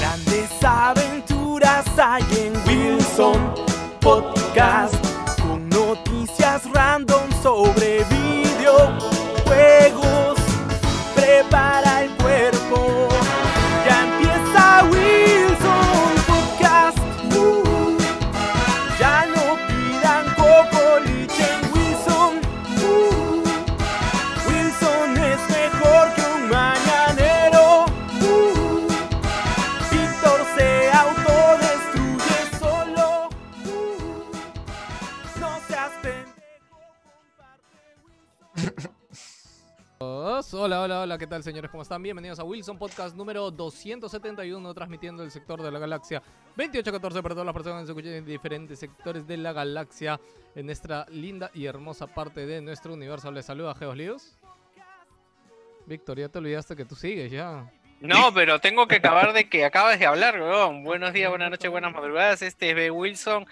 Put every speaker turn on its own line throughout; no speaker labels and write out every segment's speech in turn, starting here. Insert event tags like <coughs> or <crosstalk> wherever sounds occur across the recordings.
Grandes aventuras hay en Wilson Podcast con noticias random sobre videojuegos. Prepara el cuerpo. Ya empieza Wilson Podcast. Uh, ya no pidan cocoliche en Wilson. Uh, Wilson es mejor que un mañanero. Uh, Víctor se autodestruye solo. Uh, no seas
Hola, hola, hola, ¿qué tal señores? ¿Cómo están? Bienvenidos a Wilson Podcast número 271, transmitiendo el sector de la galaxia 2814 para todas las personas que se escuchan en diferentes sectores de la galaxia en esta linda y hermosa parte de nuestro universo. Les saluda Geos Líos. Víctor, ya te olvidaste que tú sigues ya.
No, pero tengo que acabar de que acabas de hablar, weón. Buenos días, buenas noches, buenas madrugadas. Este es B. Wilson.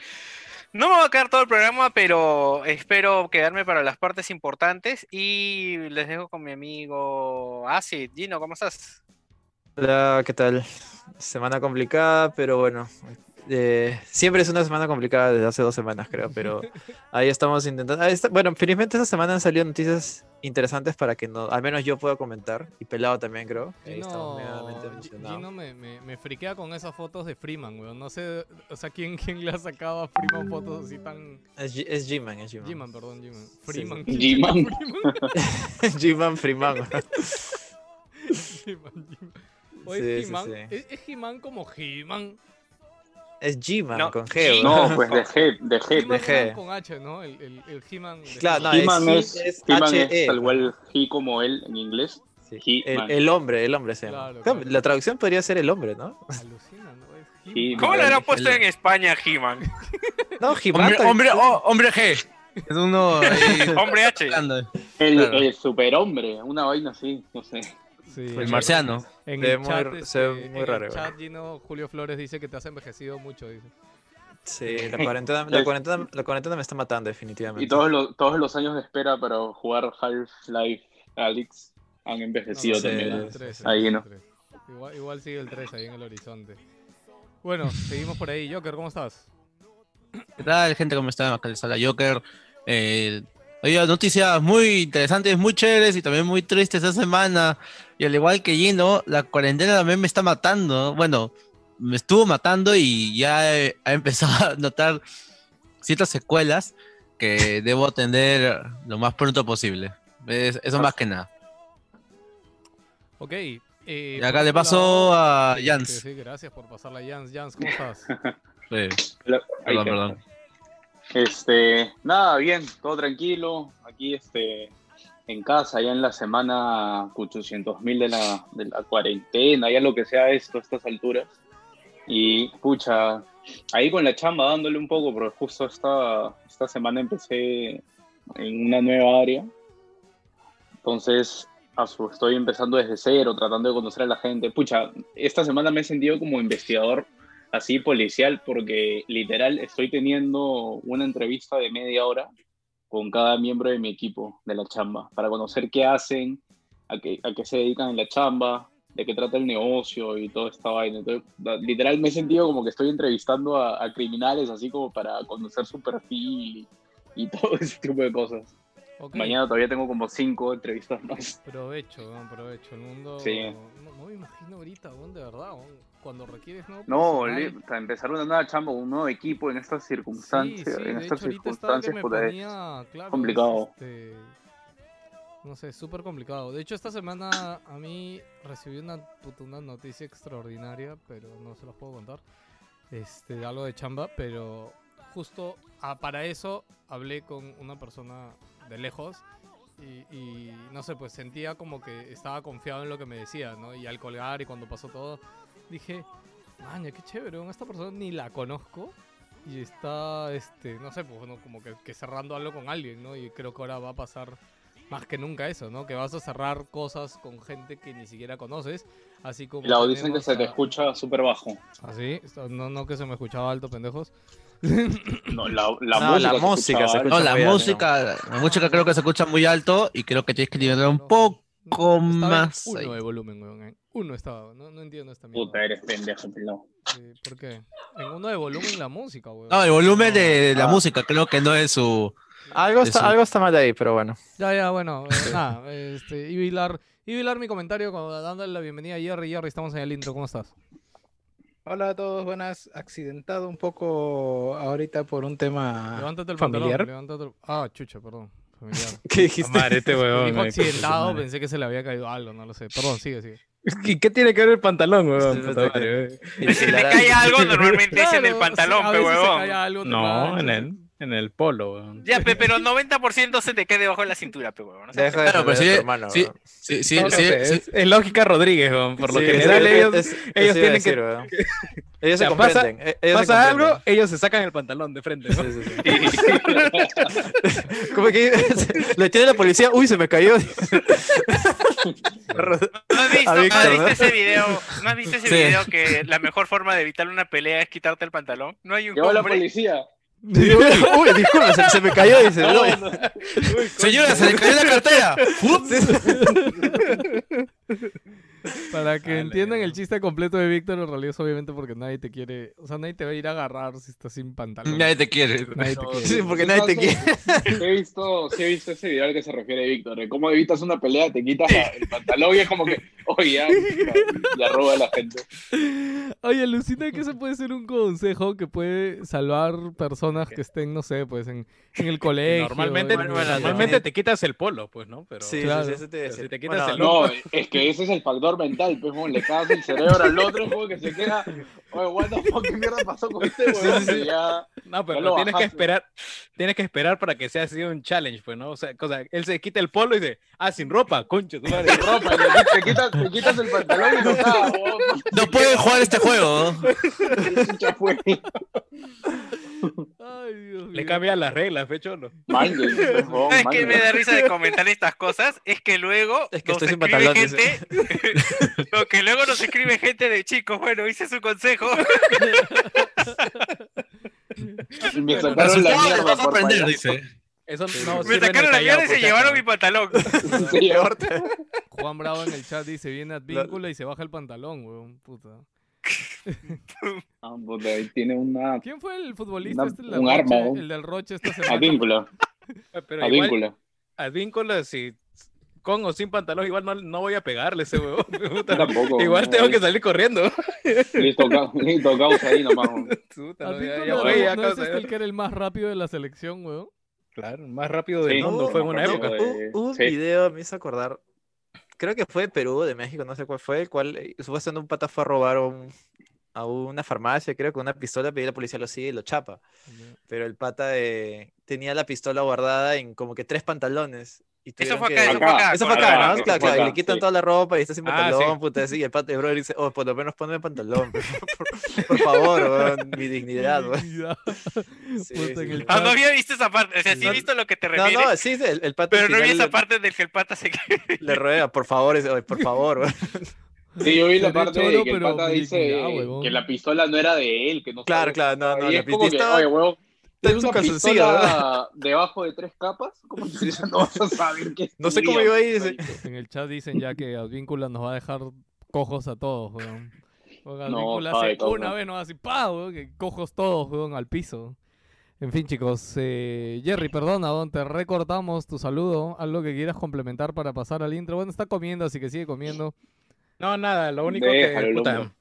No me va a quedar todo el programa, pero espero quedarme para las partes importantes. Y les dejo con mi amigo Acid. Gino, ¿cómo estás?
Hola, ¿qué tal? Semana complicada, pero bueno. eh, siempre es una semana complicada desde hace dos semanas, creo, pero ahí estamos intentando. ahí está- bueno, felizmente esta semana han salido noticias interesantes para que no, al menos yo pueda comentar, y pelado también, creo. Ahí estamos medianamente
Gino,
emocionados.
Gino me, me, me friquea con esas fotos de Freeman, weón. No sé, o sea, ¿quién, quién le ha sacado a Freeman fotos así tan...
Es G- es G-Man, es G-Man.
G-Man, perdón, G-Man.
sí.
Freeman.
G-Man.
Freeman.
<laughs> G-Man Freeman.
He-Man, He-Man. O es
<laughs> Sí, sí,
He-Man.
sí.
¿Es- ¿Es He-Man como He-Man?
Es G-Man
No,
con G.
G-
<laughs> ¿verdad?
No, pues de G, de G.
He-Man
G.
con H, ¿no? El, el, el He-Man. de
Claro, no,
He-Man.
He-Man
es-
es,
es E.
He-Man es
HE.
tal cual He como él en inglés.
Sí,
He-Man.
El, el hombre, el hombre se llama.
Claro,
Claro,
claro.
La traducción podría ser el hombre, ¿no?
Alucina, ¿no? Es He-Man.
He-Man.
¿Cómo le
la-
habrán puesto en España, He-Man?
No, He-Man.
Hombre,
también-
hombre, oh, hombre G. Es uno ahí
<laughs> Hombre H.
hablando.
El,
Claro.
el superhombre, una vaina así, no sé.
Sí,
El marciano.
En
Se ve
el
muy-
chat,
se ve
este,
muy
en
raro,
el
güey.
chat, Gino, Julio Flores dice que te has envejecido mucho, dice.
Sí, la cuarentena,
<laughs>
la, cuarentena, la cuarentena me está matando, definitivamente.
Y todos los, todos los años de espera para jugar Half-Life Alyx han envejecido
No, no sé.
también.
¿no?
el 13,
Ahí,
el
¿no?
13. Igual, igual sigue el 3 ahí en el horizonte. Bueno, seguimos por ahí. Joker, ¿cómo estás?
¿Qué tal, gente? ¿Cómo están? Acá les habla Joker. Eh, oiga, noticias muy interesantes, muy chéveres y también muy tristes esta semana. Y al igual que Gino, la cuarentena también me está matando. Bueno, me estuvo matando y ya he, <laughs> he empezado a notar ciertas secuelas que <laughs> debo atender lo más pronto posible. Es- eso más que nada.
Ok. eh,
Y
por
acá le
otro lado-
paso a
Sí,
Jans.
sí, gracias por pasarla a Jans. Jans, ¿cómo
<laughs>
estás?
Sí,
La- ahí
perdón,
está.
perdón.
Este, nada, bien, todo tranquilo. Aquí, este, en casa, ya en la semana 800 mil de la, de la cuarentena, ya lo que sea esto a estas alturas. Y, pucha, ahí con la chamba dándole un poco, porque justo esta, esta semana empecé en una nueva área. Entonces, a su- estoy empezando desde cero, tratando de conocer a la gente. Pucha, esta semana me he sentido como investigador así policial porque literal estoy teniendo una entrevista de media hora con cada miembro de mi equipo de la chamba para conocer qué hacen, a qué, a qué se dedican en la chamba, de qué trata el negocio y toda esta vaina. Entonces, da- literal me he sentido como que estoy entrevistando a, a criminales así como para conocer su perfil y, <laughs> y todo ese tipo de cosas.
Ok.
Mañana todavía tengo como cinco entrevistas más.
Provecho, weón, provecho. El mundo.
Sí.
No, no me imagino ahorita, weón, de verdad, weón, Cuando requieres nuevo
No,
personal-
le- para empezar una nueva chamba, un nuevo equipo en estas
Sí,
circunstancias,
sí,
en
de
estas
hecho, ahorita estaba que
circunstancias, pues,
me
puta, es-
ponía, claro, es,
complicado.
este, no sé, súper complicado. De hecho, esta semana a mí recibí una, puta, una noticia extraordinaria, pero no se los puedo contar. Este, algo de chamba, pero justo ah, para eso hablé con una persona de lejos y, y no sé, pues sentía como que estaba confiado en lo que me decía, ¿no? Y al colgar y cuando pasó todo, dije, maña, qué chévere, weón, esta persona ni la conozco y está, este, no sé, pues bueno, como que, que cerrando algo con alguien, ¿no? Y creo que ahora va a pasar más que nunca eso, ¿no? Que vas a cerrar cosas con gente que ni siquiera conoces, así como...
La dicen que
tenemos
se te
a-
escucha súper bajo.
¿Ah, sí? Esto- No, no que se me escuchaba alto, pendejos.
<clears throat>
<laughs>
No, la, la
No,
música.
la música se
No,
escucha
la
muy alto.
música, la música creo que se escucha muy alto y creo que tienes que liberar un poco más.
Uno
ahí.
de volumen, weón. en Uno estaba. No, no entiendo esta mierda.
Puta, eh. eres pendejo, pelado.
Sí, ¿Por qué? En uno de volumen la música, weón.
No, el volumen de la
Ah.
música creo que no es su...
Algo
de su-
está, algo está mal ahí, pero bueno.
Ya, ya,
<laughs>
bueno, eh, nada, este, y Vilar, y Vilar mi comentario con- dándole la bienvenida a Jerry, Jerry, estamos en el intro, ¿cómo estás?
Hola a todos, buenas. Accidentado un poco ahorita por un <laughs> tema
levántate el pantalón,
Ah, familiar.
levántate el... Ah, chucha, perdón,
<laughs>
familiar.
<laughs> ¿Qué dijiste?
Amar,
<laughs>
este huevón,
Dijo
eh, coche su
accidentado,
madre.
pensé que se le había caído algo, no lo sé, perdón, sigue,
<laughs>
sigue.
¿Y qué tiene que ver el pantalón,
Sí,
huevón?
sí,
Puta
sí.
madre, eh.
Y
Si te
Lara-
<laughs>
cae algo, normalmente es en el
Claro,
pantalón,
sí, a
pe
veces se
huevón.
cae algo, te
No,
manchas.
en
<laughs>
el, en el polo, huevón.
Ya, pe, pero el 90% se te cae debajo de la cintura, pe huevón. O sea,
Deja de
Claro, pero
defender a
sí-
tu hermano,
sí-
weón.
Sí, sí,
No, no
sí,
sé,
sí.
es, es lógica Rodríguez, huevón. Por lo
Sí,
general,
es-
ellos
es- eso
ellos
iba a
tienen
decir,
que-
weón. <laughs> Ellos se
O sea, pasa-
comprenden. eh, ellos se
pasa
comprenden.
algo, ellos se sacan el pantalón de
<laughs>
frente. ¿no?
Sí, <laughs> sí, sí. Como que <laughs> lo tiene la policía, uy, se me cayó. <laughs>
¿No has visto,
A
no has
Víctor,
visto
¿no?
ese video? ¿No has visto ese
Sí.
video que la mejor forma de evitar una pelea es quitarte el pantalón? No hay un
Llegó la
hombre-
policía.
uy, disculpe, se, se me cayó, dice.
Ah,
"No".
bueno.
Señora, se le cayó la cartera.
Para que
Ala,
entiendan el
weón.
chiste completo de Víctor, en realidad es obviamente porque nadie te quiere, o sea, nadie te va a ir a agarrar si estás sin pantalón.
Nadie te quiere.
Nadie te quiere.
Sí, porque nadie te quiere.
Sí he visto, sí he visto ese video al que se refiere Víctor, de cómo evitas una pelea, te quitas la- el pantalón y es como que, oye, ya, ya roba a la gente.
Oye, alucina que ese puede ser un consejo que puede salvar personas que estén, no sé, pues en, en el colegio.
Normalmente,
en la
bueno,
universidad.
normalmente te quitas el polo, pues, ¿no? Pero
Sí,
Claro.
sí, sí, eso te iba a
Pero si
decir.
te quitas el
No, es que ese es el factor mental, pues, mon, le cagas el cerebro al otro, como que se queda, oye, what the fuck, ¿qué mierda pasó con este weón?
Sí, sí, sí.
Y ya, Ya
no, pues, pero
lo
tienes que
bajaste.
esperar, tienes que esperar para que sea así un challenge, pues, ¿no? O sea, cosa, él se quita el polo y dice, ah, sin ropa, concho, tu madre.
sin ropa, y le- te quitas, te quitas el pantalón y no está, weón,
<laughs>
<laughs>
No pueden jugar este juego. ¿no?
ya fue.
Ay, Dios
Le
mío.
cambian las reglas, fecholo.
Man, que- weón,
¿Sabes
man,
qué
que-
me da risa de comentar estas cosas? Es que luego
Es que
nos
estoy sin
escribe
pantalón, dice.
gente- lo que luego nos escribe gente de chicos, bueno, hice su consejo.
Me
Pero
sacaron la
supongo que
mierda
vas a
por
aprender,
allá.
dice.
Eso no sirve
Me
en el
sacaron la
Callao,
mierda y se
pues,
puta,
llevaron
¿no?
mi pantalón.
Sí, ahora-
Juan Bravo en el chat dice, viene advíncula y se baja el pantalón, weón, puta.
Ah, puta, ahí tiene una
¿Quién fue el futbolista
Una-
este? El del
un arma,
Roche-
weón.
El del Roche esta
a
semana.
vínculo,
Pero
a
igual,
vínculo.
Advíncula, si con o sin pantalón, igual no, no voy a pegarle ese huevón. <laughs> puta.
Yo tampoco.
igual
no,
tengo que
ahí-
salir corriendo. <laughs>
<laughs>
Listo, ca- listo, causa ahí nomás. weón.
Puta, no, ya-
Advíncula,
ya
¿no-
fue, ya
¿No es
causa,
este
ya.
el que era el más rápido de la selección, weón?
Claro, más rápido del
Sí.
mundo fue en una
No,
época.
no,
Hubo- hubo un
Sí.
video, me hizo acordar. Creo que fue de Perú, de México, no sé cuál fue, el cual eh, supuestamente un pata fue a robar un- a una farmacia, creo, con una pistola, pidió a la policía lo sigue y lo chapa. Pero el pata eh, tenía la pistola guardada en como que tres pantalones. Y
Eso fue acá, eso
tuvieron que-
fue acá.
Eso fue acá,
Acá,
¿no? Claro,
eso fue
claro, y
acá,
le quitan
sí.
toda la ropa y está sin
Ah,
pantalón,
sí.
puta, así. Y el pata de brother dice, oh, por lo menos ponme pantalón, <laughs> por, por- por favor, weón,
<laughs>
mi dignidad, weón.
Dignidad.
Sí,
Puta,
sí,
en el
sí.
Ah, no
chat.
había visto esa parte. O sea, sí he
No,
visto lo que te
No,
refieres,
no, sí, el, el pata al
pero no vi
final
esa parte del que el pata se <laughs> cae.
le, le ruega, por favor, dice, "Oye, por favor, weón".
Sí, yo vi la
Seré
parte
choro,
de que el
pero
pata
mi
dice
dignidad, huevón.
que la pistola no era de él, que no
Claro,
sabe.
claro, no, no,
Y
la
es como que,
pistola
oye, huevón,
está en
¿tienes
su
una
calzoncillo,
pistola
¿verdad?
debajo de tres capas? ¿Cómo que <laughs> no vas a saber qué es
No sé
tu
cómo
vida,
iba ahí,
marico?
En el chat dicen ya que Advíncula nos va a dejar cojos a todos, weón. Porque
No,
Advíncula
pa,
hace
de todos
una
modos.
vez nos hace pa, weón, que cojos todos, weón, al piso. En fin, chicos, eh, Jerry, perdona, don, te recortamos tu saludo. Algo que quieras complementar para pasar al intro. Bueno, está comiendo, así que sigue
<laughs>
comiendo.
No, nada, lo único
Déjalo,
que.
el
puta,
hombre.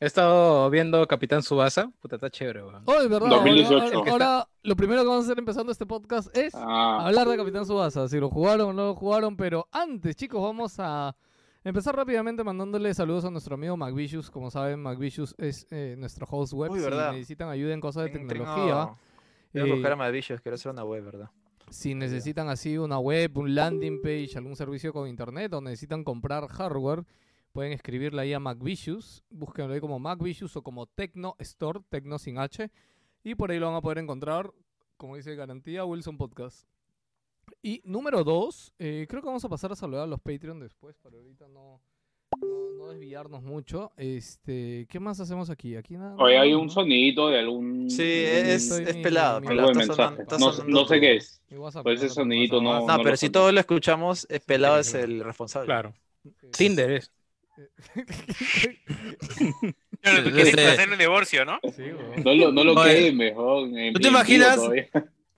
he estado viendo Capitán Subasa. Puta, está chévere, weón.
Oh, es verdad.
2018.
Ahora, ahora lo primero que vamos a hacer empezando este podcast es
Ah,
hablar de Capitán Subasa, si lo jugaron o no lo jugaron, pero antes, chicos, vamos a empezar rápidamente mandándole saludos a nuestro amigo MacVicious. Como saben, MacVicious es eh, nuestro host web.
Uy,
si
¿verdad?
necesitan ayuda en cosas de
Tengo-
tecnología,
Tengo que
eh,
buscar a Madvillos, quiero hacer una web, ¿verdad?
si necesitan así una web, un landing page, algún servicio con internet o necesitan comprar hardware, pueden escribirle ahí a MacVicious. Búsquenlo ahí como MacVicious o como Tecno Store, Tecno sin H. Y por ahí lo van a poder encontrar, como dice garantía, Wilson Podcast. Y número dos, eh, creo que vamos a pasar a saludar a los Patreon después, pero ahorita no, no, no desviarnos mucho. Este, ¿qué más hacemos aquí? Aquí nada.
Oye, hay
nada,
un
¿no?
sonido de algún.
Sí, es,
Estoy
es
mi-
pelado,
mi-
pelado.
algo de
Está sonando,
mensaje.
está
No,
sonando
no sé
tu-
qué es.
Mi WhatsApp,
Pues
mi
ese
WhatsApp, mi
sonidito
WhatsApp.
no-
No,
lo
pero si
conozco.
todo lo escuchamos, es pelado es
claro.
el responsable.
Claro.
Eh,
Tinder es.
Claro, tú quieres
Este-
hacer un divorcio, ¿no?
<laughs> Sí, weón.
No lo, no lo
Oye.
quemes, joven, en
¿Tú te
vivo
imaginas?
todavía.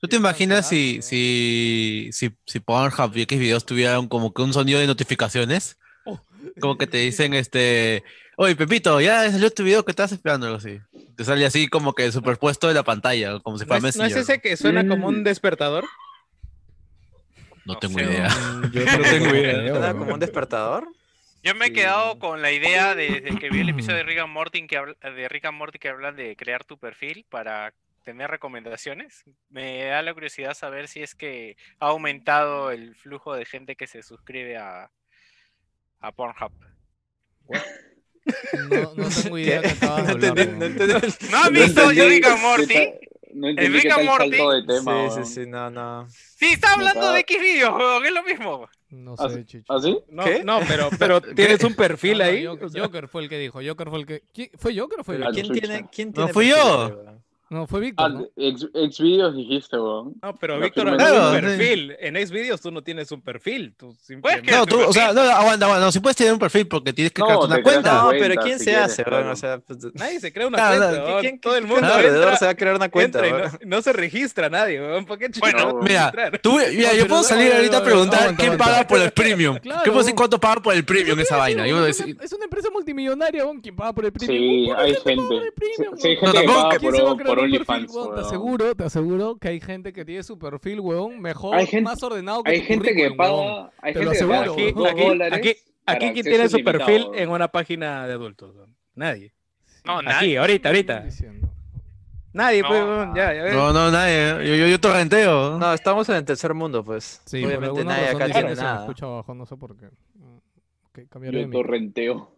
¿Tú
Qué
te imaginas si,
cansado,
si, si, si Pornhub y X videos tuvieran como que un sonido de notificaciones? Como que te dicen, este, oye, Pepito, ya salió tu video que estás esperando, algo así. Te sale así como que superpuesto de la pantalla, como si
¿No
fuera
es, no es
Messenger.
ese que suena como
Mm.
un despertador?
No
No
tengo
<laughs>
sé,
idea.
Mm,
Yo creo que
tengo
no,
idea.
creo,
¿Suena
weón.
como un despertador?
Yo me he quedado con la idea desde que vi el episodio de Rick and Morty que habla- de Rick and Morty que hablan de crear tu perfil para tener recomendaciones. Me da la curiosidad saber si es que ha aumentado el flujo de gente que se suscribe a, a Pornhub.
No, no tengo idea que acabas
No
de hablar,
entendí- no
weón.
entendí.
¿No has
No
visto yo
entendí
Rick and
qué
Morty?
tal- No entendí
Rick
qué
and
tal
Morty.
salto de tema.
Sí,
weón.
sí, sí, no, no.
Sí, está hablando
acaba-
de X videos, es lo mismo.
No
Ah,
sé, chicho.
¿Ah, sí?
No,
¿Qué?
no, pero, pero tienes un
No,
perfil
no,
ahí.
Joker,
o sea,
Joker fue el que dijo. Joker fue el que. ¿Qui- ¿Fue Joker o fue
Pero
Ah,
Víctor?
¿quién
chucha.
tiene, quién
No
tiene
fui
perfil,
yo.
weón?
No, fue Víctor.
Ah,
¿no?
ex, exvideos dijiste, weón.
No, pero
La
Víctor,
firma
habló de
de-
un perfil. En Xvideos tú no tienes un perfil. Tú simplemente...
que-
No, tú, o sea, no, aguanta, aguanta, no, si puedes tener un perfil porque tienes que
No,
crearte una
te creas
cuenta.
No,
cuenta,
pero ¿quién
si
se
quieres,
hace,
claro.
weón? O sea, pues,
Nadie se <laughs> crea una
Claro,
cuenta.
¿quién-
weón.
quién-
Todo el
quién
mundo
alrededor
entra-
se va a crear una cuenta,
entra y
weón?
no, no se registra nadie. weón. ¿Por qué chucha
Bueno,
no vas a
mira,
registrar?
Tú, mira,
No,
yo
pero
puedo
no,
salir
no,
ahorita a
no,
preguntar
aguanta,
quién
aguanta.
paga por el premium.
Claro.
¿Qué puedo decir cuánto paga por el premium esa vaina? Yo voy a
es,
decir,
una, es una empresa multimillonaria, weón, quien paga por el premium.
Sí,
¿Por qué
hay
te paga por
gente.
el premium,
Sí, hay
weón?
gente que
tampoco
paga
que
¿Quién se va a
por,
crear
por
un perfil,
OnlyFans,
weón? Te
weón.
aseguro, te aseguro que hay gente que tiene su perfil, weón, mejor,
Hay gente-
más ordenado que
Hay
tu
gente que
currículum, weón.
paga, hay
Te lo
gente que paga
aseguro,
Aquí,
Aquí-
dos
aquí,
dólares
aquí,
para
aquí quien
acceso
tiene su
ilimitado,
perfil
weón.
en una página de adultos. weón. Nadie.
No,
Aquí,
nadie.
ahorita,
¿Qué
ahorita.
estás diciendo?
Nadie,
No.
pues, weón, ya, ya ves.
no, no, nadie, yo, yo, yo torrenteo.
No, estamos en el tercer mundo, pues.
Sí, por
Obviamente
alguna
nadie
razón
acá
dicen
tiene
eso, me
nada.
escucha abajo, no sé por qué. Mm, ok, cambiaré de
Yo
micro.
torrenteo.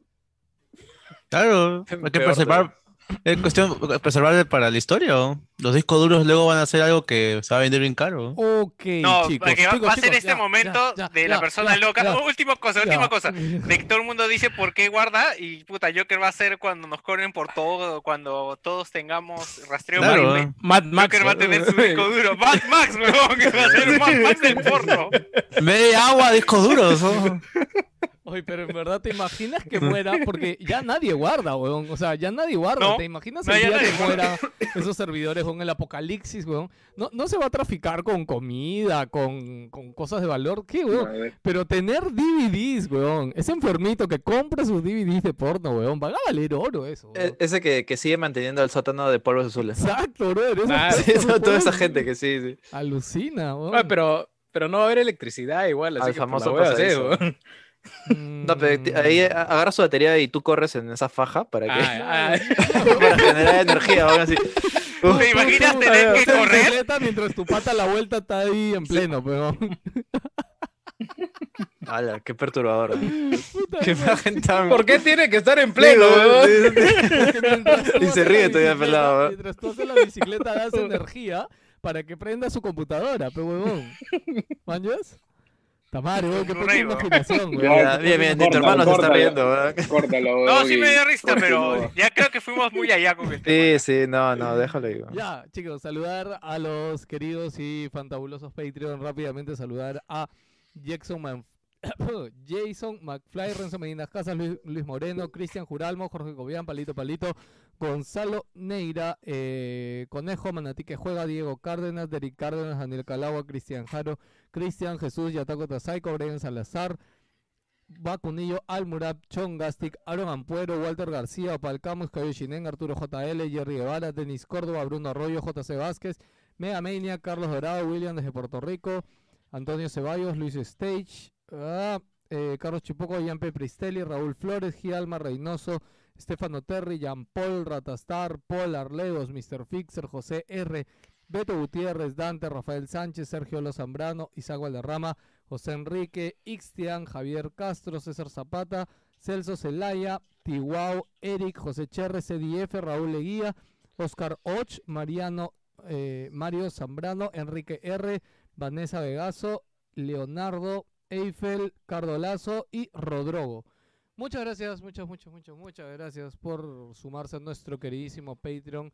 Claro,
Peor
hay que preservar. Es cuestión de preservar para la historia. Los discos duros luego van a ser algo que se va a vender bien caro.
Ok,
No,
chicos,
porque va,
chicos,
va a ser
chicos,
este
ya,
momento
ya, ya,
de la
ya,
persona
ya,
loca.
ya,
Oh, última cosa,
ya.
última cosa. De que todo el mundo dice por qué guarda y puta, Joker va a ser cuando nos corren por todo, cuando todos tengamos rastreo
Claro,
marítima.
¿eh?
Mad Max.
Joker va a
<laughs>
weón.
tener su
<laughs>
disco duro. Mad Max, <laughs> weón, que va a ser Mad Max del porno.
Media agua, discos duros. oh.
<laughs> Oye, pero en verdad te imaginas que muera, porque ya nadie guarda, weón. O sea, ya nadie guarda.
No,
¿Te imaginas
no,
el
ya
día que
nadie
muera esos servidores con el apocalipsis, weón? No, no se va a traficar con comida, con, con cosas de valor, ¿qué,
A
weón?
ver,
Pero tener DVDs, weón. Ese enfermito que compra sus DVDs de porno, weón. Va a valer oro eso. weón.
E- Ese que, que sigue manteniendo el sótano de polvos azules.
Exacto, brother. Eso,
Claro.
<laughs> Sí, eso, toda
<laughs>
Ah, esa gente que sí, sí.
Alucina, weón.
Ah, pero, pero no va a haber electricidad igual, así
Al
que por la
famoso
hueva, sí,
pasadizo.
weón. <laughs>
Mm.
No, pero ti- ahí ah,
<laughs>
a- agarra su batería y tú corres en esa faja para que
Ah, ah,
<laughs> para generar energía, ahora sí.
Tú-
¿Te
tú-
imaginas
tú-
tener que
tú en
correr?
bicicleta Mientras tu pata a la vuelta está ahí en pleno,
<laughs>
weón.
Ala, qué perturbador. ¿eh?
Puta
Qué
madre.
imagen tan <laughs>
¿Por qué tiene que estar en
Sí,
pleno,
weón,
weón?
sí, sí, sí.
Porque <laughs> mientras tú
Y se
haces la
ríe todavía
bicicleta-
pelado, ¿eh?
Mientras tú haces la bicicleta
<laughs>
das energía para que prenda su computadora, pe
<laughs>
huevón. ¿Mañas? Tamar, weón, qué poca
Rey, weón.
imaginación,
Ya,
weón.
Ya, Bien, bien, ni tu
Córtalo,
hermano se está
córtalo.
riendo, weón. <laughs>
Córtalo,
<laughs> No,
weón,
sí
y
me dio risa, pero
continúa.
ya creo que fuimos muy allá con el tema.
Sí, sí, no, no, déjalo ahí. weón.
Ya, chicos, saludar a los queridos y fantabulosos Patreon. Rápidamente saludar a Jackson Man- <coughs> Jason McFly, Renzo Medina Casas, Luis, Luis Moreno, Cristian Juralmo, Jorge Gobián, Palito Palito, Gonzalo Neira, eh, Conejo, Manatí que juega, Diego Cárdenas, Derek Cárdenas, Daniel Calagua, Cristian Jaro, Cristian Jesús, Yataco Tasaico, Brian Salazar, Vacunillo, Almurab, Chon Gastic, Aaron Ampuero, Walter García, Opalcamus, Cayo Shinen, Arturo JL, Jerry Guevara, Denis Córdoba, Bruno Arroyo, JC Vázquez, Mega Mania, Carlos Dorado, William desde Puerto Rico, Antonio Ceballos, Luis Stage, ah, eh, Carlos Chipoco, Ian P. Pristelli, Raúl Flores, Gialma Reynoso, Stefano Terry, Jean Paul, Ratastar, Paul Arlegos, Mr. Fixer, José R., Beto Gutiérrez, Dante, Rafael Sánchez, Sergio Lo Zambrano, Isaac Valderrama, José Enrique, Ixtian, Javier Castro, César Zapata, Celso Celaya, Tiwao, Eric, José Cherre, CDF, Raúl Leguía, Oscar Och, Mariano, eh, Mario Zambrano, Enrique R, Vanessa Vegaso, Leonardo Eiffel, Cardo Lazo y Rodrogo. Muchas gracias, muchas, muchas, muchas, muchas gracias por sumarse a nuestro queridísimo Patreon.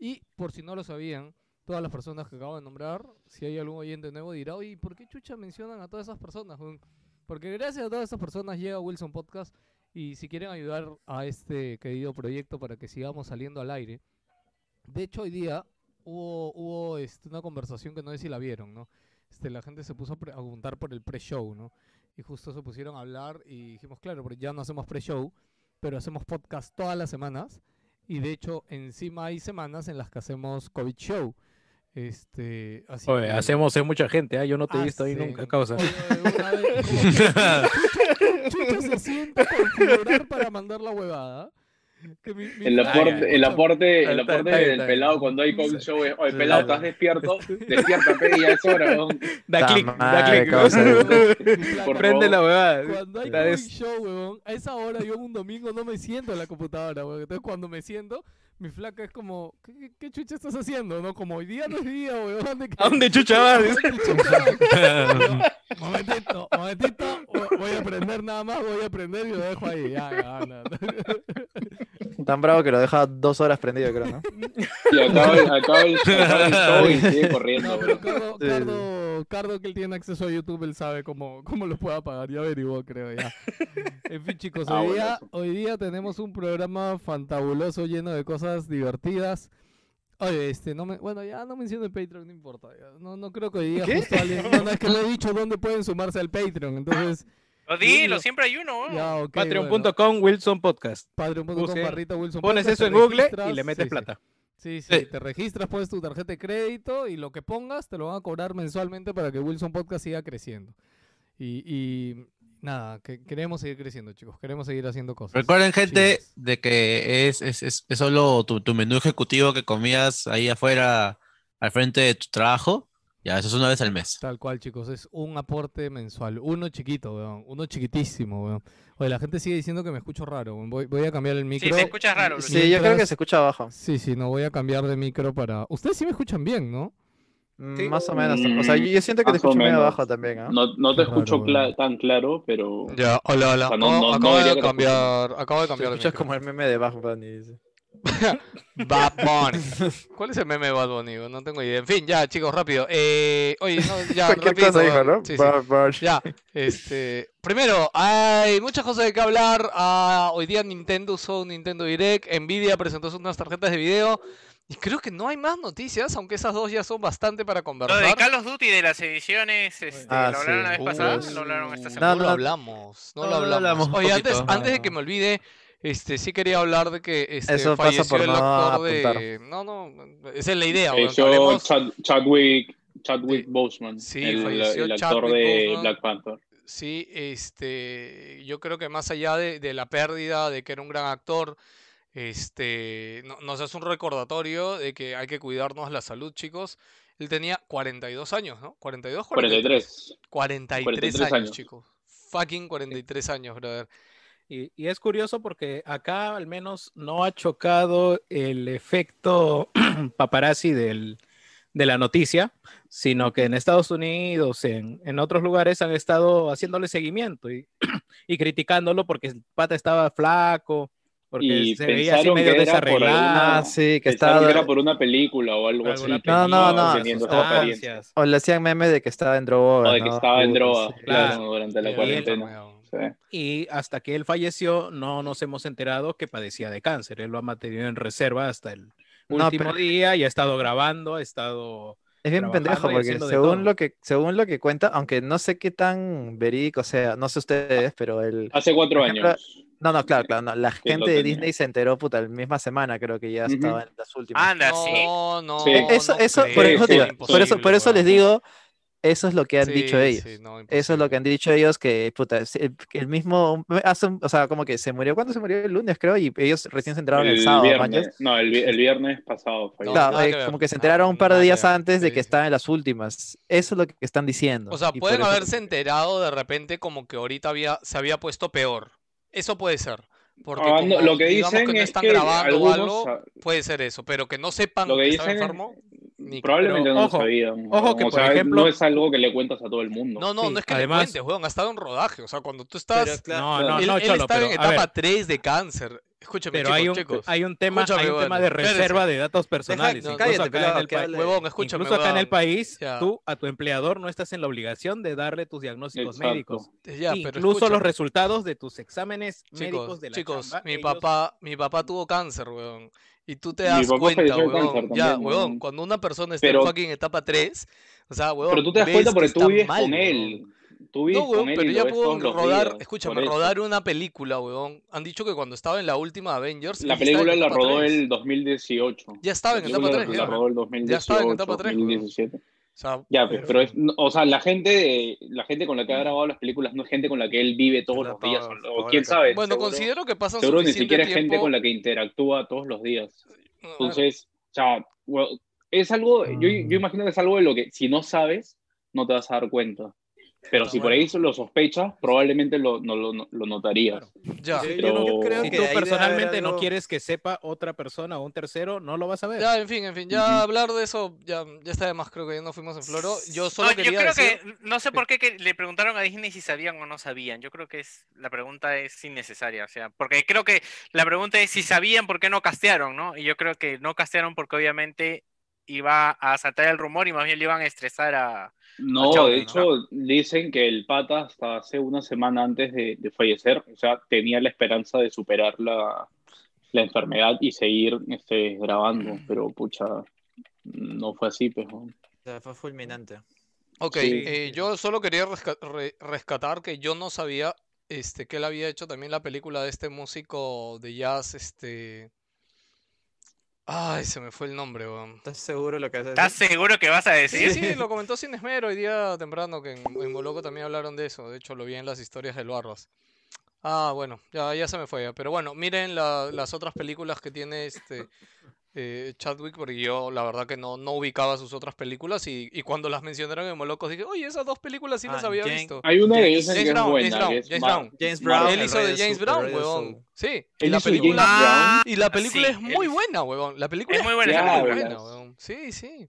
Y por si no lo sabían, todas las personas que acabo de nombrar, si hay algún oyente nuevo dirá, oye, ¿por qué chucha mencionan a todas esas personas? weón?" Porque gracias a todas esas personas llega Wilson Podcast. Y si quieren ayudar a este querido proyecto para que sigamos saliendo al aire. De hecho, hoy día hubo, hubo este, una conversación que no sé si la vieron, ¿no? Este, la gente se puso a pre- a preguntar por el pre-show, ¿no? y justo se pusieron a hablar y dijimos, claro, porque ya no hacemos pre-show, pero hacemos podcast todas las semanas y de hecho encima hay semanas en las que hacemos COVID show. Este, así
Oye,
que-
hacemos, es mucha gente, ¿ah? yo no te he visto ahí
Hacen-
nunca,
<laughs>
causa.
Oye, una vez, como que
<laughs>
Chucha- Chucha se sienta a configurar para mandar la huevada. Que mi- mi-
El
Ah,
aporte,
ya.
el aporte, el
Está-
aporte
está bien, está
del
bien.
pelado cuando hay con
Sí.
show es, oye, pelado, ¿estás <laughs> despierto? Despiértate, ya es hora, <laughs> ¿no?
Da
Ta
clic, da
madre,
click.
causa.
Flaca,
Por
<laughs> Prende
favor.
la huevada.
Cuando hay
La
Comic
des-
Show, weón, a esa hora yo un domingo no me siento en la computadora, weón. Entonces cuando me siento, mi flaca es como, ¿qué, qué- qué chucha estás haciendo? ¿No? Como hoy día no es día, weón. ¿Dónde
¿A dónde chucha <laughs> vas? Dice.
momentito, momentito, vo- voy a aprender nada más, voy a aprender y lo dejo ahí. Ya, ya, no, no.
Tan bravo que lo deja dos horas prendido, creo, ¿no?
Y acaba, el- acaba el, acaba el show <laughs> y sigue corriendo.
No,
bro.
pero Cardo,
<laughs> Sí, sí.
Cardo, Cardo, que él tiene acceso a YouTube, él sabe cómo, cómo los puede apagar. Ya averiguó, creo, ya.
<laughs>
En fin, chicos,
Ah,
hoy,
bueno,
día,
eso.
hoy día tenemos un programa fantabuloso lleno de cosas divertidas. Oye, este, no me, bueno, ya no menciono el Patreon, no importa. ya. No, no creo que hoy día justo alguien...
<laughs>
No, no, es que no he dicho dónde pueden sumarse al Patreon, entonces...
Lo
Julio.
dilo, siempre hay uno.
Ah,
weón.
oh.
ya, ok, bueno.
Patreon.com Wilson Podcast.
Patreon.com
busquen.
barrita Wilson
Pones
Podcast,
eso
te
en Google y
registras,
le metes
sí, sí.
plata.
Sí, sí,
Sí.
te registras, pones tu tarjeta de crédito y lo que pongas te lo van a cobrar mensualmente para que Wilson Podcast siga creciendo. Y, y nada, que queremos seguir creciendo, chicos, queremos seguir haciendo cosas.
Recuerden, gente,
chidas.
de que es, es, es, es solo tu, tu menú ejecutivo que comías ahí afuera, al frente de tu trabajo. Ya, eso es una vez al mes.
Tal cual, chicos, es un aporte mensual. Uno chiquito, weón, uno chiquitísimo, weón. Oye, la gente sigue diciendo que me escucho raro, weón. Voy, voy a cambiar el micro.
Sí, te escuchas raro.
Sí,
Luis.
Sí, yo creo que
mientras-
se escucha abajo.
Sí, sí, no voy a cambiar de micro para... Ustedes sí me escuchan bien, ¿no?
Mm,
Sí.
Más o menos. O sea, yo, yo siento que te
Más o
escucho medio
menos.
abajo también, ¿ah?
No, no te
Qué raro,
escucho
bro.
cla- tan claro, pero.
Ya, hola, hola.
O sea, no-
Oh,
no- no
acabo,
diría que
de
te
cambiar, acabo de
Te
cambiar. el
escuchas
micro.
como el meme de Bad Bunny. dice.
Bad Bunny. <laughs> ¿Cuál es el meme de Bad Bunny? No tengo idea. En fin, ya, chicos, rápido. Eh, oye, no, ya,
<laughs> Cualquier
rápido.
cosa dijo, ¿no?
Sí, sí.
Bad Bunny.
Ya, este, primero, hay muchas cosas de qué hablar. Ah, hoy día Nintendo usó un Nintendo Direct, Nvidia presentó sus nuevas tarjetas de video y creo que no hay más noticias, aunque esas dos ya son bastante para
Lo de
conversar.
Call of Duty de las ediciones, este,
Ah,
lo hablaron la
sí.
vez pasada,
Uh,
lo hablaron esta
No,
semana.
No, lo hablamos, no, lo hablamos.
un
Oye, antes,
poquito.
antes de que me olvide, este, sí quería hablar de que este,
Eso pasa
falleció
por
el
no
actor de... No, no, esa es la idea. weón, que
Falleció
hablemos-
Chad- Chadwick, Chadwick Boseman,
Sí,
el,
falleció
el actor
Chadwick
de
Boseman.
Black Panther.
Sí, este, yo creo que más allá de, de la pérdida de que era un gran actor, este, no- nos hace un recordatorio de que hay que cuidarnos la salud, chicos. Él tenía 42 años, ¿no? 42,
E 43.
43
43
años,
años.
chicos. Fucking 43 años, brother.
Y, y es curioso porque acá al menos no ha chocado el efecto <clears throat> paparazzi del, de la noticia, sino que en Estados Unidos, en, en otros lugares han estado haciéndole seguimiento y, <clears throat> y criticándolo porque el pata estaba flaco, porque
Y
se veía así
pensaron
medio
que era por
desarreglado.
Ah,
Ah,
sí, que
Pensaron
estaba.
que era por una película o algo así.
alguna
que
No, no,
estaba
no,
teniendo esa
sustancias.
apariencia.
O le hacían meme de que estaba en droga.
O de que
¿no?
estaba en
Puta,
droga,
sí.
claro,
Claro.
durante la
Qué
cuarentena.
enfermedad.
Sí.
Y hasta que él falleció, no nos hemos enterado que padecía de cáncer. Él lo ha mantenido en reserva hasta el
No,
último
pero-
día y ha estado grabando, ha estado...
Es bien
trabajando
pendejo
y
porque
haciendo de todo.
según lo que según lo que cuenta, aunque no sé qué tan verídico sea, no sé ustedes, pero el
Hace cuatro
Por ejemplo,
años.
no, no, claro, claro, no, la
lo
gente de
tenía.
Disney se enteró puta la misma semana, creo que ya
Ujú.
estaba en las últimas.
Anda, sí.
No, no,
Sí.
Ah, no
Eso eso por
creo,
eso
sí,
te digo,
sí,
por eso por
imposible,
eso les
weón.
digo, eso es lo que han
Sí,
dicho ellos.
sí, no,
Eso es lo
imposible.
que han dicho ellos, que puta, es el, que el mismo, eh, hace un- o sea, como que se murió, ¿cuándo se murió? El lunes, creo, y ellos recién se enteraron el,
El
sábado, manches.
viernes, no, el, vi- el viernes pasado Ah, falleció.
Claro,
nada
eh,
que ver,
como que se
nada-
enteraron un par de
nada que
días
ver,
antes de
sí, sí.
que estaban en las últimas. Eso es lo que están diciendo.
O sea,
y
pueden
por eso-
haberse enterado de repente como que ahorita había, se había puesto peor. Eso puede ser. Porque
Ah, no,
como
lo que
digamos
dicen
que no
es
están
que
grabando o
algunos
algo,
sa-
puede ser eso. Pero que no sepan
lo que
que estaba
dicen es-
enfermo,
Ni-
Probablemente
pero
no
ojo,
sabían.
ojo que,
o
por
sea,
ejemplo-
no es algo que le cuentas a todo el mundo.
No, no,
Sí,
no es que
además-
le cuentes, weón, ha estado en rodaje. O sea, cuando tú estás.
No, no,
él,
no,
él
Cholo,
estaba
pero,
en
a ver,
etapa 3 de cáncer. Escúchame,
pero
chicos,
hay un,
chicos.
hay un tema,
Escúchame,
hay un
bueno,
tema de
espérese.
reserva de datos personales.
no,
incluso
cállate,
acá en
pelado,
el
que
pa-
hable.
Huevón, escúchame,
Incluso acá en el
huevón.
país,
Ya.
tú a tu empleador no estás en la obligación de darle tus diagnósticos
Exacto.
médicos.
Ya, pero
incluso los
escúchame.
resultados de tus exámenes médicos
Chicos,
de la
chicos,
chamba,
mi
ellos-
papá, mi papá tuvo cáncer, weón. Y tú te
Mi
das
papá
cuenta,
falleció de
weón.
cáncer
ya,
también,
weón,
weón.
cuando una persona está en
Pero-
fucking etapa 3, o sea, weón,
Pero tú te das
ves
cuenta
que
porque tú
está
vives
mal,
con él.
weón.
Tú vives
No, weón,
con él
pero
y lo
ya
ves
puedo
todos los
rodar,
días,
escúchame,
por eso.
rodar una película, weón. Han dicho que cuando estaba en la última Avengers,
La
él ya estaba en
película la
etapa
rodó
3.
el 2018.
Ya estaba en
La
etapa
película
3,
La
ya.
rodó el
Ya estaba en etapa
2018,
tres,
2017.
O sea,
Ya, pues, pero es, no, o sea, la gente, la gente con la que ha grabado las películas no es gente con la que él vive todos
Hola,
los días.
Pablo.
O,
Hola,
quién
¿qué tal?
sabe.
bueno,
seguro-
considero que pasan
Seguro ni
suficiente
siquiera es gente
tiempo-
con la que interactúa todos los días.
No,
Entonces, o sea, well, es algo, yo, yo imagino que es algo de lo que si no sabes, no te vas a dar cuenta. Pero si por ahí lo sospechas, probablemente lo, no, lo, lo notarías.
ya.
Yo- yo-
Pero-
yo creo
Si
que
tú
ahí debe
personalmente
haber
no
algo-
quieres que sepa otra persona o un tercero, no lo vas a ver.
Ya, en fin, en fin, ya
Ujú.
hablar de eso ya, ya está de más, creo que ya no fuimos en floro. Yo solo
Ah,
No, yo
quería
creo
decir-
que no sé por qué que le preguntaron a Disney si sabían o no sabían. Yo creo que es la pregunta es innecesaria, o sea, porque creo que la pregunta es si sabían por qué no castearon, ¿no? Y yo creo que no castearon porque obviamente iba a saltar el rumor y más bien le iban a estresar a
No,
Chao,
de
¿no?
hecho, dicen que el pata hasta hace una semana antes de, de fallecer, o sea, tenía la esperanza de superar la, la enfermedad y seguir este, grabando, pero pucha, no fue así, pues. ¿no?
sea, fue fulminante.
Ok,
Sí.
eh, yo solo quería resca- re- rescatar que yo no sabía este, que él había hecho también la película de este músico de jazz, este... Ay, se me fue el nombre, weón.
¿Estás seguro lo que haces?
¿Estás seguro que vas a
Sí,
decir?
sí, lo comentó Sin Esmero hoy día temprano, que en, en Boloco también hablaron de eso. De hecho, lo vi en las historias del Barras. Ah, bueno, ya, ya se me fue ya. Pero bueno, miren la- las otras películas que tiene este eh, Chadwick, porque yo la verdad que no, no ubicaba sus otras películas y, y cuando las mencionaron en Molocos dije, oye, esas dos películas sí las
Ah,
había
Jane-
visto.
Hay una que
James-
dicen que
James
es
Brown, James
buena,
Brown,
que es
James
Ma-
Brown.
James
Ma-
Brown.
Él
el
hizo
rey
de
del
James
sur,
Brown,
el rey del
huevón.
sur.
Sí, y
Él
la
hizo de
película,
James Brown.
y la película
sí,
es
él
muy
hizo-
buena, huevón. La película
Es muy buena
esa
muy
película.
buena, huevón. Sí, sí.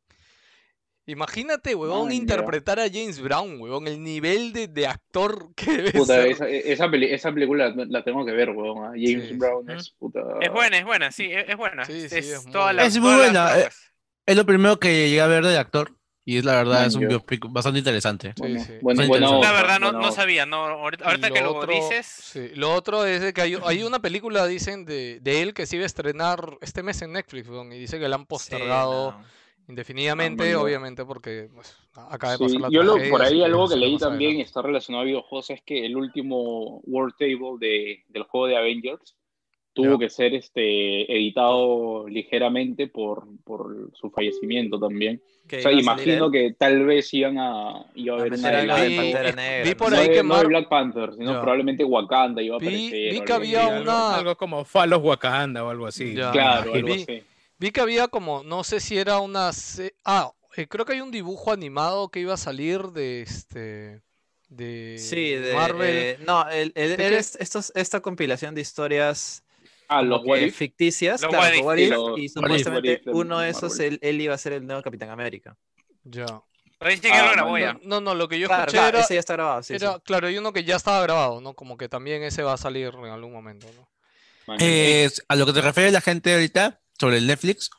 Imagínate, huevón,
Ay, ya.
interpretar a James Brown, huevón, el nivel de, de actor <laughs> que debe
Puta,
ser.
esa, e, esa, peli- esa película la- la tengo que ver, weón. ah. James
Sí, sí.
Brown es puta.
Es buena, es buena, sí, es, es buena.
Sí,
es,
sí, es muy
toda
buena.
la-
Es muy
todas las
buena, eh,
capas.
Es lo primero que llegué a ver del actor. Y es la verdad,
Man,
es un
yo-
biopic bastante interesante.
Bueno,
sí.
bueno,
Sí,
buena
interesante.
La
obra,
verdad no,
buena
no
obra.
sabía, no, ahorita,
Y
ahorita que
lo
lo
otro-
dices,
sí, lo otro es de que hay, hay una película, dicen, de, de él que se iba a estrenar este mes en Netflix, huevón, y dice que la han postergado
Sí, no.
indefinidamente,
manga.
obviamente, porque pues, acaba de
Ah, Sí,
pasar la
yo lo,
tragedia,
por
así
ahí algo que
será
leí
más
también y
adelante.
está relacionado a videojuegos es que el último World Table de, del juego de Avengers tuvo que ser este editado ligeramente por, por su fallecimiento también.
Que
O sea,
iba a salir
imagino
él
que tal vez iban a, iba a
a
haber una
meter algo de
Ahí-
Pantera
vi
Negra, ¿no?
por
no
ahí
de-
que
no
Mar-
de Black Panther, sino
Ya.
probablemente Wakanda iba a
Vi-
aparecer.
vi que
algo
había
así,
Algo-
algo-
una-
Algo como Falos Wakanda o algo así.
Ya.
Claro,
Ah, Vi-
algo así.
Vi que había como, no sé si era una... se- Ah, eh, creo que hay un dibujo animado que iba a salir de este... De
Sí, de
Marvel.
eh, no, el, el-
¿De
él
qué?
es- estos- esta compilación de historias
Ah,
como
los
que
What If.
ficticias,
Los
claro,
What If,
What If,
los-
y
What If,
supuestamente
What If,
uno de
Marvel.
esos, él, él iba a ser el nuevo Capitán América.
Ya.
pero dicen que
Ah,
no lo grabó
man,
ya.
No, no, no, lo que yo
Claro,
escuché
claro,
era...
ese ya está grabado, sí, sí.
era- Claro, hay uno que ya estaba grabado, ¿no? Como que también ese va a salir en algún momento, ¿no?
Man,
Eh, a lo que te refiere la gente ahorita sobre el Netflix,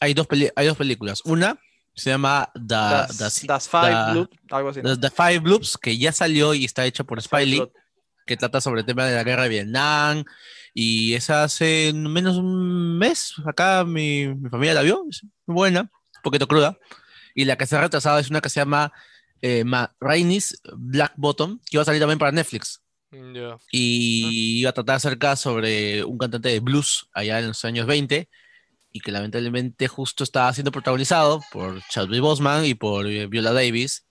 hay dos, peli- hay dos películas. Una se llama The,
Das,
The Si-
Das Five
da-
Loop, algo así. ¿no?
The- The Five Bloops, que ya salió y está hecha por
Five
Spiley,
Loop.
que trata sobre el tema de la guerra de Vietnam. Y esa hace menos de un mes, acá mi, mi familia la vio, es muy buena, un poquito cruda. Y la que se ha retrasado es una que se llama eh, Ma- Rainis Black Bottom, que iba a salir también para Netflix
Mm, Ya.
y iba a tratar acerca sobre un cantante de blues allá en los años 20 y que lamentablemente justo estaba siendo protagonizado por Chadwick Boseman y por eh, Viola Davis.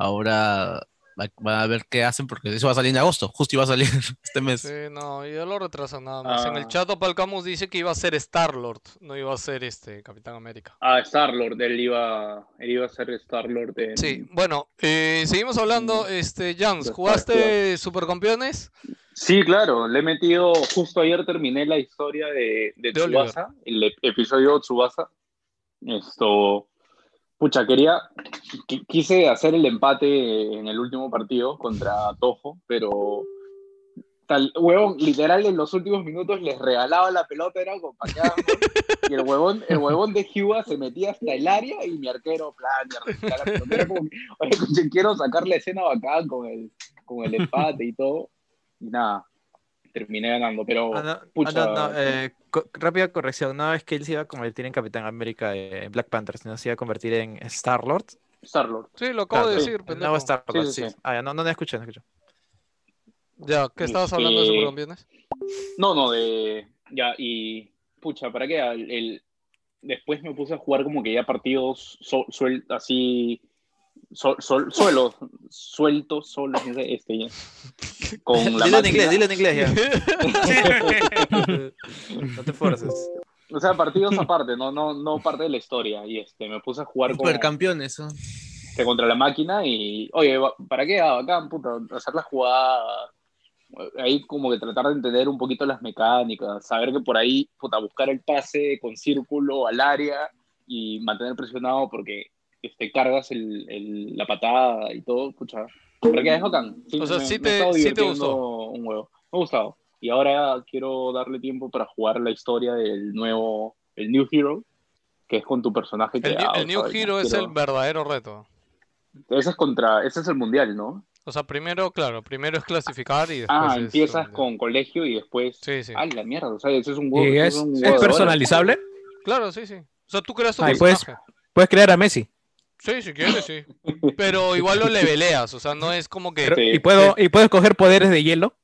Ahora va- van a ver qué hacen porque eso va a salir en agosto, justo iba a salir <laughs> este mes.
Sí, no, ya lo retrasan nada más. En el
Ah.
chat Opalcamus dice que iba a ser Star-Lord, no iba a ser este Capitán América.
Ah, Star-Lord, él iba, él iba a ser Star-Lord en...
Sí, bueno, eh, seguimos hablando,
Mm.
este, Jans,
Los
¿jugaste Supercampeones?
Sí, claro, le he metido, justo ayer terminé la historia de, de
De Oliver.
Tsubasa, el ep- episodio de Tsubasa. Esto, Pucha, quería, qui- quise hacer el empate en el último partido contra Tojo, pero tal, huevón, literal en los últimos minutos les regalaba la pelota, era con pateadas, ¿no? y el huevón, el huevón de Cuba se metía hasta el área y mi arquero, plan, de arrancar la pelota. Era como que, oye, conche, quiero sacar la escena bacán con el, con el empate y todo, y nada, terminé ganando, pero
Ah, no, ah, no,
pucha,
no, eh, co- rápida corrección. No es que él se iba a convertir en Capitán América eh, en Black Panther, sino se iba a convertir en Star-Lord.
Star-Lord.
Sí, lo acabo de
Claro,
sí.
decir,
El
pendejo.
nuevo Star-Lord,
Sí, sí,
sí.
sí.
Ah, ya, no, no, no escuché, no escuché.
Ya, ¿qué estabas hablando de
Este-
supercampeones?
No, no, de. Ya, y. Pucha, ¿para qué? El, el- después me puse a jugar como que ya partidos sol, suel- así. Sol, sol- suelo, suelto, solo, no sé, este,
<laughs>
ya, con la
Dilo en
máquina.
inglés,
<laughs>
dilo en
<laughs>
inglés ya. <laughs> no te forces.
O sea, partidos aparte, no, no, no parte de la historia. Y este, me puse a jugar con,
Supercampeones. ¿no?
este, contra la máquina y, oye, va- ¿para qué? Ah, bacán, puta, hacer la jugada. Ahí como que tratar de entender un poquito las mecánicas, saber que por ahí, puta, buscar el pase con círculo al área y mantener presionado porque este, cargas el, el- la patada y todo, pucha. ¿Para qué es bacán?
O sea,
me-
sí
me
te-
he estado
sí te
divirtiendo
gustó.
Un huevo. Me ha gustado. Y ahora quiero darle tiempo para jugar la historia del nuevo, el New Hero, que es con tu personaje que...
El,
ah,
New- el New
sabes,
Hero es
quiero-
el verdadero reto.
ese es contra, ese es el mundial, ¿no?
O sea, primero, claro, primero es clasificar y después
Ah,
es
empiezas
mundial.
con colegio y después.
Sí, sí.
Ah, la mierda, o sea, ese es un huevo.
Y
ese
es,
un
es
huevo de
personalizable.
Claro, sí, sí. O sea, tú creas tu
Ahí puedes-
personaje.
Puedes crear a Messi. pues-
Sí, si quieres, sí.
<laughs>
Pero igual lo leveleas, o sea, no es como que...
Pero-
Sí.
y, puedo, y puedes coger poderes de hielo.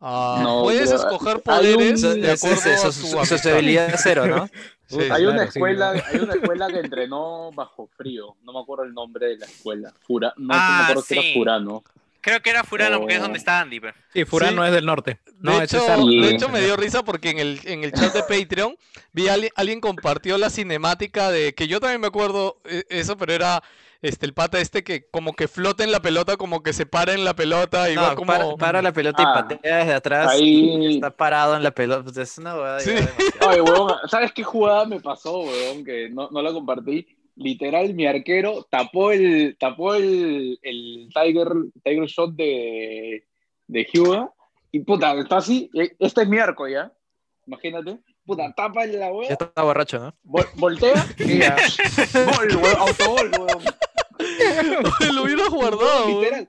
ah,
No,
puedes
pero-
escoger
hay un-
poderes
Eso-
de
eso-
acuerdo
eso-
a
eso-
tu
eso-
habilidad.
Sociabilidad cero, ¿no?
Sí,
oro. Hay
claro,
una
sí,
escuela, hay
<laughs>
una escuela que entrenó bajo frío. No me acuerdo el nombre de la escuela. Fura, no,
Ah,
me acuerdo si
sí.
era Furano.
Creo que era Furano, porque es donde
Oh.
está Andy. pe.
Sí, Furano es del norte. No,
de,
es
hecho,
Star-
Sí.
de hecho, me dio risa porque en el, en el chat de Patreon vi a alguien, alguien compartió la cinemática de que yo también me acuerdo eh, eso, pero era este el pata este que como que flota en la pelota, como que se para en la pelota y va
No,
como
para, para la pelota y
Ah.
patea desde atrás. y
Ahí.
Está parado en la pelota. Pues Es una huevada.
Sí.
ya, demasiado.
Ay, huevón, ¿sabes qué jugada me pasó, huevón? Que no, no la compartí. Literal, mi arquero tapó el, tapó el, el Tiger, Tiger Shot de, de Hyuga. Y puta, está así. eh, Este es mi arco ya. Imagínate. Puta, tapa la
Ya
hueá,
está borracho, ¿no?
vol- voltea y ya. Gol, huevón, autogol, huevón.
lo hubiera guardado. güey.
Literal.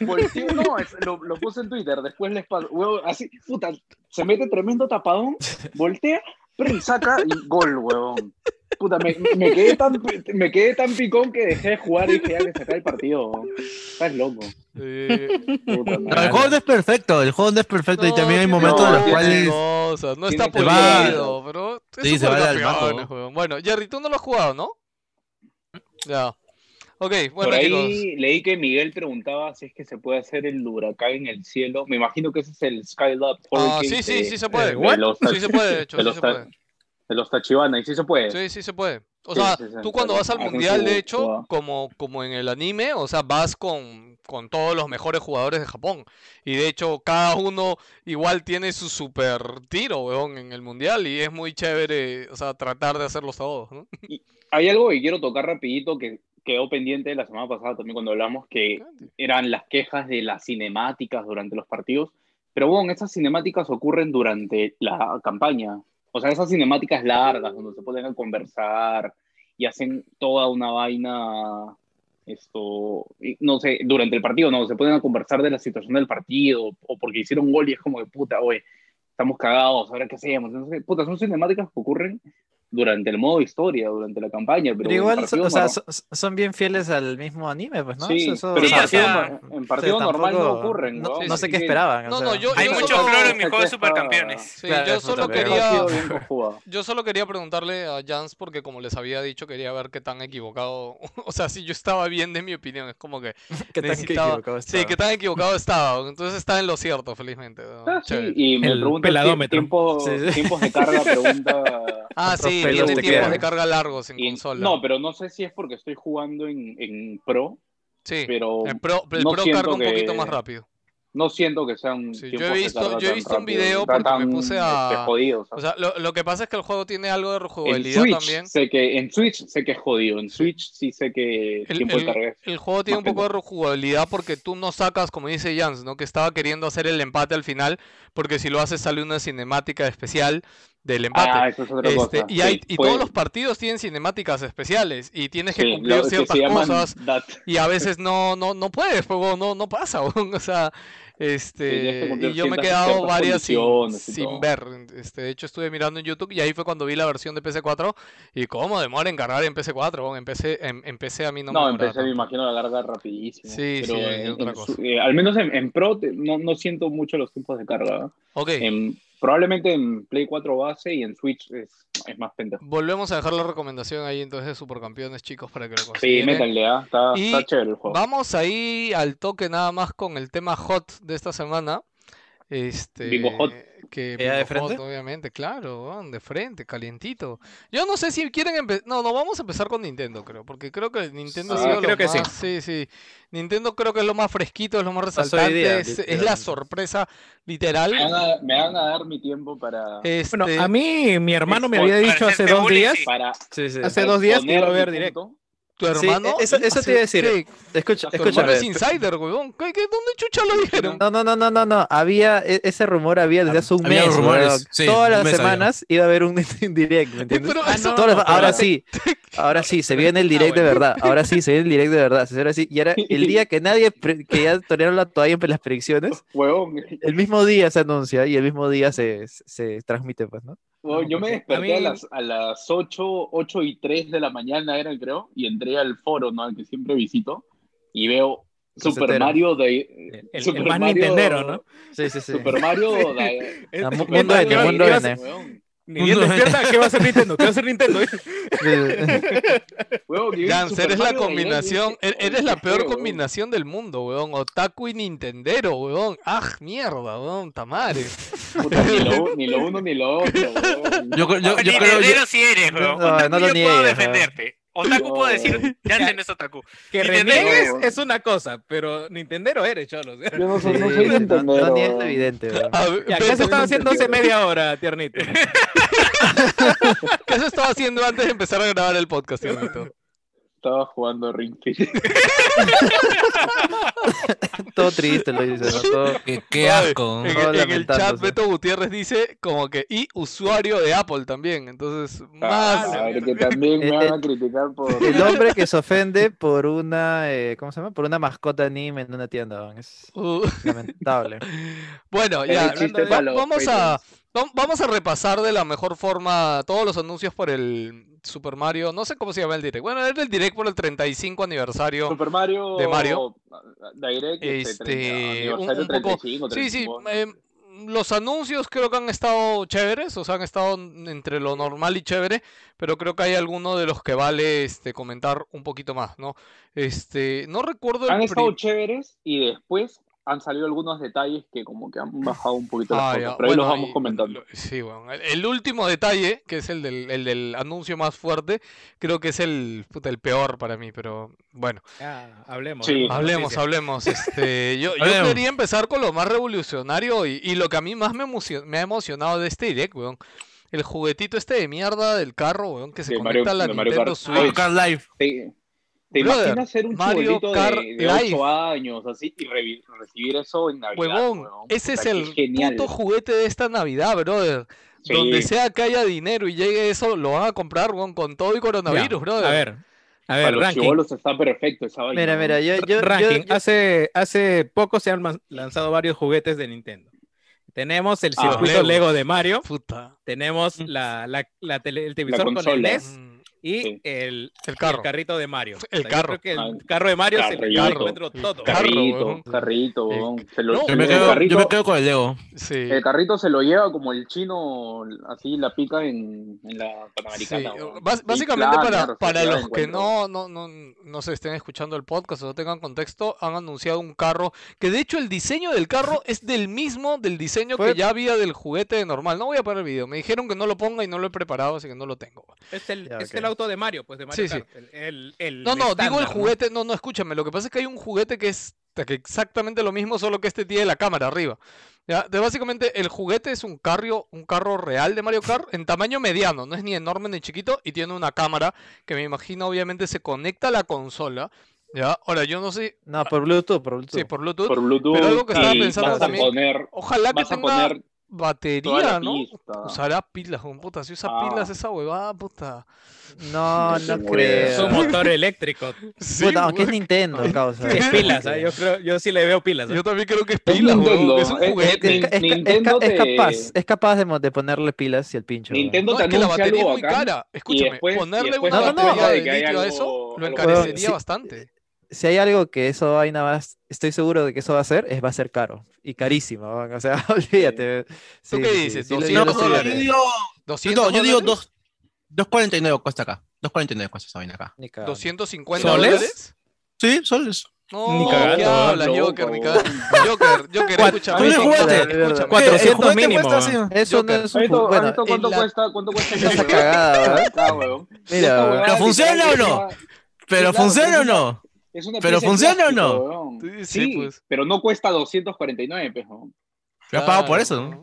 Volteo, no, es- lo, lo puse en Twitter. Después les paso, huevón, así, puta, se mete tremendo tapadón, voltea, pero saca y gol, huevón. Puta, me, me quedé tan, me quedé tan picón que dejé de jugar y dije, ya que se acabe el partido. huevón. Estás loco.
Sí.
Puta
No, el
madre.
juego no es perfecto, el juego no es perfecto y
No,
también hay
tiene
momentos en los
cosas,
cuales...
cosas, no está
tiene que-
pulido, pero es
Sí, se va del
supercampeones,
mato,
weón. Bueno, Jerry, tú no lo has jugado, ¿no? Ya. Ok, bueno,
Por ahí
chicos.
leí que Miguel preguntaba si es que se puede hacer el huracán en el cielo. Me imagino que ese es el eh, Skylab.
Ah,
Hurricane
sí, sí,
de-
sí se puede.
de los
Sí se puede, de hecho,
de
sí
los
se
ta-
puede.
de los Tachibana, y sí se puede.
Sí, sí se puede. O
Sí,
sea,
sí, sí,
tú cuando
claro.
vas al
Hacen
mundial, de
su
hecho,
jugada.
como, como en el anime, o sea, vas con, con todos los mejores jugadores de Japón. Y de hecho, cada uno igual tiene su super tiro, weón, en el mundial. Y es muy chévere, o sea, tratar de hacerlos todos, ¿no?
Hay algo que quiero tocar rapidito que quedó pendiente de la semana pasada también cuando hablamos, que eran las quejas de las cinemáticas durante los partidos. Pero bueno, esas cinemáticas ocurren durante la campaña. O sea, esas cinemáticas largas donde se ponen a conversar y hacen toda una vaina, esto, y no sé, durante el partido, no, se ponen a conversar de la situación del partido o porque hicieron gol y es como que puta, oye, estamos cagados, ahora qué hacemos. Entonces, puta, son cinemáticas que ocurren durante el modo historia, durante la campaña. Pero,
Pero
en
igual,
partido
o sea,
normal-
son, son bien fieles al mismo anime, pues, ¿no?
Sí,
Eso- eso-
pero
o
en
sea,
partido,
no-
nor- en partido
tampoco-
normal no ocurren,
No,
¿no?
no sé
Así
qué
que-
esperaban. o
No,
sea.
no, yo,
Hay
yo
mucho
solo-
floro en mi
Esa
juego de
queja-
supercampeones.
Sí,
Claro,
yo
eso
solo
también.
Pero
quería...
ha sido <laughs> bien conjugado.
<laughs> Yo solo quería preguntarle a Jans porque como les había dicho quería ver qué tan equivocado, <laughs> o sea, si yo estaba bien de mi opinión, es como que
¿Qué tan
necesitaba-
equivocado
sí,
estaba?
qué tan equivocado estaba, entonces está en lo cierto, felizmente. ¿no?
Ah, sí,
Chévere.
y me
El
pregunta
<laughs>
peladómetro.
tiempo-
Sí, sí.
tiempos de carga, pregunta...
Ah,
Otros
sí,
pelos
tiene
te
tiempos de
quedan.
carga largos en
y-
consola.
no, pero no sé si es porque estoy jugando en, en Pro,
sí,
pero
el Pro, el
no
Pro
siento
carga un poquito más
que-
rápido.
no siento que sean
Sí, yo he
tiempos de
visto-
carga
yo he
tan
visto un
rápido,
video
tan-
porque me
tan,
puse a-
este, jodidos.
O sea, lo, lo que pasa es que el juego tiene algo de
en
rejugabilidad
Switch,
también.
sé que, en Switch sé que es jodido, en Switch sí sé que el
El,
tiempo de
el-
carga es
el juego tiene un
más
poco de rejugabilidad porque tú no sacas, como dice Jans, ¿no? Que estaba queriendo hacer el empate al final, porque si lo haces sale una cinemática especial del empate.
Ah, eso es otra
Este,
cosa.
y hay-
sí,
y
fue-
todos los partidos tienen cinemáticas especiales y tienes que
sí,
cumplir
lo que se
ciertas
llaman
cosas
dat-
y a veces no no no puedes, juego no no pasa, <laughs> weón, o sea,
Sí, tienes que
este
cumplir
y yo me he
ciertas-
quedado
ciertas
varias sin,
condiciones y
sin
todo.
ver, este de hecho estuve mirando en YouTube y ahí fue cuando vi la versión de PC4 y cómo demora en cargar en PC4, weón, en PC en, en PC a mí no,
No,
me
en
demoraba
PC me
tanto.
imagino la carga rapidísimo.
Sí,
pero
sí, es
en-
otra
en
cosa.
su- eh, al menos en, en Pro te- no, no siento mucho los tiempos de carga.
Ok,
En- probablemente en Play 4 base y en Switch es, es más pendejo.
volvemos a dejar la recomendación ahí entonces de Supercampeones, chicos, para que lo
Sí,
consideren.
métanle, ¿ah? está,
Y
está chévere el juego.
Vamos ahí al toque nada más con el tema hot de esta semana. Este,
Bingo hot.
que
¿Ya de
bingo
frente?
hot, obviamente, claro, weón, de frente, calientito. Yo no sé si quieren empe- No, no, vamos a empezar con Nintendo, creo, porque creo que Nintendo ha
Sí,
sido lo
Ah, creo que sí.
más- sí, sí. Nintendo creo que es lo más fresquito, es lo más
Pasó hoy
resaltante,
día,
es, es la
literalmente.
sorpresa literal.
Ah.
Me van, a, me van a dar mi tiempo para,
Bueno,
Este,
a mí mi hermano me
por
había dicho hace
parecerte
dos
bullying,
días.
sí.
para
Sí, sí.
Hace dos días que
poner
iba a
mi
ver
punto.
directo.
tu
Sí,
hermano.
eso- eso te iba a decir.
¿Qué?
Escucha,
Tu hermano
Tu hermano
escúchame.
es insider, weón. ¿Qué, qué- dónde chucha lo dijeron?
No, no, no, no, no, no. Había e- ese rumor había desde hace un
Había
mes.
rumores,
weón.
sí,
Todas
un
las
mes había.
semanas iba a haber un direct, ¿me entiendes?
Pero
Ah,
eso-
no, todas las-
no,
ahora
pero-
sí, ahora sí, se viene el direct de
bueno.
verdad. Ahora sí, se viene el direct de verdad. Ahora sí. Y era el día que nadie, pre- que ya torearon la toalla en las predicciones,
Huevón, <laughs>
el mismo día se anuncia y el mismo día se, se, se transmite, pues, ¿no?
huevón, yo me
porque a
desperté a,
mí-
las, a las 8, 8 y 3 de la mañana, era creo, y entré al foro, ¿no? Al que siempre visito, y veo Super
Cocetero.
Mario de.
El, el
Super
más
Mario-
Nintendero, ¿no?
Sí, sí, sí.
Super Mario
<laughs>
de.
Ah, mu-
Bueno,
mundo N,
¿qué va-
mundo
qué va a ser?
N.
Huevón.
Ni bien despierta, ¿qué va a ser Nintendo? ¿Qué va a ser Nintendo?
Huevón, y vi
Jans,
Super
eres la
Mario de ahí,
combinación,
dije,
er- eres la
"Oye,
peor
huevón".
combinación del mundo, weón. Otaku y Nintendero, weón. Ah, mierda, weón, tamare.
Puta, ni, lo, ni lo uno
<laughs>
ni lo otro. huevón.
Yo, yo- yo
Ni
creo, yo-
nerdero sí eres, weón.
No,
Otaku
no lo
yo puedo
niegues, weón.
defenderte. Otaku puedo decir,
No.
Jansen es otaku.
<laughs> Que
Nintendero.
reniegues es una cosa, pero Nintendero eres, <laughs> cholos.
Yo no
Sí,
soy, no soy
no- no,
Nintendero,
ni es
huevón.
evidente, weón.
A ver,
Ya,
pero-
¿qué se estaba haciendo hace media hora, <laughs> tiernito?
¿qué se estaba haciendo antes de empezar a grabar el podcast, Tiernito?
Estaba jugando Ring <laughs> Fit.
Todo triste lo dice, ¿no? Todo-
qué, qué asco.
En,
Todo
el- en el chat,
lamentándose.
Beto Gutiérrez dice como que, y usuario de Apple también. Entonces, más.
Ah, A ver, que también
Eh,
me van a criticar por.
El hombre que se ofende por una, eh, ¿cómo se llama? Por una mascota anime en una tienda, weón. es
Uh,
lamentable.
<laughs> bueno,
Era
ya,
un chiste
va-
para los
vamos a,
haters.
Vam- Vamos a repasar de la mejor forma todos los anuncios por el Super Mario. No sé cómo se llama el direct. Bueno, era el direct por el 35 aniversario.
Super Mario.
de Mario.
Direct.
Este,
30,
un-
aniversario
un poco-
35,
Sí, sí.
35,
eh, los anuncios creo que han estado chéveres. O sea, han estado n- entre lo normal y chévere. Pero creo que hay alguno de los que vale este, comentar un poquito más, ¿no? Este, no recuerdo
Han
el
estado
pri-
chéveres y después han salido algunos detalles que como que han bajado un poquito
Ah,
las
ya,
cosas, pero ahí los
bueno,
vamos
y-
comentando.
lo- sí, bueno, el, el último detalle, que es el del, el del anuncio más fuerte, creo que es el, puta, el peor para mí, pero bueno,
Ya, hablemos.
Sí.
hablemos, hablemos.
<laughs>
Este, yo, yo
Hablemos.
quería empezar con lo más revolucionario y, y lo que a mí más me, emocio- me ha emocionado de este direct, weón. El juguetito este de mierda del carro, weón, que se
De Mario-
conecta a la
de Mario
Nintendo
Kart.
Switch.
Tocar live.
¿Te, te
Brother,
imaginas ser un
Mario
chubolito
Kart
de, de
Live.
8 años así y revi- recibir eso en Navidad?
Huevón,
huevón?
ese es
Puta, qué
el
genial.
puto juguete de esta Navidad, brother.
Sí.
Donde sea que haya dinero y llegue eso, lo van a comprar weón, con todo y coronavirus, brother.
A ver, a
Para
ver,
los
ranking.
chibolos está perfecto esa vaina.
Mira,
¿no?
mira, Eh, yo, yo, yo-
ranking.
yo-
Hace, hace poco se han man- lanzado varios juguetes de Nintendo. Tenemos el
Ah, Mm.
circuito
Legos.
Lego de Mario,
Puta.
tenemos la, la, la tele- el televisor con el
consola.
NES
Mm,
y
Sí.
el,
El carro.
el carrito de Mario.
El
yo
carro.
creo que
Ah,
el carro de Mario es el que yo
carrito.
encuentro todo.
Carro,
Carrito,
huevón.
carrito,
El-
huevón. Se lo-
No,
se
Yo me
lo-
quedo,
el, carrito,
yo me quedo con el Lego.
Sí.
el carrito se lo lleva como el chino, así la pica en, en la Panamericana.
Sí,
huevón.
bas-
Sí,
básicamente
claro,
para,
claro,
para
sí,
los
claro,
que
encuentro.
no, no, no, no se estén escuchando el podcast o no tengan contexto, han anunciado un carro que de hecho el diseño del carro es del mismo del diseño
Fue-
que ya había del juguete normal. No voy a poner el video, me dijeron que no lo ponga y no lo he preparado, así que no lo tengo.
Es el,
Ya,
es
ok.
el auto de Mario, pues de
Sí,
Mario
sí.
Kart, el- el- el
No, no, digo el
estándar, ¿no?
juguete, no, no, escúchame, lo que pasa es que hay un juguete que es ta- que exactamente lo mismo, solo que este tiene la cámara arriba. Ya, de básicamente el juguete es un carro, un carro real de Mario Kart en tamaño mediano, no es ni enorme ni chiquito y tiene una cámara que me imagino obviamente se conecta a la consola. Ya, ahora yo no sé,
No, por Bluetooth, por Bluetooth.
sí, pues, por Bluetooth,
Por Bluetooth.
Pero algo que estaba
y
pensando
vas
también-
A poner,
ojalá que
vas a
tenga
poner toda
batería,
la
¿no?
pista.
Usará pilas, weón, puta, si usa
Ah.
pilas esa huevada, puta.
No,
Sí,
no
güey.
<laughs>
Es
creo.
un motor eléctrico.
Sí, ¿eh?
Puta, aunque es
weón,
Nintendo, causa.
Es pilas, ¿ah? yo creo, yo sí le veo pilas. ¿ah?
yo también creo que es pilas, weón,
Nintendo,
es un
es- es
Es,
juguete.
que es ca- es ca- es ca-
Nintendo
es
te-
capaz, es capaz de, mo- de ponerle pilas y el pincho. güey.
Nintendo
No,
te
es que la
anuncia
batería es
algo
muy
bacán,
cara.
y
Escúchame,
después- y
ponerle
después
una
te
batería
anuncia
de
de que hay
litio a eso
algo-
lo
algo
encarecería
parecido.
bastante.
Si hay algo que eso vaina va, a- estoy seguro de que eso va a ser, es va a ser caro y carísimo. weón, O sea, <laughs> olvídate.
¿Tú
Sí,
qué
sí,
dices?
sí, sí,
No,
yo lo
200
estoy
yo
viendo.
dólares.
digo,
¿200
no, yo digo
dólares?
dos-
¿eh?
2.49 cuesta acá. 2.49 cuesta esa vaina acá. Eh,
Ni cagando.
250
¿Soles?
dólares.
Sí, soles.
No,
Ni
¿qué
cagando,
hablas,
loco,
Joker? Ni
weón.
cagando. Joker, Joker,
Cuat-
escúchame.
¿Tú eres
escúchame,
juguete?
escúchame.
Cuatro-
¿Qué? El
400
juguete
mínimo,
cuesta así.
Eso no
Joker.
es un
¿Esto,
ju- bueno,
esto cuánto
en la-
cuesta?
<laughs>
¿Cuánto cuesta esta
es una
huevada?
cagada. ¿eh?
Ah, weón.
<laughs> Mira,
Esta
weón.
huevada
¿funciona o no?
literalmente
¿Pero
claro,
funciona
pero
o no?
es una pieza
¿Pero
de
funciona o
plástico,
no?
weón.
Sí,
Sí,
sí, pues.
pero no cuesta 249 pesos.
Yo he pagado por eso, ¿no?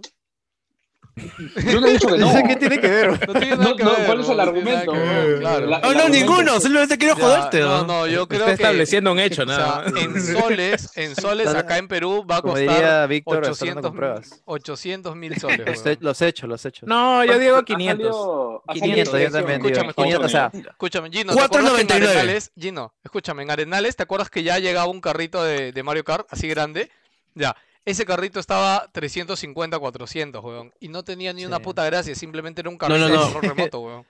Yo no he dicho que no.
<laughs> No sé qué tiene que ver.
No tiene nada
No,
que
no,
ver.
¿cuál es el
no tiene nada que
argumento?
ver, Claro.
La-
No,
el
no,
argumento
ninguno.
es-
Simplemente quiero
Ah, Ya,
joderte,
No,
¿no?
no, yo creo
Está
que.
estableciendo un
<laughs>
hecho,
o sea,
nada. más.
en soles, en soles acá en Perú va a
Como
costar
diría Víctor, estando
800
con pruebas.
800 mil soles.
Los,
weón.
he- los hechos, los hechos.
No,
Pues
yo digo
Ha
500.
salido- ha salido
500, yo
precio.
también digo.
Escúchame,
500, o sea,
Escúchame, Gino, ¿te acuerdas que en
4.99?
Arenales, Gino, escúchame, en Arenales, ¿te acuerdas que ya llegaba un carrito de, de Mario Kart así grande? Ya, ese carrito estaba 350, 400, weón. Y no tenía ni una
Sí.
puta gracia, simplemente era un
no,
carrito de
no.
control remoto,
<laughs>
weón.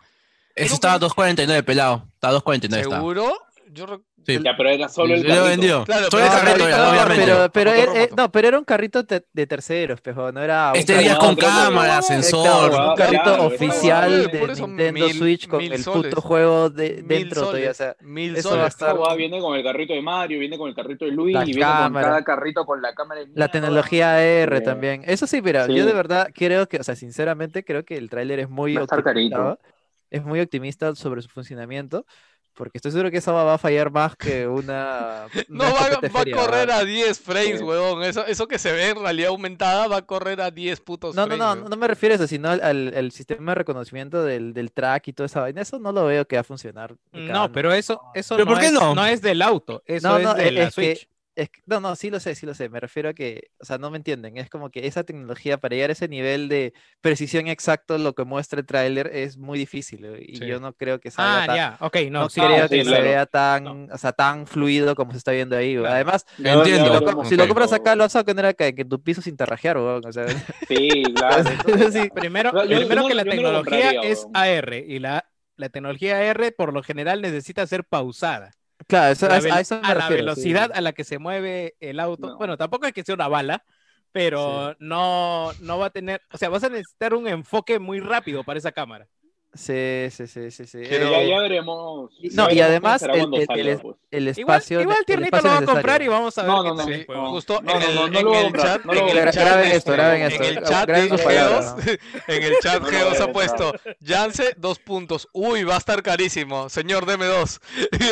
Eso estaba 2.49 pelado. Estaba 2.49 estaba.
¿Seguro? Yo rec-
Sí.
Ya, pero era solo el
Yo lo he
carrito.
vendido.
Claro,
Solo el
pero-
carrito, ya,
no,
obviamente.
pero, pero
Motor
era- eh,
remoto.
no, pero era un carrito te- de terceros, pejo, no era un
Este
carrito-
día con
Claro,
cámara,
claro,
Claro,
sensor.
un carrito
claro,
oficial
claro, por
de
eso
Nintendo
mil-
Switch con
mil
el
soles.
puto juego de,
Mil
dentro todavía. O
soles,
sea,
mil
eso
soles.
va a estar-
Esta huevada viene con el carrito de Mario, viene con el carrito de Luis
La
y viene con
cámara.
cada carrito con la cámara. de
la
mierda.
tecnología R
Sí.
también. Eso sí, mira,
Sí.
yo de verdad creo que, o sea, sinceramente creo que el tráiler es muy
Va a estar carito.
optimista. Es muy optimista sobre su funcionamiento. Porque estoy seguro que esa va a fallar más que una.
No,
una
va,
escopeta de
va a
feria,
correr
¿verdad?
a 10 frames,
Sí.
weón. Eso, eso que se ve en realidad aumentada va a correr a 10 putos
No, no,
frames.
no,
weón.
no me refiero a eso, sino al, al- al sistema de reconocimiento del, del track y toda esa vaina. Eso no lo veo que va a funcionar. ni
No,
cagando.
pero eso, eso
¿Pero
no,
por qué
es,
no?
no es del auto, eso
No,
es
no,
de
es-
la
es que-
Switch.
es que- no, no, sí lo sé, sí lo sé. Me refiero a que, o sea, no me entienden. Es como que esa tecnología para llegar a ese nivel de precisión exacto, lo que muestra el tráiler es muy difícil. eh, Y
Sí.
yo no creo que salga
Ah,
tan,
ya, ok, no,
no
sí,
creo
ah, sí,
que
claro.
se vea tan, o sea, tan fluido como se está viendo ahí. güey.
Claro.
Además,
Ya- ya
Entiendo.
si lo,
veremos
com- si lo
Ok.
compras acá, lo
cómo-
vas a tener acá, que en tu piso sin tarrajear, weón. O sea,
Sí, claro.
<laughs> <laughs> sí.
Primero,
Yo- yo
primero
no-
que la
yo no lo
tecnología
compraría,
es
weón.
AR y la, la tecnología AR por lo general necesita ser pausada.
Claro, eso-
La
a,
velo-
a eso me
a la
refiero, sí,
velocidad
sí.
a la que se mueve el auto.
No.
Bueno, tampoco es que sea una bala, pero no, no va a tener, o sea, vas a necesitar un enfoque muy rápido para esa cámara.
Sí, sí, sí, sí, sí.
Pero ya,
Eh,
ya veremos.
y-
ya
no, y
veremos
además
cómo será
el-
cuando
el-
salga,
el-
pues.
El
Igual,
espacio,
igual
el
Tiernito lo
espato
va a
necesario.
comprar y vamos a ver
No,
qué
no, no.
tal. pues.
Sí,
no.
justo
No,
en
no,
el,
no, no
en
lo
el
voy a comprar,
chat,
no lo
en
voy a
el
Gra-
chat,
graben
este,
esto, graben
en
esto.
el chat
Graben
de
sus palabras,
Geos, <laughs> en el chat
No lo
Geos
voy a
ha puesto,
comprar.
Yance, dos puntos, uy, va a estar carísimo, señor, deme dos.
<laughs> No, no lo voy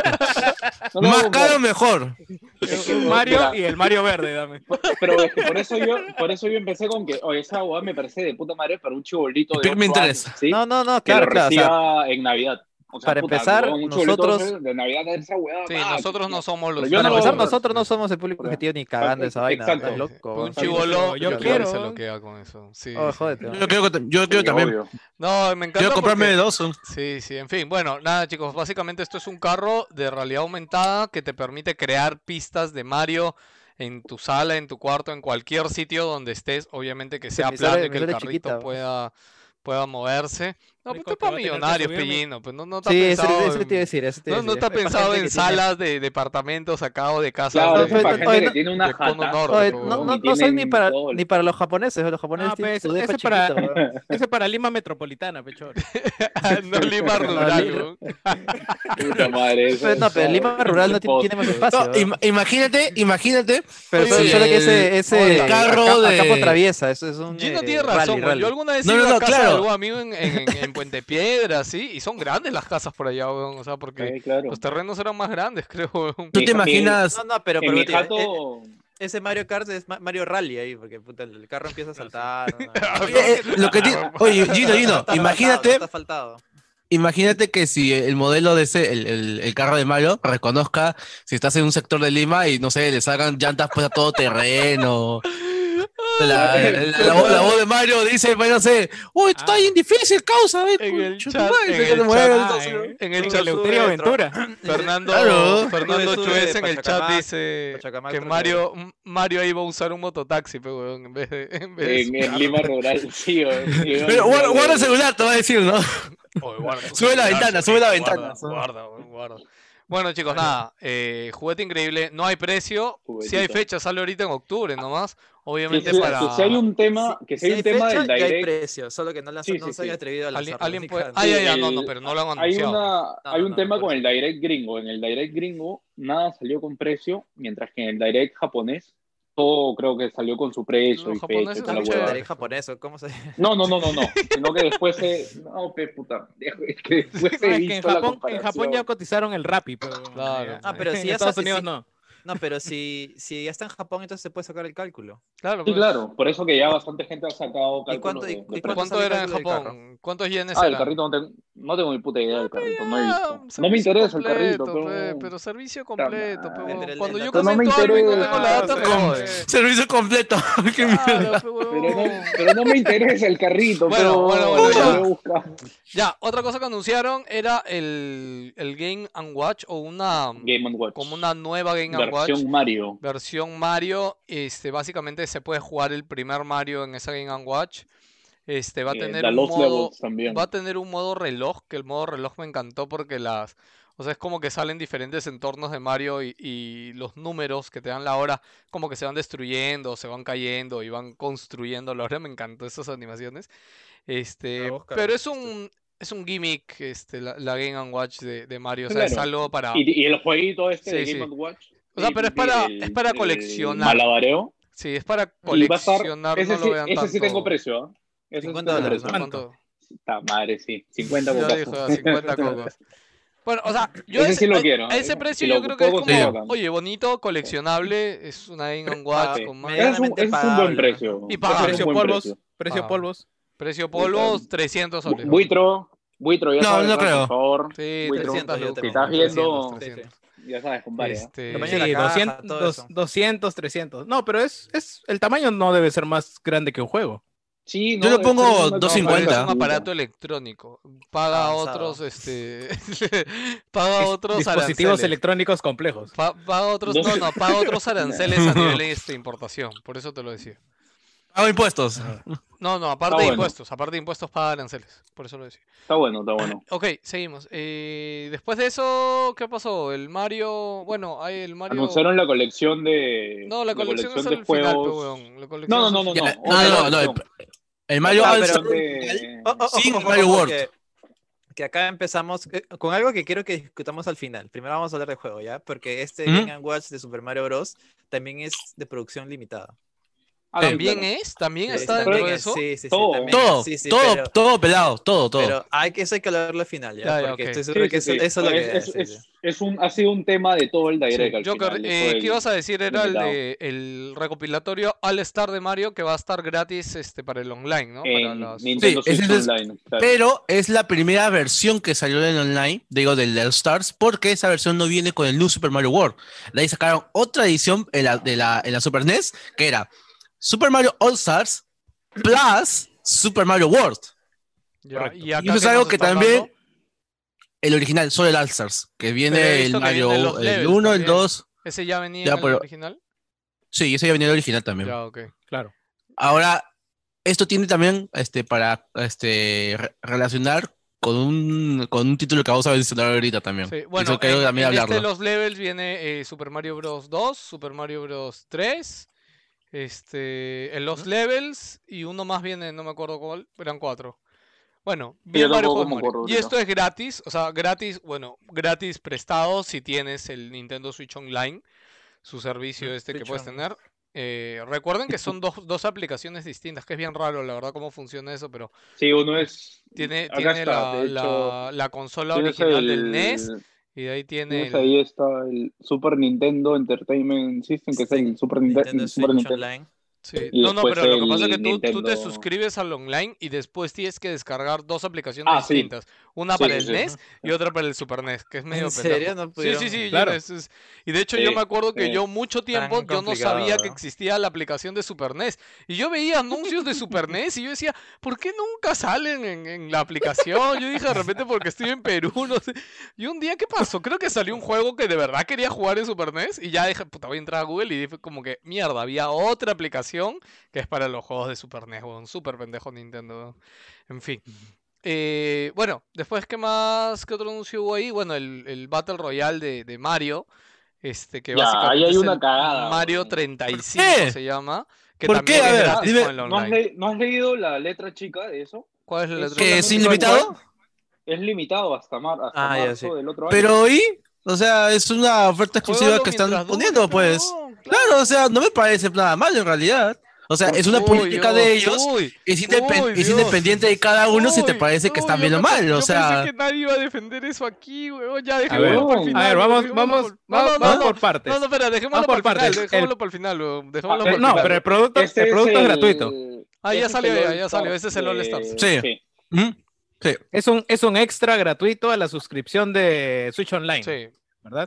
a
Más
comprar.
caro, mejor.
Un
<laughs>
Mario y el Mario verde, dame.
Pero es que por eso yo, por eso yo empecé con que, oye, esa huevada me parece de puta madre para un chibolito de
Spider-Man
8
tres.
años, ¿sí?
No, no, no,
que
claro,
lo
claro. o sea,
reciba en Navidad. O sea,
para
puta,
empezar,
huevón, un chubolito
nosotros-
de Navidad de esa huevada.
Sí,
va,
nosotros no somos los...
Pero Ah, yo
para
no lo
empezar,
comprar.
nosotros no somos el público
Por eso.
objetivo ni cagando esa vaina.
Exacto.
estás loco,
Un
weón.
chivolo,
Yo
yo
quiero.
quiero. Se lo queda con eso. Sí,
<laughs> Oh,
sí.
jódete, weón.
Yo quiero, que- yo quiero
Sí,
también.
obvio.
No, me encanta
Quiero comprarme
porque-
dos. ¿no?
Sí, sí, en fin. Bueno, nada, chicos, básicamente esto es un carro de realidad aumentada que te permite crear pistas de Mario en tu sala, en tu cuarto, en cualquier sitio donde estés, obviamente que
Se
sea
me sale-
plano y
me
que el
sale
carrito
chiquita, pues.
pueda pueda moverse. No, pues
Único
tú
que
para
va a tener que
millonarios,
subirme.
Pellino, pues no, no te
Sí,
has
eso,
pensado
eso te iba a
en-
decir. Eso te iba
no,
a
no
decir.
te has
Es para
pensado
gente
en
que tiene-
salas de departamentos acá o de casas
Claro,
Oye,
es para
oye,
gente que
no-
tiene una
de cono
jata.
norte,
Oye,
pues,
no,
weón.
no,
y
no soy ni
tienen
para,
todo el-
ni para los japoneses. Los japoneses
Ah,
tienen
pues,
su depa
ese
chiquito.
para-
weón.
<laughs> Ese para Lima Metropolitana, pechor.
<laughs> no Lima
No,
rural,
Lima-
weón.
<laughs>
Puta madre, eso
Pero no,
es-
pero Lima rural no tiene, tiene
<laughs>
más espacio.
No,
weón.
im- imagínate, imagínate.
pero
oye,
solo, solo
eh,
que
el-
ese, ese
el carro
acá-
de-
acá por traviesa, eso es un
Gino
eh,
tiene razón, weón.
rally,
Yo
rally.
alguna vez he
No,
ido
no,
a
no,
casa de
claro.
algún amigo en, en- en- en en Puente Piedra, sí, y son grandes las casas por allá, weón, o sea, porque
Sí, claro.
los terrenos eran más grandes, <laughs> creo, weón.
¿Tú te
Sí, también.
imaginas?
No, no, pero,
en
pero
mi
tío, eh,
jato,
eh, ese Mario Kart es Ma- Mario Rally ahí, porque puta, el carro empieza a saltar. ¿no? <laughs>
Oye, eh, lo que ti- Oye, Gino, Gino,
Está asfaltado,
imagínate,
Está faltado.
imagínate que si el modelo de ese, el, el- el carro de Mario, reconozca si estás en un sector de Lima y no sé, le salgan llantas pues a todo terreno. La, la- la- la voz, la voz de Mario dice, pues, no sé, uy, esto está
Ah.
bien difícil, causa, eh,
En el
concha tu
chat,
madre,
en
se
el
te mueve,
chat,
entonces,
ah,
¿no?
en-
En
En
el
Con
chat,
Eleuterio
Eleuterio
Ventura.
Ventura.
<laughs> Fernando,
Claro.
Fernando
Sube, sube,
Chuez en el chat
Pachacamac,
dice
Pachacamac,
que
Torreón.
Mario, Mario iba a usar un mototaxi, pe, weón, en vez de, <laughs> en vez de
en,
su
en
carro.
Lima rural, <laughs> sí. o- sí, o-
Pero guarda, guarda el celular, te va a decir, ¿no?
Oye, guarda tu
<laughs> Sube la
celular,
ventana,
Solís,
sube la
guarda,
ventana, sube.
Guarda, weón, guarda. Bueno, chicos, nada. eh, juguete increíble. No hay precio. Si hay
Juguetito.
fecha, sale ahorita en octubre nomás.
Que
Obviamente
si,
para.
que si hay un tema, que si hay un tema del
fecha y hay
direct,
precio, solo que no, lanzó-
Sí,
no
sí,
se haya
sí.
atrevido a
Alguien,
lanzarlo.
alguien
así
puede.
que-
Ah, ya, ya, no, no,
el-
pero no lo han
hay
anunciado.
una, hay
no,
un
no,
tema
por
con el direct gringo. En el direct gringo nada salió con precio, mientras que en el direct japonés todo creo que salió con su precio
Los
y fecha.
japoneses
y
Está
toda la
han dicho
huevada.
huevada.
derecha por eso, ¿cómo se <laughs>
No, no, no, no, no. Sino que después se. No, pe puta. <laughs> Es que después
No,
he
Ah, es que en
visto la
Japón, en
comparación.
Japón ya cotizaron el Rappi, pero.
Claro.
Ah, pero
en
si ya
Estados
sabes,
Unidos
sí.
no.
No, pero si, si ya está en Japón, entonces se puede sacar el cálculo.
Claro,
Sí,
pues.
claro. Por eso que ya bastante gente ha sacado cálculos.
cuánto-
de-
y-
de
y
precios.
¿Cuánto, ¿Cuánto
¿Cuánto sale el
era en
cálculo del
Japón? ¿Cuántos yenes
Ah, el
eran?
carrito no tengo, no tengo ni puta idea del carrito, no he
Ah,
visto. No me
servicio
interesa el
completo,
carrito,
pe,
pero.
eh, pero servicio completo, pe,
madre.
weón.
Pero el-
Cuando
el
yo
dato-
No me
comento algo y no
interesa,
tengo la data,
pe,
pero-
weón.
Servicio completo. <laughs> Qué mierda.
Claro, pe, weón.
Pero no, pero no me interesa
<laughs>
el carrito,
Bueno,
pero
bueno, bueno,
ya
ya.
lo he buscado.
Ya, otra cosa que anunciaron era el, el Game and Watch o una
Game Watch.
como una nueva Game and Watch
versión Mario.
versión Mario. Este, básicamente se puede jugar el primer Mario en esa Game and Watch. Este va a
eh,
tener
la
un
Lost
modo
Levels también.
va a tener un modo reloj, que el modo reloj me encantó porque las o sea, es como que salen diferentes entornos de Mario y, y los números que te dan la hora como que se van destruyendo, se van cayendo y van construyendo la hora. Me encantó esas animaciones. Este,
Ah, Oscar,
pero es
este.
un es un gimmick este la, la Game and Watch de, de Mario, o sea, es
Claro.
algo para
Y, y el jueguito este
Sí,
de
sí.
Game Watch.
O sea,
el-
pero es para-
el-
es para
el eh,
coleccionar.
Malabareo.
Sí, es para
Y va a estar.
coleccionar,
Ese
no
sí,
lo vean
ese sí
tanto.
tengo precio, ¿ah? Ese sí
50
tengo
dólares,
precio.
hermano.
¿Cuánto?
Puta madre, sí. 50
Ya
cocos.
dijo, a 50 cocos. Bueno, o sea, yo
Ese
a
sí lo
a-
quiero,
a ese
¿eh?
precio
Y
yo
lo
creo que es
pongo
como,
todo acá.
oye, bonito, coleccionable, es una Game and Watch
Ah,
con
me-
más
Ese es un,
<laughs> Medianamente
ese es un buen
pagable.
precio.
Y
Ese
pagable.
es
Precio
un buen
polvos.
precio.
Precio
Ah.
polvos.
precio polvos, 300 soles.
Bu- Buitro, buitro, ya
No,
sabes,
no
¿ah?
creo.
Por favor.
Sí,
Buitro.
300
Si
lucas.
estás viendo-
300,
Ya sabes, compadre. ¿ah?
Este,
Lo
Sí,
Tamaño de la caja,
200,
todo
dos-
eso.
200, 300. No, pero es, es el tamaño no debe ser más grande que un juego.
Sí,
Yo
no,
le pongo
es una cosa
250.
Es
maravillosa.
un aparato electrónico. Paga
Avanzado.
otros, este. <laughs> paga otros
Dispositivos
aranceles.
electrónicos complejos.
Pa- paga otros, no,
Dos-
no, paga
<laughs>
otros aranceles a nivel de este, importación. Por eso te lo decía.
Hago impuestos.
No, no, aparte de
Ah, bueno.
impuestos, aparte de impuestos paga aranceles. Por eso lo decía.
Está bueno, está bueno.
Ok, seguimos. Eh, después de eso, ¿qué pasó? El Mario. Bueno, hay el Mario.
Anunciaron la colección de.
No, la colección es al final, pe,
de juegos.
weón. La colección
No, no,
es
no,
al
no.
final.
Ya,
no,
no,
otra
no, no,
colección.
El Mario
Ah,
La
pero-
All-Star
colección de-
Oh, oh, ojo,
sin
ojo,
Mario
ojo,
World.
Que, que acá empezamos eh, con algo que quiero que discutamos al final. Primero vamos a hablar de juego, ¿ya? Porque este
Ujú.
Game Watch de Super Mario Bros. también es de producción limitada.
Ah,
También
claro.
es, también
Sí,
está
también
dentro de
es-
eso.
Sí, sí, sí,
Todo.
también es-
eh, Todo,
sí, sí,
todo,
pero-
todo pelado, todo, todo.
Pero hay que, eso hay que hablarlo al final, ¿ya?
Ya, ya,
Porque
ok.
estoy
Sí,
seguro
sí,
que eso,
sí.
eso es lo que
es,
sí,
es-
sí.
es un, ha sido un tema de todo el direct. al
Joker,
final,
eh,
eso del-
¿qué ibas a decir? Era el
limitado.
de el recopilatorio All Star de Mario que va a estar gratis este para el online, ¿no? Para
en
las-
Nintendo
Sí, ese
Switch
es-
Online. claro.
Pero es la primera versión que salió en online, digo, del All Stars, porque esa versión no viene con el New Super Mario World. De ahí sacaron otra edición en la, de la, en la Super NES, que era Super Mario All Stars plus Super Mario World.
Ya,
Correcto.
y acá
eso es
que
algo
nos
que
están
también
dando,
El original, solo el All Stars, que
Pero he
viene el
visto que vienen
Mario
los
el
levels
1, el
también.
2.
ese ya venía
Ya,
en el
pero-
original.
Sí, ese ya venía el original también.
Ya, ok.
Claro.
Ahora, esto tiene también este, para este, re- relacionar con un, con un título que vamos a mencionar ahorita también.
Sí, bueno,
Eso creo
en,
que también
en este de
hablarlo.
los levels viene eh, Super Mario Bros. 2, Super Mario Bros. 3, este, en los levels y uno más viene, no me acuerdo cuál, eran cuatro. Bueno, bien varios
tampoco
juegos
me
Mario.
acuerdo
Y
ahorita.
esto es gratis, o sea, gratis, bueno, gratis prestado si tienes el Nintendo Switch Online, su servicio
Mm,
este que
Switch
puedes
Online.
tener. Eh, recuerden que son dos, dos aplicaciones distintas, que es bien raro, la verdad, cómo funciona eso, pero
Sí, uno es.
tiene,
acá
tiene
está,
la,
de hecho,
la- la consola
tienes
original del E
el-
NES y de ahí tiene
tienes
el-
ahí está el Super Nintendo Entertainment System, que es el Super, Ninte-
Nintendo
Super
Switch
Nintendo.
Online.
Sí,
Y
no, no,
después
pero lo que pasa es que
el
tú, tú te
Nintendo-
suscribes al online y después tienes que descargar dos aplicaciones
Ah, sí.
distintas. Una
Sí,
para
sí,
el
sí.
NES y otra para el Super NES, que es medio
¿En
pendejo.
serio? No
Sí,
pudieron.
sí, sí, yo-
Claro.
es- es- y de hecho yo
Sí,
me acuerdo que
sí.
yo mucho tiempo yo no sabía
complicado.
que existía la aplicación de Super NES. Y yo veía anuncios de Super NES y yo decía, ¿por qué nunca salen en, en la aplicación? Yo dije, de repente porque estoy en Perú, <laughs> no sé. Y un día, ¿qué pasó? Creo que salió un juego que de verdad quería jugar en Super NES y ya dije, puta, voy a entrar a Google y dije como que, mierda, había otra aplicación que es para los juegos de Super NES, un Súper pendejo Nintendo, weón. En fin. Eh, bueno, después, ¿qué más? ¿Qué otro anuncio hubo ahí? Bueno, el, el Battle Royale de, de Mario. Este, que
Ya,
básicamente
ahí hay
es
una
el
cagada,
Mario
weón.
35
qué?
se llama. Que
¿Por
también
qué? A
es
ver,
gratis
dime-
con el
¿No has,
online.
le- no has leído la letra chica de eso?
¿Cuál es la
es
letra?
¿Que es
solamente para
ilimitado?
jugar. Es limitado hasta, mar- hasta
Ah, ya,
marzo
sí.
del otro año.
Pero ¿y? O sea, es una oferta exclusiva
Juégalo
que están
mientras dure,
poniendo, pues.
cabrón,
Claro, o sea, no me parece nada mal en realidad. O sea, es una
Uy,
política de
uy,
ellos.
uy,
Es, indepen-
uy,
es
Dios.
independiente de cada uno si te
Uy,
parece
uy,
que están
yo
viendo
pensé-
mal. O
yo
sea,
pensé que nadie iba a defender eso aquí, weón. Ya
A ver,
dejémoslo para el
a
A
final.
ver,
weón,
vamos,
dejémoslo
vamos,
para- No,
va-
no,
vamos
no,
por partes.
No, no, espera, dejémoslo
Ah, por
para el final,
partes.
dejémoslo para el final, weón, dejémoslo
Ah,
para
Eh,
el
No,
final.
pero el producto,
Este
el producto es,
el-
gratuito.
Ah, ya
ese es
salió,
el
ya,
All
ya salió,
Stars
ese es el All
de-
Stars.
Sí. ¿Mm?
Es un, es un extra gratuito a la suscripción de Switch Online,
Sí.
¿verdad?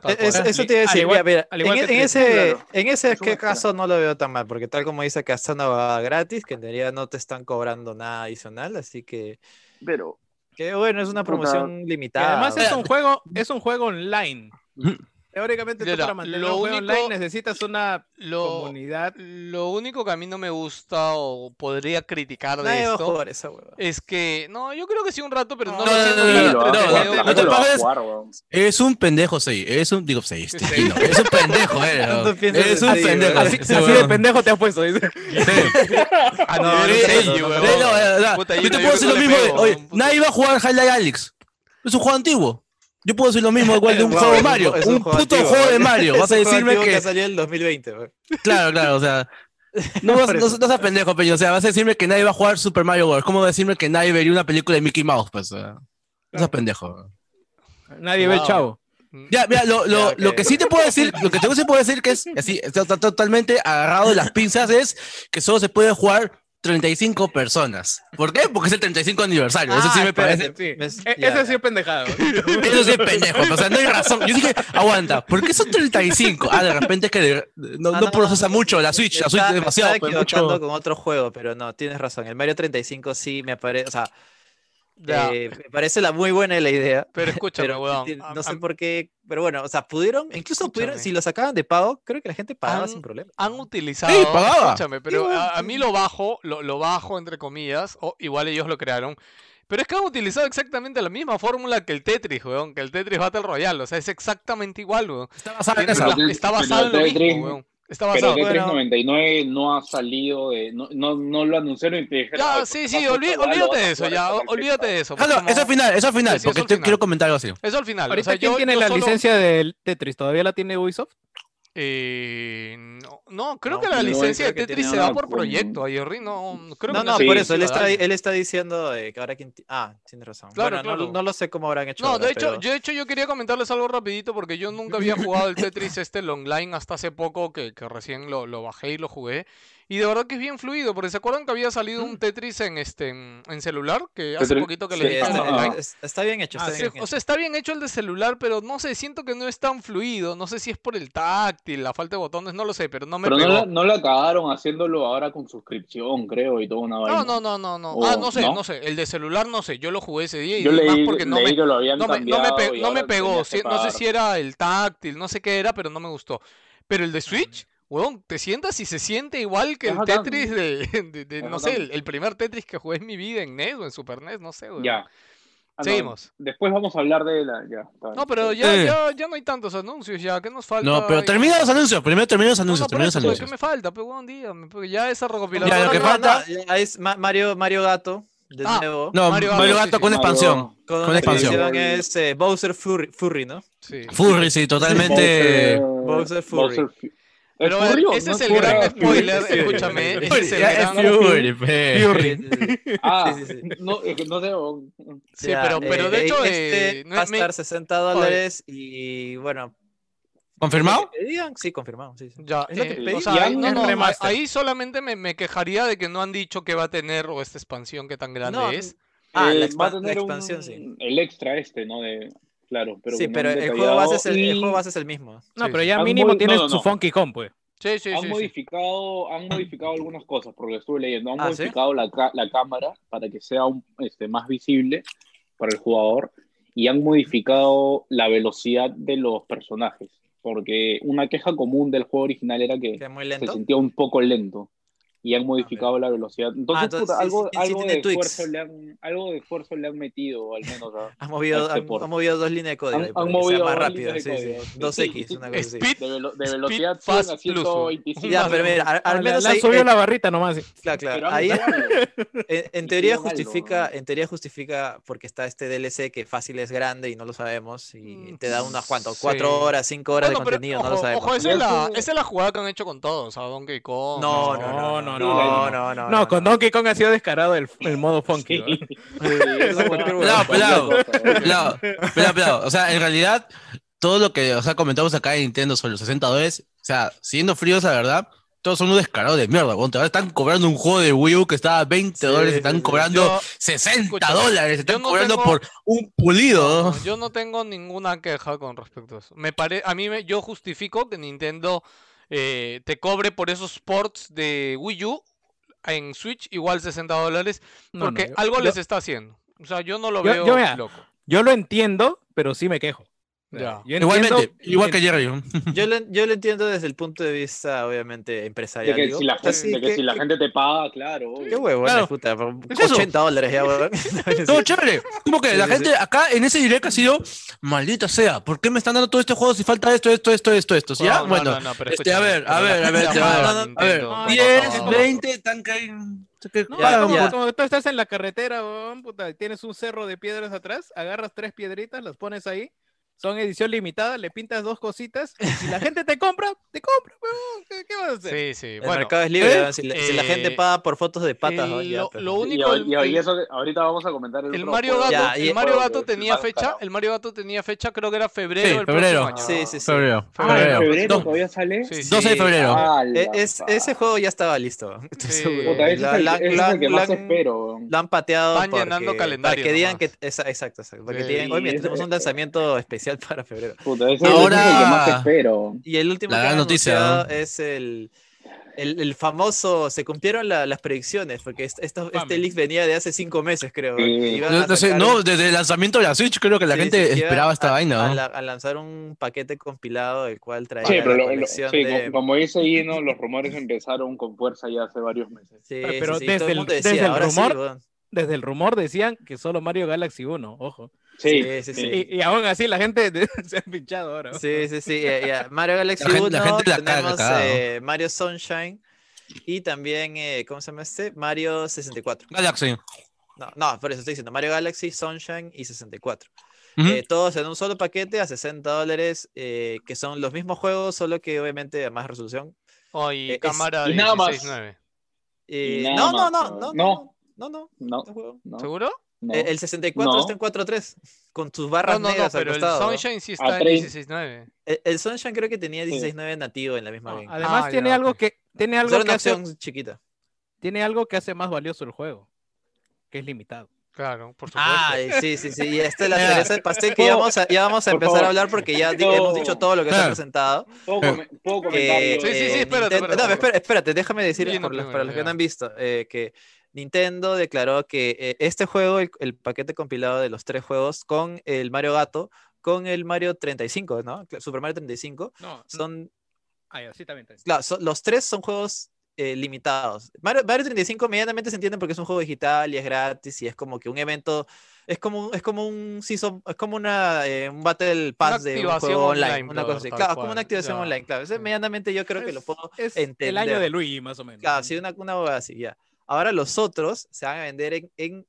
Tal cual.
Es-
Bueno,
eso
y-
te iba a
al
decir,
Ah,
mira,
igual-
mira,
al igual
en, e,
que
en
Tri-
ese,
claro,
en ese
es un
que
extra.
caso no lo veo tan mal, porque tal como dice Casano va gratis, que en realidad no te están cobrando nada adicional, así que,
Pero
que bueno, es una
Puta.
promoción
Y
limitada.
además es
weón.
un juego, es un juego online.
Mm.
Teóricamente tú
Mira,
para mantener
lo
un juego
único-
online necesitas una
Lo,
comunidad.
lo único que a mí no me gusta o podría criticar de
Nadie va a
esto
jugar esa hueva.
es que, no, yo creo que sí un rato, pero no,
No,
lo
no,
siento
no, no,
tan
no, no,
entretenido
no, no
como-
te
lo vas a
pases.
jugar, weón.
Eres un pendejo, sí. Eres un. Digo, sí.
Sí.
sí, no, eres un pendejo, eres. ¿no?
No pienses
Eres un
así,
pendejo.
weón.
sí,
Así,
sí,
así de
weón.
pendejo te has puesto, dice.
Sí.
a nivel
No, no, no,
serio,
no, no,
Sí,
weón.
no,
no, eh, la-
Puta,
Yo te
yo-
puedo
yo
decir
no
lo
le
mismo.
pego,
Oye,
puta.
nadie va a jugar Highlight Alex. Es un juego antiguo. Yo puedo decir lo mismo igual de un
Wow,
juego de
es un
Mario.
ju- <laughs> es
Un
un juego
puto
antiguo,
juego de
weón.
Mario. Vas
Es
a
un juego
decirme
antiguo
que.
salió en el 2020. weón.
Claro, claro, o sea. No, vas-
Por
no,
eso.
no seas pendejo, Peña. O sea, vas a decirme que nadie va a jugar Super Mario World. ¿Cómo vas a decirme que nadie vería una película de Mickey Mouse? Pues, o sea, no seas pendejo.
Nadie ve el
Wow.
chavo.
Ya, mira, lo, lo,
Ya, ok.
lo que sí te puedo decir, lo que tengo sí puedo decir que es así, está, está totalmente agarrado de las pinzas, es que solo se puede jugar 35 personas. ¿Por qué? Porque es el 35 aniversario. Eso sí
Ah,
me parece.
espérate, sí.
me-
E-
ya,
Ese
ya.
sí
<laughs>
es pendejado.
Eso sí es pendejo, o sea, no hay razón. Yo dije, aguanta, ¿por qué son 35? Ah, de repente es que de- no,
Ah,
no
no,
procesa
no,
mucho la
me-
Switch,
me
la Switch
estaba-
es
me
demasiado,
estaba
pues,
equivocando
mucho.
con otro juego, pero no, tienes razón. El Mario 35 sí me parece, o sea,
Ya,
eh, me parece la muy buena la idea.
pero escúchame,
pero
weón.
ti-
a-
no sé
a-
por qué, pero bueno, o sea, pudieron, incluso pudieron,
Escúchame.
si lo sacaban de pago, creo que la gente pagaba
Han-
sin problema.
Han utilizado,
pagaba.
escúchame, pero
bueno,
a, a
sí.
mí lo bajo, lo, lo bajo entre comillas, o igual ellos lo crearon, pero es que han utilizado exactamente la misma fórmula que el Tetris, weón, que el Tetris Battle Royale, o sea, es exactamente igual, weón.
Está basada en
Tienen
eso.
la-
Pero
está
Ah, el
basado en lo
Tetris-
mismo, weón. Está
Pero
basado.
que
Bueno.
399 no ha salido de. No, no, no lo anunciaron y te dijeron. "Ay,
Ya,
por
sí,
si
sí,
acaso
olví-
esta weá lo
olvídate
vas a
de eso,
jugar
ya,
hasta
o-
tal
olvídate
fecha".
de eso.
Ah, no,
porque
eso al final, eso al final,
Sí, sí,
porque
eso al
te-
final.
quiero comentar algo así.
como- Eso al final, o
Ahorita,
sea,
¿quién
yo-
tiene
yo
la
solo-
licencia del Tetris? ¿Todavía la tiene Ubisoft?
Eh, no, no, creo
No,
que la
no,
licencia de
creo que
Tetris
tiene
se da
una
por
con-
proyecto, Ayerri, no, creo que
No,
no
no,
es
por
sí,
eso, él está,
ciudadano.
él está diciendo eh, que ahora quien... ti- Ah, tienes razón.
Claro,
Bueno, no-
claro.
No, lo sé cómo habrán hecho
No,
ahora,
de hecho,
pero-
yo, de hecho yo quería comentarles algo rapidito porque yo nunca había jugado el Tetris este el online hasta hace poco que, que recién lo, lo bajé y lo jugué. Y de verdad que es bien fluido, porque se acuerdan que había salido un Tetris en este en, en celular, que hace
Tetris-
poquito que
Sí,
le dije
está,
el online.
es- está bien hecho, está
Ah, Sí,
bien hecho.
o sea, está bien hecho el de celular, pero no sé, siento que no es tan fluido, no sé si es por el táctil, la falta de botones, no lo sé, pero no me
Pero no
pegó.
la, no la cagaron haciéndolo ahora con suscripción, creo, y toda una vaina.
No, no, no, no, no.
O
Ah, no sé,
Oh, ¿no?
no sé. El de celular no sé. Yo lo jugué ese día y
Yo
di más
leí,
porque no
leí
me,
que lo habían
no me, no me,
cambiado.
pe-
y
no me
ahora
pegó.
tenías
sí,
que
no sé
pagar.
si era el táctil, no sé qué era, pero no me gustó. Pero el de Switch, weón, te sientas y se siente igual que
Es
el
bacán.
Tetris de, de- de-
Es
no sé,
bacán.
el, el primer Tetris que jugué en mi vida en NES o en Super NES, no sé, weón.
Ya. Ah, no,
Seguimos.
Después vamos a hablar de la. Ya, está bien.
No, pero ya,
Eh.
ya, ya no hay tantos anuncios, ya, ¿qué nos falta?
No, pero
Y-
termina los anuncios, primero termina los
No, no,
anuncios,
por
termina los
eso, pues, ¿qué
anuncios.
me falta? Pues, weón, dígame, pues, ya esa
Ya, lo
recopilatoria.
que
No, no,
falta-
no, ya es Ma- Mario, Mario Gato, de
Ah,
nuevo.
No,
Mario
Mario
Gato, sí,
Gato
sí.
con
Mario-
expansión.
Con,
con
una
expansión.
expansión es eh, Bowser Furry, Furry, ¿no?
Sí.
Furry, sí, totalmente.
Bowser,
Bowser Fury.
Bowser Fu-
Pero a ver,
Fury o
ese
no
es el
Fury?
gran
<laughs> Ah,
spoiler,
Fury,
escúchame.
Fury,
Ese es el
Ya es
gran...
Fury, pe.
Ah,
Sí, sí, sí.
no, es que no sé. o-
<laughs> Sí, pero, pero de hecho,
este
eh, no
va a
es me-
estar 60 dólares y bueno.
¿Confirmado?
que digan, sí, confirmado. Sí, sí.
Ya,
Es lo que
eh,
pedí,
o sea,
ya
ahí- no,
un
no, ahí-
remaster.
ahí solamente me, me quejaría de que no han dicho que va a tener o esta expansión que tan grande
No,
es.
Ah, la,
Eh,
expa-
va a
la
tener
expansión,
un-
sí.
El extra este, ¿no? De, claro, pero.
Sí,
como
pero
un
el juego, base es el,
detallado
el juego
y
base es el mismo.
No,
Sí,
pero
sí.
ya
Han
mínimo
mol-
tienes
no, no,
su
no.
Funky Kong, pues.
Sí, sí,
Han
sí, sí.
modificado, han modificado algunas cosas, porque lo estuve leyendo. Han
Ah, ¿sí?
modificado la, ca- la cámara para que sea un- este, más visible para el jugador y han modificado la velocidad de los personajes, porque una queja común del juego original era que
Que es muy
se
lento.
sentía un poco lento y han modificado la velocidad. Entonces,
Ah, entonces
puta,
sí-
algo,
sí- sí
algo,
tiene
de
tweaks.
esfuerzo le han, algo de esfuerzo le han metido, al menos.
<laughs>
a-
Han movido,
Este
han,
por-
han movido dos líneas de código.
Han-
ahí para
han
que sea
movido
más
dos
rápido.
líneas de
sí, sí.
código, sí.
2X, una cosa así.
Speed,
De, velo- de
Speed
velocidad
Fast
100 a
Plus, ¿no?
125.
Ya, pero mira, al, al
Ah, le-
menos
le han
ahí,
subido
eh,
la barrita nomás. sí.
claro, claro,
Pero han
ahí-
mejorado.
en, en
Y
teoría
hicieron algo,
justifica,
¿no?
en teoría justifica porque está este DLC que fácil es grande y no lo sabemos y te da unas cuantas, cuatro
Sí.
horas, cinco horas
Bueno,
de
pero
contenido, no lo
ojo,
sabemos.
ojo, esa es,
Yo
la,
creo-
esa es la jugada que han hecho con todos, a Donkey Kong.
No,
a-
no, no, no, no,
no,
no, no, Ah, no,
No, con Donkey Kong ha sido descarado el, el modo Funky.
Sí.
¿verdad?
<laughs> Eso cualquier huevada.
pelado. Pelado, pelado, pelado. O sea, en realidad, todo lo que o sea, comentamos acá en Nintendo sobre los 60 dólares, o sea, siendo fríos, la verdad, todos son unos descarados de mierda. weón. Ahora están cobrando un juego de Wii U que estaba a 20
Sí,
dólares,
sí,
están
sí.
cobrando
Yo-
60
escúchame,
dólares, están
yo no
cobrando
tengo-
por un pulido.
No, yo no tengo ninguna queja con respecto a eso. Me pare... A mí me... yo justifico que Nintendo eh, te cobre por esos ports de Wii U en Switch igual 60 dólares
No, no,
porque
yo-
algo
yo-
les está haciendo. O sea, yo no lo
Yo-
veo
yo vea,
loco.
Yo lo entiendo, pero sí me quejo.
Ya.
Yo
Igualmente,
entiendo-
igual que Jerry. ¿no?
Yo lo, yo lo entiendo desde el punto de vista, obviamente,
De
empresarial.
que
digo,
si la
puta,
gente,
sí,
de que
qué-
si la
qué-
gente te paga, claro. obvio.
Qué huevón,
Claro.
puta. por
¿Es eso?
80 dólares
<laughs>
ya, huevón. <laughs>
Todo chévere. Como que
Sí,
la
sí,
gente acá en ese directo ha sido, maldita sea, ¿por qué me están dando todo este juego si falta esto, esto, esto, esto, esto? ¿Ya?
No, no,
bueno,
no, no, pero
este, a
escúchame,
ver, a
pero la
ver, a ver,
gente
te va
amaba
dando- a ver,
Nintendo, por
10,
todo.
20, están cayendo. que
No,
pagan
es como,
ya.
como tú estás en la carretera, huevón, puta, y tienes un cerro de piedras atrás, agarras tres piedritas, las pones ahí, son edición limitada, le pintas dos cositas y la gente te compra, te compra, huevón, ¿qué, qué vas a hacer?
Sí, sí.
El
Bueno,
mercado es libre. ¿no? Si, la, si la
eh,
gente paga por fotos de patas,
el-
¿no? ya,
lo,
pues,
lo
¿no?
Y,
único
hoy-
el-
y hoy
el-
eso, ahorita vamos a comentar el,
El
otro
Mario
juego.
Gato,
Ya, y- oh,
el Mario
juego
Gato
que-
tenía
más
fecha,
caro.
el Mario Gato tenía fecha, creo que era febrero
Sí,
del
febrero.
próximo año.
Sí, sí, E, sí.
Febrero.
Ah, en
Febrero.
febrero
No,
todavía sale.
Sí, sí.
12 de febrero.
Ah, la
E- es-
pa-
ese juego ya estaba listo. <laughs> estoy
Sí.
seguro.
Puta, ese
La-
es el,
la-
ese es
la-
el que más
la-
espero.
Lo han pateado
Van
porque,
llenando
para
calendario
que digan que
nomás.
esa- exacto, exacto, para que
Sí.
digan, oye, mira,
Sí,
tenemos
ese-
un lanzamiento especial para febrero.
Puta, ese,
Ahora-
ese es el que más espero.
Y el último
La
que
gran
han
noticia, ¿no?
anunciado es el, el, el famoso, se cumplieron la- las predicciones, porque est- esto- este
Fame.
leak venía de hace cinco meses, creo.
Sí.
que iban a
No sé,
sacar
no,
un-
desde el lanzamiento de la Switch creo que la
sí,
gente
sí, que iban
esperaba esta
a-
vaina.
A,
¿no?
la- a lanzar un paquete compilado, el cual traía
Sí, pero
la
lo- lo-
colección
sí,
de...
co- como dice Gino, los rumores empezaron con fuerza ya hace varios meses.
Sí,
Ah,
sí,
pero
sí,
desde
todo el
el-
mundo decía,
desde el
ahora sí,
rumor-
weón.
Desde el rumor decían que solo Mario Galaxy 1, ojo.
Sí,
Sí, sí, sí.
Y, y aún así la gente <laughs> se ha pinchado ahora.
Sí, sí, sí. ya, ya. Mario Galaxy
La gente-
1,
la gente la caga
tenemos
acá, ¿no?
eh, Mario Sunshine y también, eh, ¿cómo se llama este? Mario 64.
Galaxy.
No, no, por eso estoy diciendo, Mario Galaxy, Sunshine y 64.
Ujú.
Eh, todos en un solo paquete a 60 dólares, eh, que son los mismos juegos, solo que obviamente a más resolución.
Oh, y
Eh, es-
cámara
y nada más.
16.9.
Eh,
nada
no, no, no,
más,
no,
¿no?
no, no, no,
no,
no, juego.
no.
¿Seguro?
no.
Eh, el 64
No.
está en 4.3, con tus
No,
barras
no, no,
negras al
pero el
costado. ¿no?
Sunshine sí está en
trein-
16.9.
El, el Sunshine creo que tenía 16.9 nativo en la misma game.
Además
Ah,
tiene
ya,
algo
ok.
que tiene
Solo
algo que
una
hace,
opción chiquita.
tiene algo que hace más valioso el juego, que es limitado.
Claro, por supuesto. <laughs>
Ay, sí, sí, sí. Y esta es la
Mira.
cereza del pastel que ya vamos a, ya vamos a
Por
empezar
favor.
a hablar porque ya di-
No.
hemos dicho todo lo que se ha
Claro.
presentado.
¿Puedo,
Eh.
come- puedo comentar
que,
algo?
Sí, sí, sí,
eh,
espérate,
Nintendo-
espérate,
no,
espérate.
espera- espérate, déjame decir
Dino
por los,
primero,
para los que
ya.
no han visto eh, que Nintendo declaró que eh, este juego, el, el paquete compilado de los tres juegos con el Mario Gato, con el Mario 35, ¿no? Cla- Super Mario 35,
No,
son,
ah, ya, sí, también.
claro, son- los tres son juegos eh, limitados. Mario, Mario 35 medianamente se entiende porque es un juego digital y es gratis y es como que un evento, es como, un- es como un season, es como una, eh, un battle pass de un
activación
juego online,
online,
una cosa
brother,
así.
tal
Claro, es como
cual,
una activación
ya.
online, claro. Eso
Sí.
medianamente yo creo que lo
Es-
puedo
es el
entender.
año de Luigi, más o menos.
Claro, sí, una, una huevada así, ya. Ahora los otros se van a vender en, en,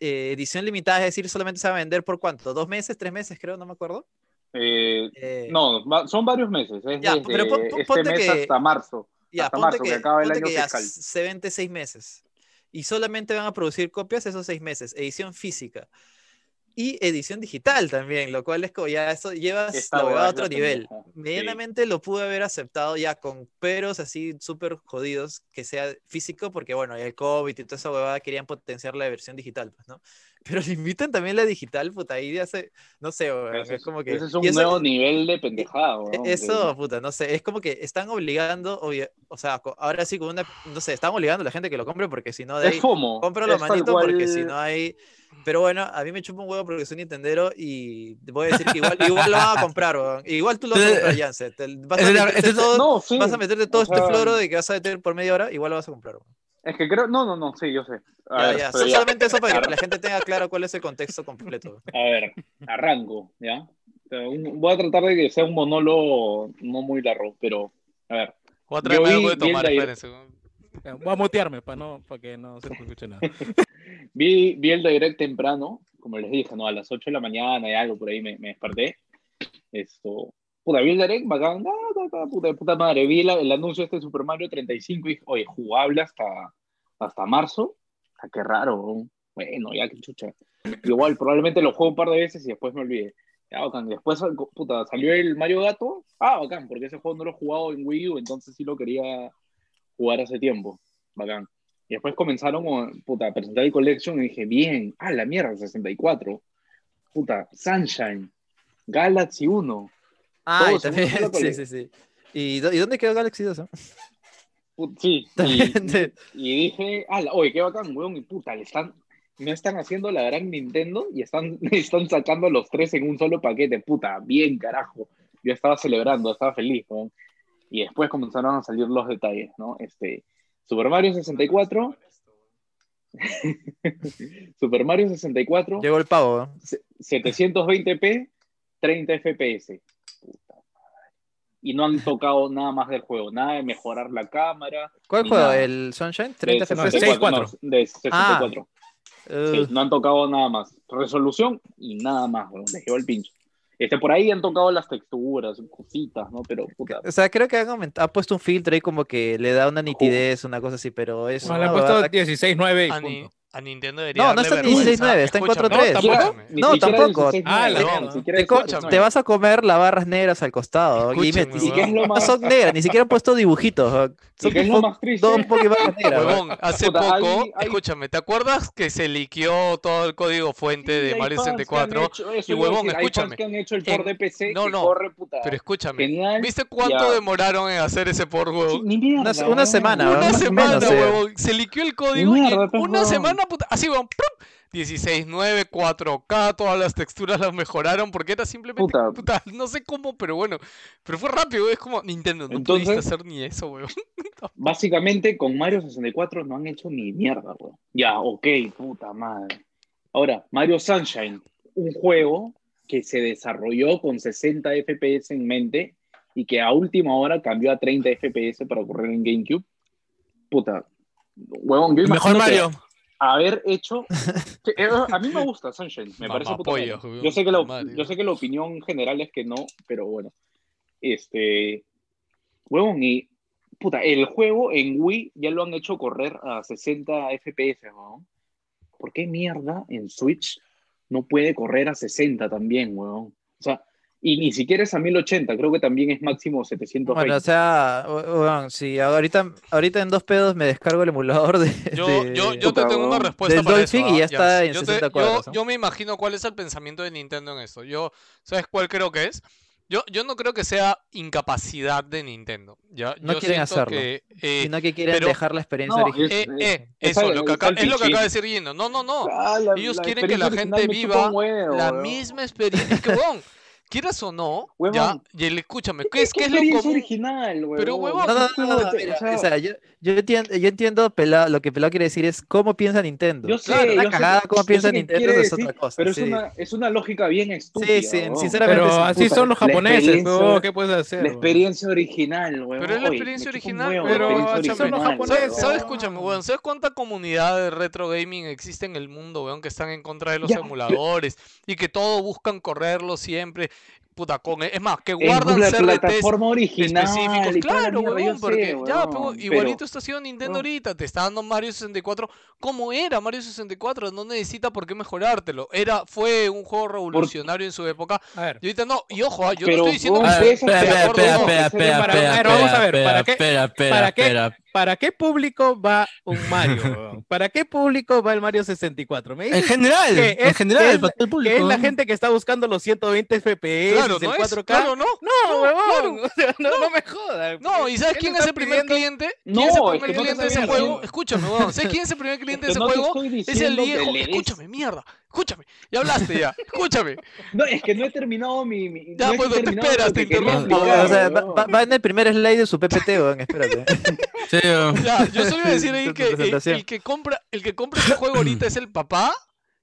eh, edición limitada, es decir, solamente se va a vender por cuánto, dos meses, tres meses, creo, no me acuerdo.
Eh,
Eh,
no, va- son varios meses. Es
Ya,
desde
pero pon- pon-
este
ponte
mes
que-
hasta marzo.
Ya,
hasta
ponte
marzo, que acaba el
ponte
año
ya
fiscal.
se vende seis meses. Y solamente van a producir copias esos seis meses, edición física. Y edición digital también, lo cual es como ya eso llevas
Esta
la huevada
huevada
a
es
otro
la
nivel.
pendeja, sí.
Medianamente lo pude haber aceptado ya con peros así súper jodidos que sea físico, porque bueno, el COVID y toda esa huevada querían potenciar la versión digital, pues, ¿no? <laughs> Pero limitan también la digital, puta, ahí ya se, no sé, huevón,
Ese
es como que...
ese es un
y eso-
nuevo nivel de pendejada.
e-
weón,
Eso, puta, no sé, es como que están obligando, obvia- o sea, co- ahora sí, con una, no sé, están obligando a la gente que lo compre porque si no,
que-
de
Es
ahí,
como.
cómpralo
es tal
manito porque
cual-
si no hay, pero bueno, a mí me chupa un huevo porque soy nintendero y te voy a decir que igual, igual lo van a comprar, weón. igual tú lo vas a comprar, Janssen, te- vas, a
Es la-
meterte
es la-
todo,
eh, No, sí.
vas a meterte todo
o
este
sea-
floro de que vas a meter por media hora, igual lo vas a comprar. weón.
Es que creo. No, no, no, sí, yo sé. A
Ya,
ver,
ya,
pero ya.
Solamente eso para
<laughs>
que la gente tenga claro cuál es el contexto completo. weón.
A ver, arranco, ¿ya? O sea, un- voy a tratar de que sea un monólogo no muy largo, pero. A ver.
Voy a
Yo
traerme algo
vi-
de
vi el
tomar,
de ayer.
espérense. weón.
Ya, Voy a mutearme para no, para que no se me escuche nada.
Vi, vi el direct temprano, como les dije, ¿no? A las 8 de la mañana y algo por ahí me, me desperté. Esto. Puta, vi el direct, bacán, ah, ta, ta, puta, de puta madre. Vi la- el anuncio este de Super Mario 35 y dije, oye, jugable hasta, hasta marzo. Ah, qué raro, weón. bueno, ya que chucha. Igual, probablemente lo juego un par de veces y después me olvidé. Ya, bacán. Y Después, sal- puta, salió el Mario Gato. Ah, bacán, porque ese juego no lo he jugado en Wii U, entonces sí lo quería jugar hace tiempo. Bacán. Y después comenzaron con, puta, a presentar el Collection y dije, bien, ah, la mierda, 64. Puta, Sunshine, Galaxy 1.
Ah, y
Todos,
también, <laughs>
según
sí,
Monopoly.
sí, sí. ¿Y, do- y dónde quedó Galaxy <laughs> 2? eh?
Put- sí,
<laughs>
y,
También te-
y dije, ah, la- oye, qué bacán, weón, y puta, le están, no están haciendo la gran Nintendo y están, <laughs> están sacando los tres en un solo paquete, puta, bien, carajo. Yo estaba celebrando, estaba feliz, weón. Y después comenzaron a salir los detalles, ¿no? Este, Super Mario 64. <laughs> Super Mario 64.
Llegó el pavo. weón.
se- 720p, 30 FPS. Puta madre. Y no
<laughs>
han tocado nada más del juego, nada de mejorar la cámara.
¿Cuál
ni
juego?
nada.
¿El Sunshine?
De
¿30
no, el
FPS?
64, no, de 64. Sí,
Uh,
no han tocado nada más. Resolución y nada más, weón. Les llevo el pincho. Este, por ahí han tocado las texturas, cositas, ¿no? Pero puta.
o sea, creo que han aumentado, ha puesto un filtro ahí como que le da una nitidez, una cosa así, pero es
No,
una
le han puesto
huevada que-
16.9 y
A, ni-
punto.
a Nintendo debería
No, no
darle
está en
vergüenza.
16.9, está en
Escúchame,
4.3.
no, tampoco.
Ni
No,
siquiera
tampoco.
16,
Ah, la
no,
mierda.
ni siquiera <laughs>
te, co-
16,
te vas a comer las barras negras al costado. Y, me-
Escúchenme,
y
¿Y qué
<laughs>
es lo
no
más,
son negras, ni siquiera han puesto dibujitos. weón.
y
Son
qué es lo
po-
más
<laughs>
triste?
dos Pokémon negras. weón.
Huevón, hace
Puta, hay-
poco,
hay-
escúchame, ¿te acuerdas que se liqueó todo el código fuente de
Sí, hay
Mario
fans que han
64?
hecho eso,
Y
iba a
huevón,
decir, hay fans
escúchame.
que han hecho el
En-
port de PC
no,
que
no,
corre puta.
Pero escúchame,
Genial.
¿viste cuánto
Ya.
demoraron en hacer ese por huevón?
Ni mierda,
Una, se-
weón.
una semana, weón,
Una
más o
semana,
menos, eh.
huevón. Se liqueó el código y
Mierda,
en
pues,
una
huevón.
semana, puta. Así, huevón. ¡prup! 16.9, 4K, todas las texturas las mejoraron porque era simplemente.
Puta.
puta, no sé cómo, pero bueno. Pero fue rápido, es como Nintendo, no pudiste
Entonces-
hacer ni eso, huevón.
Básicamente con Mario 64 no han hecho ni mierda, weón. Ya, ok, puta madre. Ahora, Mario Sunshine, un juego que se desarrolló con 60 FPS en mente y que a última hora cambió a 30 FPS para correr en GameCube. Puta. Huevón, yo imagino
Mejor
que-
Mario.
haber
<laughs>
hecho. Sí, eh, A mí me gusta Sunshine, me
Mamá
parece puta
pollo,
madre.
weón,
yo, sé que la,
madre.
yo sé que la opinión general es que no, pero bueno. Este. Huevón, y. Puta, el juego en Wii ya lo han hecho correr a 60 FPS, weón. ¿Por qué mierda en Switch no puede correr a 60 también, weón? O sea, y ni siquiera es a 1080, creo que también es máximo 720.
Bueno, o sea, we- weón, si ahorita, ahorita en dos pedos me descargo el emulador de.
Yo,
de-
yo, yo te
Puta,
tengo una
huevón.
respuesta
Del
para
Dolphin
eso,
y
¿ah?
ya está
sí.
en
yo,
60
yo-
cuadros, ¿no?
yo me imagino cuál es el pensamiento de Nintendo en esto. Yo, ¿sabes cuál creo que es? Yo, yo no creo que sea incapacidad de Nintendo. ¿ya?
No
Yo
quieren
siento
hacerlo.
que, eh,
Sino que quieren
pero-
dejar la experiencia
No,
original.
eh,
Es-
eh,
es
eso,
el-
lo que
el
acá- es lo que acaba de
salpichín.
decir Gino. No, no, no.
Ah, la-
ellos
la
quieren que la
experiencia
gente
original me chupa un huevo,
La
weón.
misma experiencia. Es que, huevón, quieras o
<laughs>
no, ya,
Huevón.
y el- escúchame, ¿qué es,
que
qué es lo común?
original, weón.
Pero, huevón,
No, no,
Es
no,
como-
no, no, mira,
o sea,
o sea, yo, yo entiendo, yo entiendo Pelao- lo que Pelao quiere decir es cómo piensa Nintendo.
Yo sé,
Claro,
yo
una
sé-
cagada cómo
yo sé
piensa
qué
Nintendo
quiere
es otra
decir,
cosa.
Pero es,
sí.
una, es una lógica bien estúpida.
Sí, sí,
huevón.
sinceramente
Pero
sí,
así
puta,
son los
la
japoneses,
experiencia-
huevón, ¿qué puedes hacer?
La
huevón?
experiencia original, weón.
Pero es la experiencia original,
pero
experiencia
son
original,
los japoneses,
¿Sabes,
huevón.
sabes, escúchame, weón? ¿Sabes cuánta comunidad de retro gaming existe en el mundo, weón? Que están en contra de los
Ya, pero-
emuladores y que todo buscan correrlo siempre. puta, con es más, que
En
guardan
la
ser de test
plataforma original.
específicos.
y toda la
Claro,
mierda,
huevón,
yo
porque
sé,
ya,
huevón,
pues,
pero-
igualito está haciendo Nintendo
huevón.
ahorita, te está dando Mario 64. ¿Cómo era Mario 64? No necesita por qué mejorártelo. Era, fue un juego revolucionario en su época.
A ver,
Y ahorita no, y ojo, ah, yo
Pero,
no estoy diciendo
huevón,
que
A
sea
ver,
pues,
espera,
gordo,
espera,
gordo, no.
espera, espera, espera,
Para-
espera,
a ver, vamos a ver,
espera,
¿para qué-
espera, espera,
para qué-
espera.
¿para qué público va un Mario? weón? ¿Para qué público va el Mario 64? Me
En
dices
general,
que
en
es-
general,
que
el
es la-
papel
que es
público.
la gente que está buscando los 120 FPS,
Claro,
el
¿no es?
4K.
Claro, no.
No, huevón, <laughs> o sea, no, no me jodas.
No, ¿y sabes
Él
quién
está
es el primer
pidiendo-
cliente? ¿Quién
No,
es el
es
primer
que no te
cliente de ese
estoy
juego?
diciendo.
Escúchame, weón. ¿Sabes quién es el primer cliente
<laughs>
de
Es que
ese
no te
juego?
estoy
Es el
diciendo que
viejo.
le des-
Escúchame, mierda. Escúchame. Ya hablaste ya. Escúchame.
No, es que no he terminado mi. mi-
Ya,
no he
pues, no te
terminado lo
esperas,
que
te
quería
interrumpo,
explicar,
O sea, va,
huevón.
va- va en el primer slide de su PPT, weón, espérate.
Sí, weón.
Ya, yo solo iba a decir ahí
Tu
que eh,
presentación.
el que compra, el que compra este juego ahorita es el papá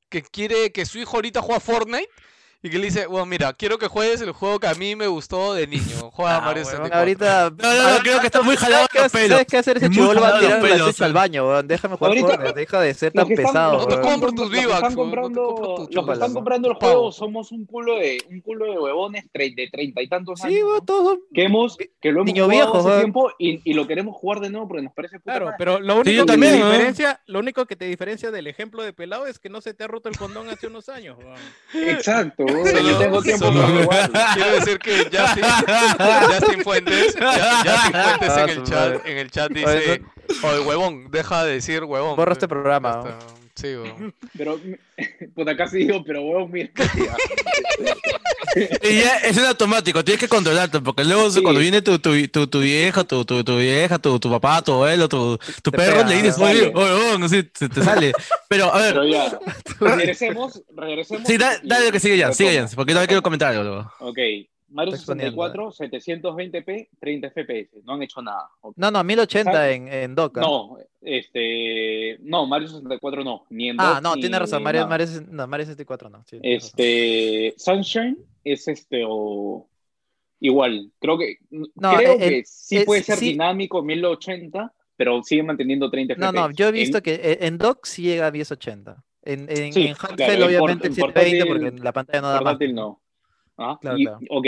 que quiere que su hijo ahorita juega Fortnite y que le dice, bueno, mira, quiero que juegues el juego que a mí me gustó de niño. Juega
Ah,
Mario
huevón,
64.
ahorita.
No, no, no, creo que está muy jalado
¿Sabes qué
los
vas-
pelos.
¿Sabes qué hacer ese
Muy
chivolo? Va a
jalado los
tirar la
pelos,
Switch al
sí.
baño, weón. Déjame jugar
Ahorita-
Fortnite, deja de ser
Los
tan
que están-
pesado,
No te
weón.
compro tus
los que
V-Bucks, huevón, no
están
te
comprando,
compro tus
los que
chupas,
están
¿no?
comprando el
Pago.
juego somos un culo de un culo de huevones tre- de treinta y tantos años.
Sí, weón, todos son.
Que hemos, que lo hemos
Niño
jugado
viejo,
hace
weón.
tiempo y, y lo queremos jugar de nuevo porque nos parece puta
Claro,
madre.
pero lo único,
yo
que
también,
te
¿no?
diferencia, lo único que te diferencia del ejemplo de Pelado es que no se te ha roto el condón hace unos años. weón.
Exacto, weón,
Solo-
yo tengo tiempo
solo-
para jugarlo.
Quiero decir que Justin, Justin Fuentes, ya- Justin Fuentes
Ah,
en el
su
chat,
madre.
en el chat
Oye,
dice, oye huevón, deja de decir huevón.
Borra este programa.
Ya
weón.
está. Sí, huevón.
Pero <laughs> puta casi digo, pero huevón, mira. <laughs>
Y ya es un automático, tienes que controlarte, porque luego
Sí.
cuando viene tu, tu, tu, tu vieja, tu, tu, tu vieja, tu, tu papá, tu abuelo, tu, tu
Te
perro,
pega,
le dices,
¿no?
oye, oye, así te, te sale. Pero, a ver,
Pero
<laughs>
ya, regresemos, regresemos.
sí, da-
y-
dale lo que sigue ya,
retoma.
sigue ya, porque también quiero comentar algo. luego.
Ok, Mario
Respondiendo,
64, 720p, 30 fps, no han hecho nada. ok.
¿eh? No, no, 1080
¿Sabes?
en, en Doca.
No, este, no, Mario 64 no, ni en
Ah,
DOS
no,
ni
tiene razón. Mario,
nada.
Mario, no, Mario 64 no. sí, tienes razón.
Este, Sunshine es este o igual, creo que
No,
creo
el-
que sí
el-
puede ser
sí-
dinámico 1080, pero sigue manteniendo 30
No,
fps.
no, yo he
En-
visto que e- en dock sí llega a 1080. En, en,
Sí,
en handheld,
claro, en por-
obviamente,
en
720
portátil-
porque la pantalla no da más.
portátil no. Ah,
Claro,
y-
claro.
Ok,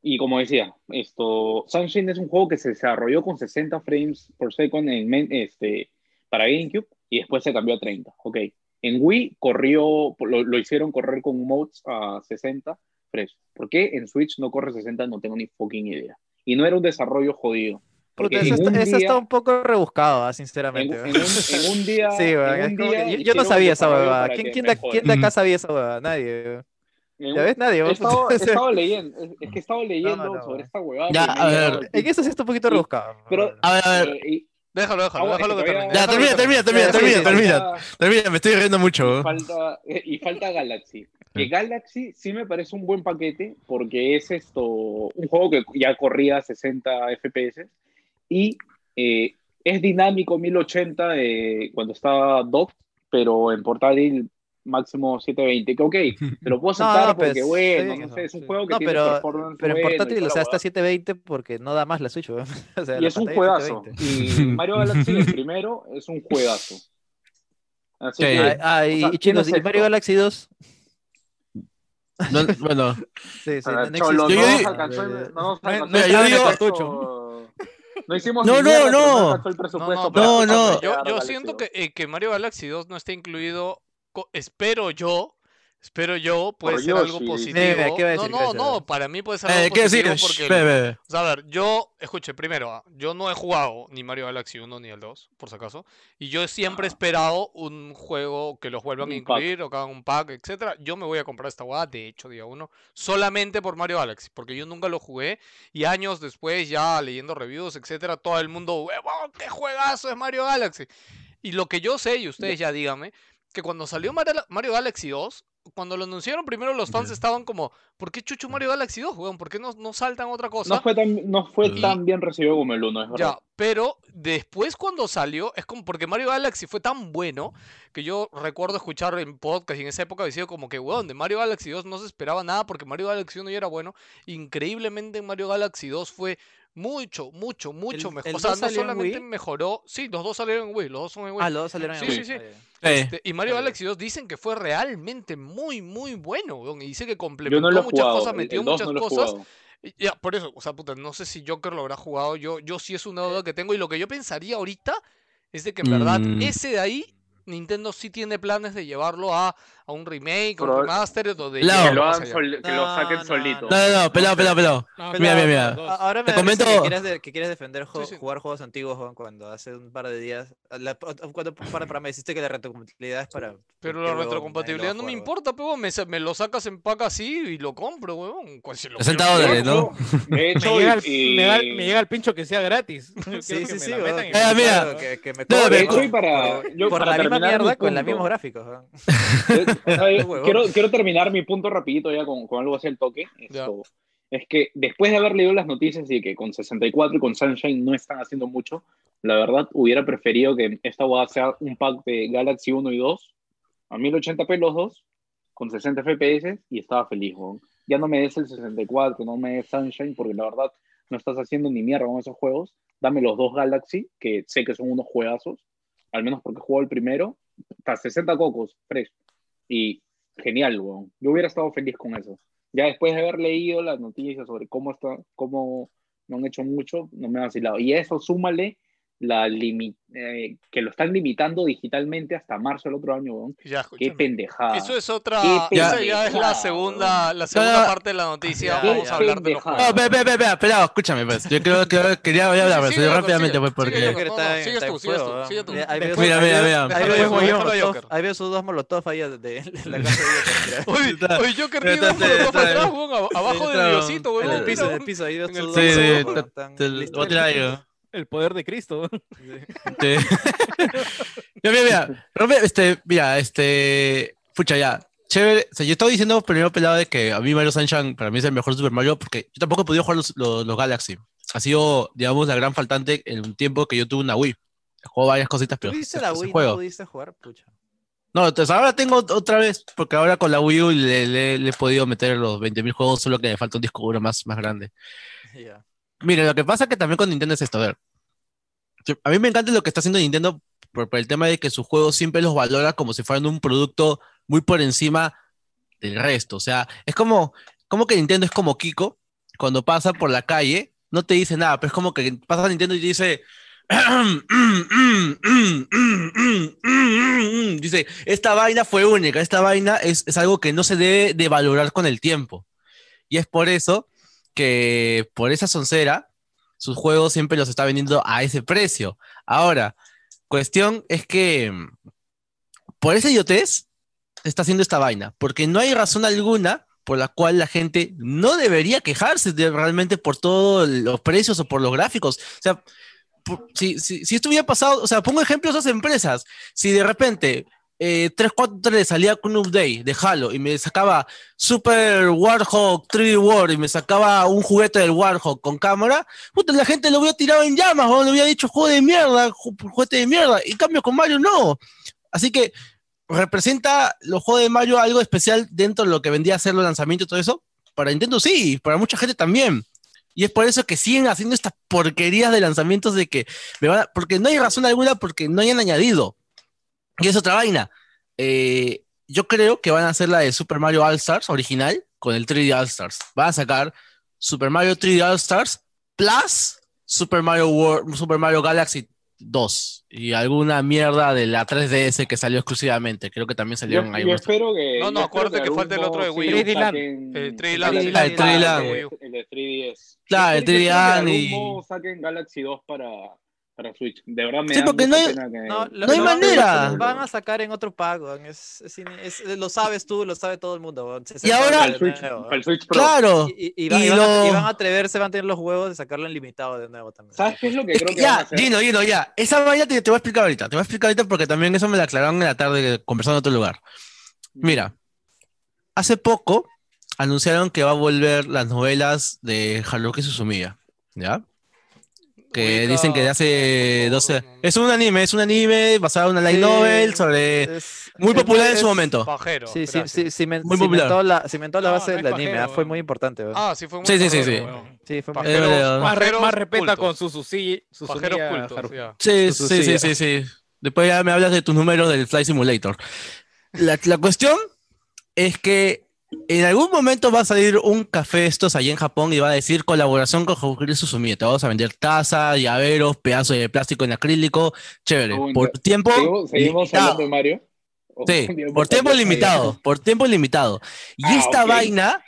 y como decía, esto, Sunshine es un juego que se desarrolló con 60 frames por second en, men- este, para GameCube y después se cambió a 30. Ok, en Wii corrió, lo, lo hicieron correr con modes a 60 frames. ¿Por qué en Switch no corre 60? No tengo ni fucking idea. Y no era un desarrollo jodido. Porque
Puta, eso,
en un
está, eso
día-
está un poco rebuscado, ah,
en,
sinceramente.
en
weón.
un, en un día.
Sí, weón,
en
es
un
como que
día
yo- yo, no
hicieron
sabía esa
desarrollo
huevada.
para
¿Quién,
que
quién
me
de,
jodan.
quién de acá
Ujú.
sabía esa huevada? Nadie. weón.
En
¿Ya
un-
ves? Nadie.
He
weón.
<laughs>
estado, he
O sea,
estado leyendo, es- es que he estado leyendo
no,
sobre
no.
esta huevada.
Ya,
que me
a
ha
ver,
llegado
En
aquí.
eso sí está un poquito
Sí,
rebuscado.
pero-
A ver, a ver.
Eh, y-
Déjalo, déjalo,
Ahora,
déjalo que
es que
termine.
todavía-
Ya,
déjalo que
termina, termina, termina,
Ya, sí,
termina,
sí,
termina. Termina, me estoy riendo mucho.
Falta, eh, y falta Galaxy. Que Galaxy sí me parece un buen paquete porque es esto, un juego que ya corría a 60 FPS y eh, es dinámico 1080 eh, cuando está dock, pero en portátil máximo 720. Que ok, te lo puedo
No,
aceptar
no, pues,
porque bueno,
está bien
no sé,
eso,
es un
sí.
juego que
No,
tiene
pero-
performance
Pero en
bueno y
portátil,
toda
o
la
sea, está
huevada.
720 porque no da más la Switch, weón. <laughs> O sea,
Y
la
es un
pantalla
juegazo.
720. <laughs>
Y Mario Galaxy, el primero, es un juegazo. Así
Sí.
que,
Ah, ah, y,
O sea,
y chinos,
¿tienes
¿y Mario
esto?
Galaxy 2?
No, bueno,
Sí, sí,
Ah,
no
cholo,
existe.
no
Yo-
nos
yo-
alcanzó el- no nos
No,
alcanzó
no,
el
yo digo-
presupuesto. No hicimos
No,
ni
no,
mierda, pero
no.
alcanzó el presupuesto para
No,
pero,
hacer
no.
Yo, yo
Mario Galaxy
siento
2.
que, eh, que Mario Galaxy 2 no está incluido. co- Espero yo. Espero yo, puede
Por
ser algo
Yoshi.
positivo.
Mira, mira, ¿qué va a decir? ¿Qué va a
no, no,
decir?
no, para mí puede ser algo
eh, ¿qué decir?
positivo
Shh,
porque
ve, ve.
o sea, a ver, yo, escuche, primero, ah, yo no he jugado ni Mario Galaxy 1 ni el 2, por si acaso, y yo siempre he esperado un juego que los vuelvan a
Un pack.
incluir o que hagan un pack, etcétera. Yo me voy a comprar esta guada, de hecho, día uno, solamente por Mario Galaxy, porque yo nunca lo jugué y años después, ya leyendo reviews, etcétera, todo el mundo, huevón, qué juegazo es Mario Galaxy. Y lo que yo sé, y ustedes ya díganme, que cuando salió Mara- Mario Galaxy 2, cuando lo anunciaron primero los fans
Ya.
estaban como, ¿por qué chucho Mario Galaxy 2, huevón? ¿Por qué no, no saltan otra cosa?
No fue tan, no fue
Mm.
tan bien recibido como el 1, es verdad.
Ya, pero después cuando salió, es como porque Mario Galaxy fue tan bueno que yo recuerdo escuchar en podcast y en esa época decía como que, weón, de Mario Galaxy 2 no se esperaba nada porque Mario Galaxy 1 ya era bueno. Increíblemente en Mario Galaxy 2 fue Mucho, mucho, mucho mejor. O
el
sea,
dos
no
salió en
solamente
Wii?
mejoró. Sí, los dos salieron en Wii, los dos son en Wii.
Ah, los dos salieron en
Sí,
Wii.
sí, sí.
Ah, ya.
eh,
Este, y Mario
Está bien.
Galaxy 2 dicen que fue realmente muy, muy bueno, weón, Y dice que
Yo
complementó
no lo he
muchas
jugado.
cosas,
el-
metió
el dos
muchas
no lo he
cosas.
jugado.
Y Ya, por eso, o sea, puta, no sé si Joker lo habrá jugado. Yo, yo sí es una
Eh.
duda que tengo. Y lo que yo pensaría ahorita es de que en verdad
Mm.
ese de ahí, Nintendo sí tiene planes de llevarlo a, a un remake, a un
Probable-
remaster, donde
Lao.
llegue
Que lo,
más
hagan
allá.
sol- que lo
No,
saquen
no,
solito.
No, no, no, pelado, pelado, pelado.
No,
Mira,
pero-
mira,
A- Ahora me
Te
da risa
comento-
que quieres, de- que quieres defender jo-
sí.
jugar juegos antiguos Juan, cuando hace un par de días, la- cuando un par de programas dijiste que la retrocompatibilidad es para...
Pero
qué
la
huevón, nadie lo va a
retrocompatibilidad no me
jugar, huevón.
importa, pero me, sa- me lo sacas en pack así y lo compro, weón. Cual- si lo
60
quiero
dólares,
jugar,
¿no?
De
Me
hecho,
llega, el,
y,
me da- me llega el pincho que sea gratis. <laughs> Quiero
Sí,
que
sí,
me
sí,
la
huevón.
metan y-
Ah, mira.
Claro, que, que me
No,
cobren
pero-
por-
de hecho, y para,
por-
yo
por
para
la misma
terminar mi
mierda con los
punto.
mismos gráficos. huevón.
Eh, ¿sabes?
Huevón.
quiero, quiero terminar mi punto rapidito ya con, con algo así al toque. Esto, es que después de haber leído las noticias y que con 64 y con Sunshine no están haciendo mucho, la verdad hubiera preferido que esta boda sea un pack de Galaxy 1 y 2, a 1080p los dos, con 60 FPS y estaba feliz. weón. Ya no me des el 64, no me des Sunshine porque la verdad no estás haciendo ni mierda con esos juegos. Dame los dos Galaxy, que sé que son unos juegazos, al menos porque he jugado el primero, hasta 60 cocos, fresh. Y genial, weón. Yo hubiera estado feliz con eso. Ya después de haber leído las noticias sobre cómo está, cómo no han hecho mucho, no me ha vacilado. Y a eso súmale la limi- eh, que lo están limitando digitalmente hasta marzo del otro año, weón.
Ya,
Qué
escúchame.
pendejada.
Eso es otra.
Qué
Esa ya es la
pendejada,
segunda, la
Ya,
segunda
ya.
parte de la noticia.
Ya,
Vamos
ya.
a hablar de los
Pendejada.
juegos.
No, ve, ve, ve, ve, pelado, escúchame, pues. Yo creo que quería voy a hablar,
ah. Sí,
pues,
sigue, Joker,
rápidamente,
sigue,
pues, porque.
sigue,
Creo que
no,
está
no,
en-
sigues
está en
tú, sigues tú,
fuego,
sigues
¿eh?
tú.
Mira, ahí veo-
Mira,
ahí
mira,
veo-
mira.
ahí veo
Déjalo,
sus
déjalo,
dos
déjalo,
molotov-
Joker.
Ahí veo sus dos molotov ahí de, de la casa de Joker, mira.
Oye,
Está-
oye, Joker
está-
tiene un
está-
molotov
está-
atrás, weón, ab- abajo del
está-
diosito,
En
weón.
el piso,
mira,
en el piso, ahí veo
en
sus
el
dos
Sí,
piso,
sí,
molotov,
weón.
huevón,
te-
están
te lo
listos.
voy a tirar yo.
El poder de Cristo. <laughs>
Sí. Ya, Este, <laughs> mira, mira, Rompe- este, mira, este, pucha, ya, chévere, o sea, yo estaba diciendo primero pelado de que a mí Mario Sunshine para mí es el mejor Super Mario porque yo tampoco he podido jugar los, los- los Galaxy, ha sido, digamos, la gran faltante en un tiempo que yo tuve una Wii, juego varias cositas, pero
¿Tuviste
es-
la
es el
Wii? ¿No
juego.
pudiste jugar? Pucha.
No, entonces ahora tengo ot- otra vez, porque ahora con la Wii U le, le- le he podido meter los 20.000 juegos, solo que me falta un disco duro más, más grande.
Ya.
Mire, lo que pasa es que también con Nintendo es esto, a ver. Yo- A mí me encanta lo que está haciendo Nintendo por, por el tema de que sus juegos siempre los valora como si fueran un producto muy por encima del resto. O sea, es como, como que Nintendo es como Kiko, cuando pasa por la calle, no te dice nada, pero es como que pasa Nintendo y te dice... <clears throat> Dice, esta vaina fue única, esta vaina es, es algo que no se debe de valorar con el tiempo. Y es por eso que por esa soncera, sus juegos siempre los está vendiendo a ese precio. Ahora, cuestión es que mm, por ese idiotez está haciendo esta vaina, porque no hay razón alguna por la cual la gente no debería quejarse de- realmente por todos los precios o por los gráficos. O sea, por- si, si, si esto hubiera pasado, o sea, pongo ejemplos de esas empresas, si de repente eh, 343 salía con un update de Halo y me sacaba Super Warhawk 3D World y me sacaba un juguete del Warhawk con cámara, puta, la gente lo hubiera tirado en llamas, o le hubiera dicho juego de mierda, ju- juguete de mierda. En cambio, con Mario no. Así que representa los juegos de Mario algo especial dentro de lo que vendía a ser los lanzamientos y todo eso. Para Nintendo sí, para mucha gente también. Y es por eso que siguen haciendo estas porquerías de lanzamientos de que me van a- porque no hay razón alguna porque no hayan añadido. Y es otra vaina. Eh, yo creo que van a hacer la de Super Mario All Stars original con el 3D All Stars. Van a sacar Super Mario 3D All Stars plus Super Mario World, Super Mario Galaxy 2 y alguna mierda de la 3DS que salió exclusivamente. Creo que también
Yo,
salieron ahí.
yo
unos-
espero que.
No, no,
yo espero
acuérdate que
algún
falta el otro de
modo
Wii
sí
U. 3D Land.
saquen-
El 3D
saquen
Land.
el
Ah, el 3D
Land.
de- El de 3DS.
Claro,
Yo
el
espero que
3D Land
algún
y-
modo saquen Galaxy 2 para, para Switch. De verdad me
Sí,
da
porque
mucha
no hay-
pena que-
lo-
No hay
lo van a-
manera.
Van a sacar en otro pago. Es, es in- es- eh, lo sabes tú, lo sabe todo el mundo. weón, 60
ahora-
dólares
Para el
de
Switch,
nuevo,
para el Switch Pro.
Claro.
Y, y- y van,
Y
y van a, y
lo-
van a atreverse, van a tener los huevos de sacarlo en limitado de nuevo también.
¿Sabes qué es lo que
Es
creo
que
que van a
ya,
hacer?
Gino, Gino, ya. Esa vaina te, te voy a explicar ahorita. Te voy a explicar ahorita porque también eso me la aclararon en la tarde conversando en otro lugar. Mira, hace poco anunciaron que va a volver las novelas de Haruki Suzumiya. ¿Ya? que dicen que
Wicca,
hace
Wicca,
12...
no, no.
Es un anime, es un anime basado en una light
Sí,
novel sobre...
Es-
Muy
es-
popular en su
es-
momento.
Pajero.
Sí, sí,
gracias.
sí, cimen-
Muy popular.
cimentó la, cimentó la
No,
base
no
del
es
anime,
pajero,
ah, fue
weón.
muy importante. weón.
Ah, sí, fue muy
Sí, sí, sí,
pajero,
sí.
weón.
sí,
eh,
fue muy
Pajero-
Ah.
Pero-
Más, re-
pajeros
más respeta
cultos.
con Suzuki.
Pajeros cultos, ya.
Sí,
Su- su-
sí, sí,
sí,
sí, sí. Después ya me hablas de tus números del Fly Simulator. La, la cuestión es que en algún momento va a salir un café de estos allá en Japón y va a decir colaboración con Jujutsu Suzumiya. Te vamos a vender tazas, llaveros, pedazos de plástico en acrílico. Chévere.
Aguanta.
Por tiempo
¿Seguimos, seguimos
limitado.
hablando de Mario? Oh, ¿O <laughs>
Sí,
cambiamos
por
a
tiempo
Mario?
limitado, por tiempo limitado. Y
Ah,
esta
ok.
vaina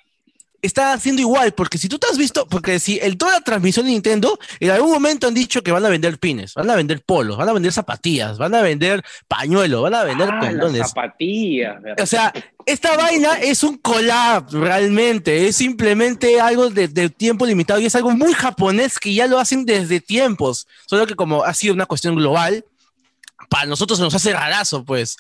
está haciendo igual, porque si tú te has visto, porque si el toda la transmisión de Nintendo, en algún momento han dicho que van a vender pines, van a vender polos, van a vender zapatillas, van a vender pañuelos, van a vender
Ah, las
condones.
zapatillas. ¿verdad?
O sea, esta vaina es un collab realmente, es simplemente algo de, de tiempo limitado y es algo muy japonés que ya lo hacen desde tiempos, solo que como ha sido una cuestión global, para nosotros se nos hace rarazo, pues.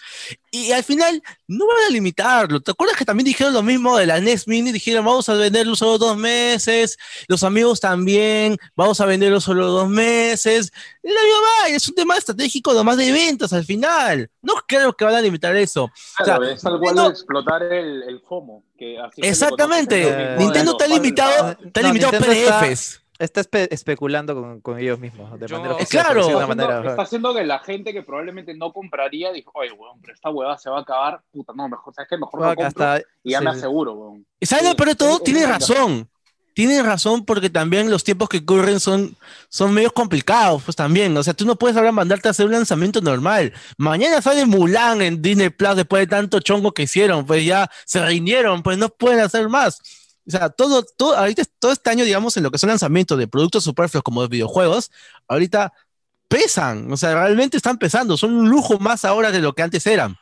Y al final no van a limitarlo. ¿Te acuerdas que también dijeron lo mismo de la NES Mini? Dijeron, vamos a venderlo solo dos meses, los amigos también, vamos a venderlo solo dos meses. Es la misma vaina, es un tema estratégico nomás de ventas al final. No creo que van a limitar eso.
Claro,
o sea,
es algo de
no-
explotar el, el FOMO. Que así se le
Exactamente.
conoce, ¿no?
Eh,
Nintendo te ha
Bueno,
limitado, te ha
no,
limitado
Nintendo está-
PDFs.
Está espe- especulando con, con ellos mismos, de
Yo-
manera
Eh,
oficial, por
claro.
decirlo de
Está
una
haciendo,
manera.
está haciendo que la gente que probablemente no compraría dijo, oye, weón, pero esta huevada se va a acabar. Puta, no, mejor, ¿sabes qué? Mejor no
Bueno, que
compro
hasta-
y ya me
sí, sí.
aseguro, weón.
¿Y sabes lo
Sí,
peor de
es-
todo?
es
Tienes
verdad.
razón. Tienes razón porque también los tiempos que corren son, son medio complicados, pues también. O sea, tú no puedes ahora mandarte a hacer un lanzamiento normal. Mañana sale Mulan en Disney Plus después de tanto chongo que hicieron, pues ya se rindieron, pues no pueden hacer más. O sea, todo, todo, ahorita es- todo este año, digamos, en lo que son lanzamientos de productos superfluos como de videojuegos, ahorita pesan, o sea, realmente están pesando, son un lujo más ahora de lo que antes eran.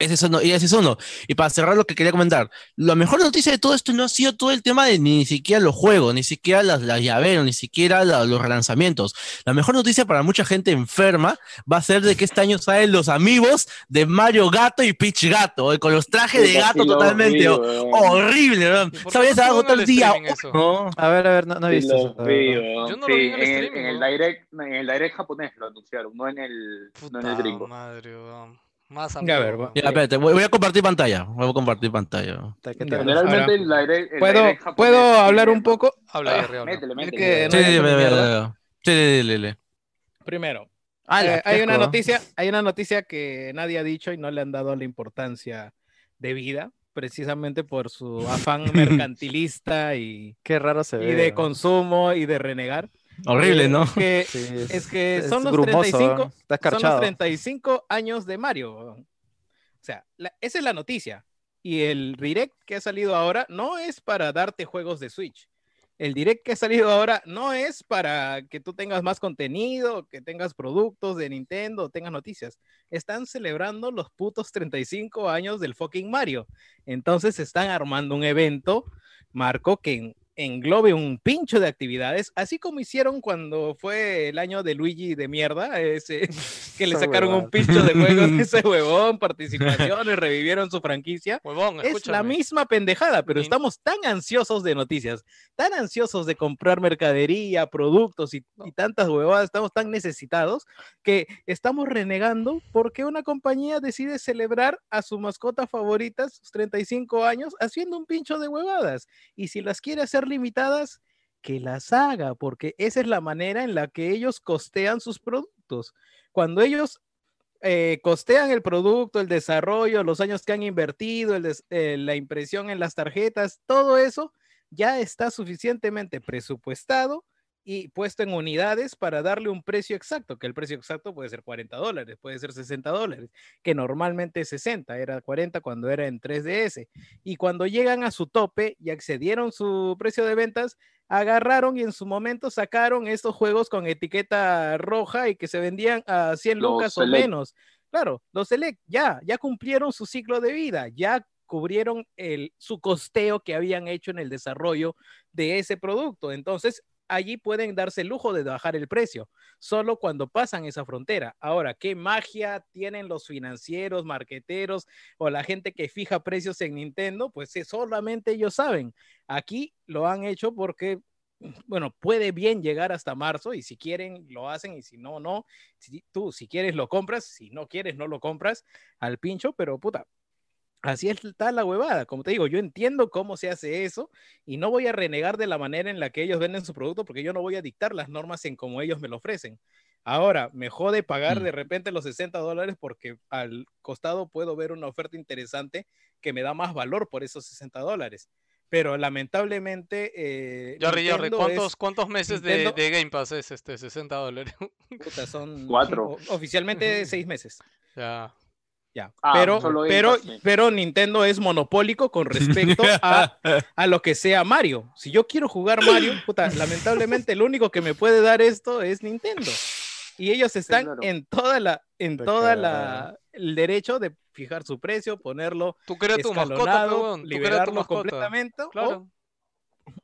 Ese es uno, y ese es uno. Y para cerrar lo que quería comentar, la mejor noticia de todo esto no ha sido todo el tema de ni siquiera los juegos, ni siquiera las, las llaveros, ni siquiera la- los relanzamientos. La mejor noticia para mucha gente enferma va a ser de que este año salen los amigos de Mario Gato y Peach Gato, eh, con los trajes de
Puta,
gato
sí lo
totalmente
vi,
oh,
weón.
horrible. ¿verdad?
¿Y por qué
Sabías
no
algo
suben al
todo el día.
streaming eso?
uno.
A ver, a ver, no, no he
Sí,
visto
lo
eso.
vi,
weón.
weón.
Yo no
Sí,
lo vi en el
en, el,
streaming,
en el
weón.
direct, en el direct japonés lo anunciaron, no en el, no en el
Puta
gringo.
madre, weón. Más
Ya, a ver,
amigos,
va-
Ya, espérate, voy, voy a compartir pantalla. Voy a compartir pantalla.
Puta, ¿qué
Ya,
tal?
general-
Generalmente
Ahora,
el direct, el
¿Puedo,
direct japonés
¿puedo
tiene
hablar un
más-
poco?
Habla
Ah,
ahí arriba. habla.
Métele,
Es
métele.
que
weón.
Sí,
no
sí,
hay
sí,
esa mierda.
sí, sí, sí, sí, sí.
Primero,
¡Hala,
eh,
Ah, qué
hay una
asco!
noticia, hay una noticia que nadie ha dicho y no le han dado la importancia de vida, precisamente por
<laughs>
su afán mercantilista y,
Qué raro se ve.
y de
weón.
consumo y de renegar.
Horrible,
Eh,
¿no?
que-
Sí,
es que
es
son los
grumoso,
35,
weón. Está
son los
escarchado.
35 años de Mario. weón. O sea, la- esa es la noticia. Y el direct que ha salido ahora no es para darte juegos de Switch. El direct que ha salido ahora no es para que tú tengas más contenido, que tengas productos de Nintendo, tengas noticias. Están celebrando los putos 35 años del fucking Mario. Entonces están armando un evento, Marco, que en- englobe un pincho de actividades, así como hicieron cuando fue el año de Luigi de mierda,
<laughs>
ese, que le
Esa
sacaron
huevada.
un pincho de
<laughs>
juegos de ese huevón, participaciones, revivieron su franquicia.
Huevón,
Es la
escúchame.
misma pendejada, pero
Ni-
estamos tan ansiosos de noticias, tan ansiosos de comprar mercadería, productos y, y tantas huevadas, estamos tan necesitados que estamos renegando porque una compañía decide celebrar a su mascota favorita, sus 35 años, haciendo un pincho de huevadas. Y si las quiere hacer limitadas, que las haga, porque esa es la manera en la que ellos costean sus productos. Cuando ellos eh, costean el producto, el desarrollo, los años que han invertido, el des- eh, la impresión en las tarjetas, todo eso ya está suficientemente presupuestado y puesto en unidades para darle un precio exacto, que el precio exacto puede ser 40 dólares, puede ser 60 dólares, que normalmente es 60, era 40 cuando era en 3DS. Y cuando llegan a su tope y accedieron su precio de ventas, agarraron y en su momento sacaron estos juegos con etiqueta roja y que se vendían a 100
Los
lucas o
Select.
menos. Claro, los Select ya, ya cumplieron su ciclo de vida, ya cubrieron el, su costeo que habían hecho en el desarrollo de ese producto. Entonces, allí pueden darse el lujo de bajar el precio, solo cuando pasan esa frontera. Ahora, ¿qué magia tienen los financieros, marqueteros o la gente que fija precios en Nintendo? Pues eh, solamente ellos saben. Aquí lo han hecho porque bueno, puede bien llegar hasta marzo y si quieren lo hacen y si no, no. Si- tú, si quieres lo compras, si no quieres no lo compras al pincho, pero puta, así es- está la huevada. Como te digo, yo entiendo cómo se hace eso y no voy a renegar de la manera en la que ellos venden su producto porque yo no voy a dictar las normas en cómo ellos me lo ofrecen. Ahora, me jode pagar
Mm.
de repente los 60 dólares porque al costado puedo ver una oferta interesante que me da más valor por esos 60 dólares. Pero lamentablemente... Eh,
Jorry, Jorry,
Nintendo es-
¿cuántos, ¿cuántos meses de,
Nintendo-
de Game Pass es este? 60 dólares. <laughs>
Puta, son
Cuatro.
o- oficialmente seis meses.
ya.
Ya.
Ah,
pero,
solo Game
pero,
Pass, sí.
pero Nintendo es monopólico con respecto
<laughs>
<laughs>
a, a lo que sea Mario. Si yo quiero jugar
<laughs>
Mario, puta, lamentablemente el único que me puede dar esto es Nintendo. Y ellos están
claro.
en toda la, en
Puta,
toda la el derecho de fijar su precio, ponerlo
Tú creas tu mascota, pe, weón.
escalonado,
Tú creas tu
liberarlo
mascota.
completamente o-
Claro.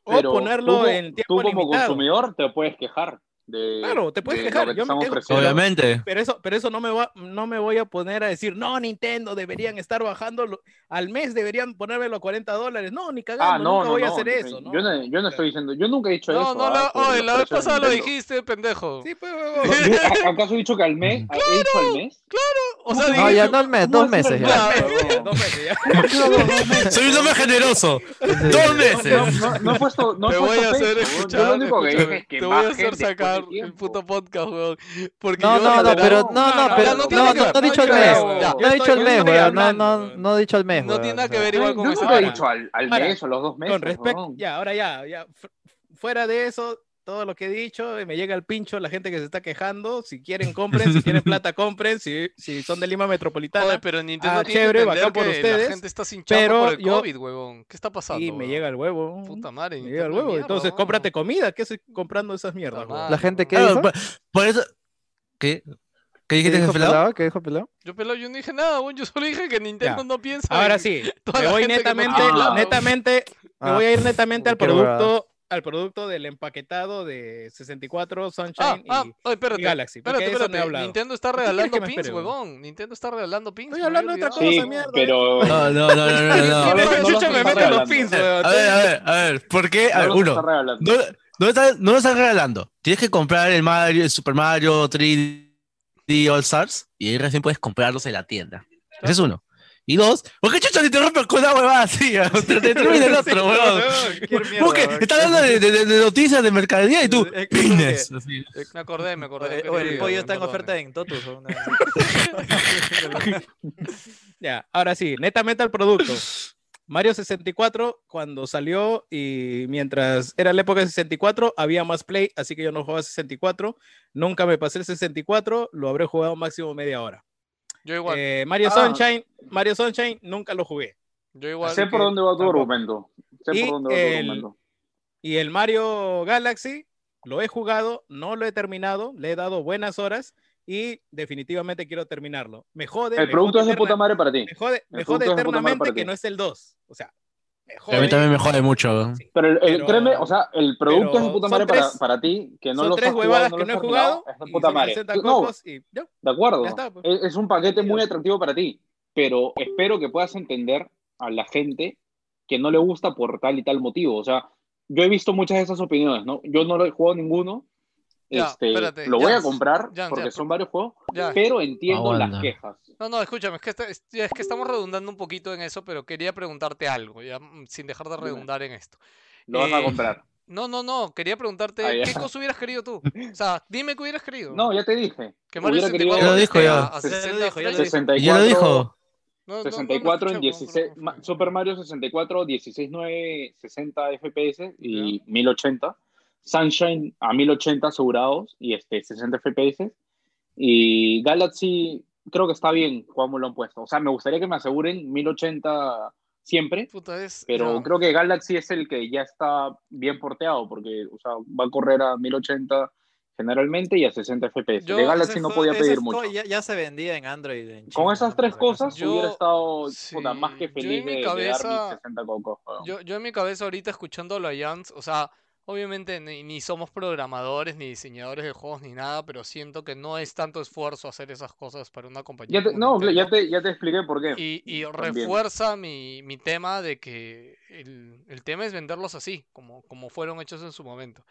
o,
Pero
ponerlo
tú,
en tiempo
Tú como
limitado.
consumidor te puedes quejar. De,
Claro, te
de
puedes
lo
quejar,
que te
yo me
están
quejo.
ofreciendo.
Obviamente.
Pero eso, pero eso no me va, no me voy a poner a decir, no, Nintendo, deberían estar bajando lo- al mes, deberían ponérmelo a 40 dólares. No, ni cagando,
Ah, no,
nunca
no,
voy a
no,
hacer
yo-
eso. ¿no?
Yo no, yo no estoy diciendo, yo nunca he dicho
No,
eso.
no,
ah,
la,
sobre
oye,
los
la vez
precios de
pasada lo
Nintendo.
dijiste, pendejo.
Sí, pues, huevón.
¿A- ¿Acaso he dicho que
<laughs>
al mes? ¿He dicho al mes?
O sea,
No,
dijiste-
ya dos, meses, dos meses. Ya.
Ya,
<laughs> Dos meses pues,
<laughs>
ya.
Soy un hombre generoso. Dos
No,
meses.
no, no he puesto. No he
te voy
puesto
a hacer
fecha,
escuchar.
weón. Yo lo único que
escúchame,
dije es que
te voy a
bajen
hacer
después de
sacar el
tiempo.
puto podcast, weón. Porque
No,
yo
no, no,
literal-
pero no, no, pero
no
no,
tiene
no,
que ver,
no he
no
dicho el
tiene que
mes.
ver, weón.
No he dicho el mes,
estoy
weón. No, no,
hablando, weón.
no he dicho el mes,
No
weón.
tiene nada
o
que
sea.
ver
Yo
igual con ese
nunca he
tema.
dicho al, al
Ahora,
mes o los dos meses.
Con respecto,
weón.
ya, ahora ya, ya. fu- Fuera de eso, todo lo que he dicho, eh, me llega el pincho la gente que se está quejando. Si quieren, compren. Si quieren
<laughs>
plata, compren. Si, si son de Lima Metropolitana.
Oye, pero Nintendo
Ah,
tiene
chévere,
que entender
bacán por
que la
ustedes,
gente está sin chamba
pero
por el
yo-
COVID, huevón. ¿Qué está pasando?
y me
huevón?
llega el huevo.
Puta madre.
me llega el
Nintendo
huevo.
mierda,
Entonces,
huevón.
cómprate comida. ¿Qué estoy comprando esas mierdas,
Puta
huevón?
madre,
La gente que
huevón.
dijo?
Claro, por, por eso. ¿Qué? ¿Qué
¿Qué
dijiste,
dijo
jefe Lau?
Pelao? ¿Qué dijo Pelao?
Yo pelado, yo no dije nada, huevón. Yo solo dije que Nintendo no piensa.
Ahora
en-
sí,
toda
me
la
voy
gente que no tiene
netamente,
plata,
netamente, me
Ah,
voy a ir netamente al
qué huevada.
producto, al producto del empaquetado de 64
Ah,
Sunshine
ah,
y
oye, espérate.
y Galaxy, porque
Espérate,
de eso no he
espérate.
hablado.
Nintendo está
quieres
regalando
que me
pins,
espere, huevón?
huevón. Nintendo está regalando pins.
Estoy
me había
hablando de otra
olvidado.
cosa,
Sí,
mierda.
pero.
No, no, no, no, no, no.
<laughs>
no,
Siempre
no,
la
no,
chucha
no,
me
no,
mete
no,
los
no,
pins,
no,
huevón.
A ver, a ver, a ver. ¿Por qué? A ver,
no los
uno.
está regalando.
No, no, está- no lo estás regalando. Tienes que comprar el Mario, el Super Mario 3D All Stars y ahí recién puedes comprarlos en la tienda. Ese es uno. Y dos, ¿por qué chucha te interrumpen con una huevada así? ah? <laughs> Te te interrumpen el otro, huevón. Porque está hablando de, de- de noticias de mercadería y tú,
Es- es como
pines.
que-
Así.
Eh, Me acordé, me acordé.
Oye,
qué
oye, Eh, el
querido,
pollo
huevón,
está en
perdone.
oferta en Totus. o una-
Ya, ahora sí, netamente al
<laughs>
producto. Mario 64, cuando salió y mientras era la época de 64, había más play, así que yo no jugaba 64. Nunca me pasé el 64, lo habré jugado máximo media hora.
Yo igual,
Eh, Mario
Ah.
Sunshine, Mario Sunshine, nunca lo jugué.
yo igual.
sé
que
por dónde va tu
tampoco.
argumento. Sé
Y
por dónde va tu
el-
argumento.
Y el Mario Galaxy lo he jugado, no lo he terminado, le he dado buenas horas y definitivamente quiero terminarlo. Me jode.
El
me
producto
jode
es de puta
eterna-
madre para ti.
Me jode, me
El
jode
producto es de puta madre
eternamente
para
que
ti.
no es el 2. O sea, me
A mí
jode.
también me jode mucho. weón.
Sí.
Pero, el- el-
Pero-
créeme, o sea, el producto es de
pero
puta
son
madre para,
tres-
para ti, que no
Son
lo
tres
has jugado,
huevadas
no
que
lo
no he
has terminado,
jugado.
Es de
y
puta
son
madre.
60
No,
cocos y ya.
de acuerdo.
Ya está, pues.
Es, es un paquete muy atractivo para ti. Pero espero que puedas entender a la gente que no le gusta por tal y tal motivo. O sea, yo he visto muchas de esas opiniones, ¿no? Yo no lo he jugado ninguno.
Ya,
Este,
espérate,
lo voy
ya,
a comprar
ya, Ah.
porque
ya.
son varios juegos,
Ya.
pero entiendo
Aguanta.
las quejas.
No, no, escúchame, es que, esta- es, es que estamos redundando un poquito en eso, pero quería preguntarte algo, ya mm, sin dejar de
Dime.
redundar en esto.
Lo vas
Eh,
a comprar.
No, no, no, quería preguntarte
Ah, ya.
qué cosa hubieras querido
<laughs>
tú. O sea, dime qué hubieras querido.
No, ya te dije.
que Mario
hubiera querido-
64
Ya lo dijo,
esté
ya.
a- a
Ya lo
60
dijo, ya lo
frames.
dijo.
64,
Ya lo dijo.
No, no, no, no
64 en
escuché, huevón,
16,
por
ma-
favor.
Super Mario 64, 16, 9, 60 FPS y 1080. Sunshine a 1080 asegurados y este, 60 FPS. Y Galaxy creo que está bien cómo lo han puesto. O sea, me gustaría que me aseguren 1080 siempre,
Puta, es-
pero
ya.
creo que Galaxy es el que ya está bien porteado porque o sea, va a correr a 1080 generalmente y a 60 FPS.
Yo-
De Galaxy
Ese
no
juego-
podía
ese
pedir
juego
mucho.
Ya, ya se vendía en Android. en
Con
China,
esas
¿no?
tres
Por acaso.
cosas
Yo-
hubiera estado
sí,
puta, más que
yo en
feliz
mi
de, de
cabeza-
dar mis 60 cocos. weón.
Yo, yo en mi cabeza ahorita escuchándolo a Jans, o sea, Obviamente ni, ni somos programadores, ni diseñadores de juegos, ni nada, pero siento que no es tanto esfuerzo hacer esas cosas para una compañía
Ya te-
como
no,
Nintendo.
ya te, ya te expliqué por qué.
Y, y
También.
refuerza mi, mi tema de que el, el tema es venderlos así, como, como fueron hechos en su momento.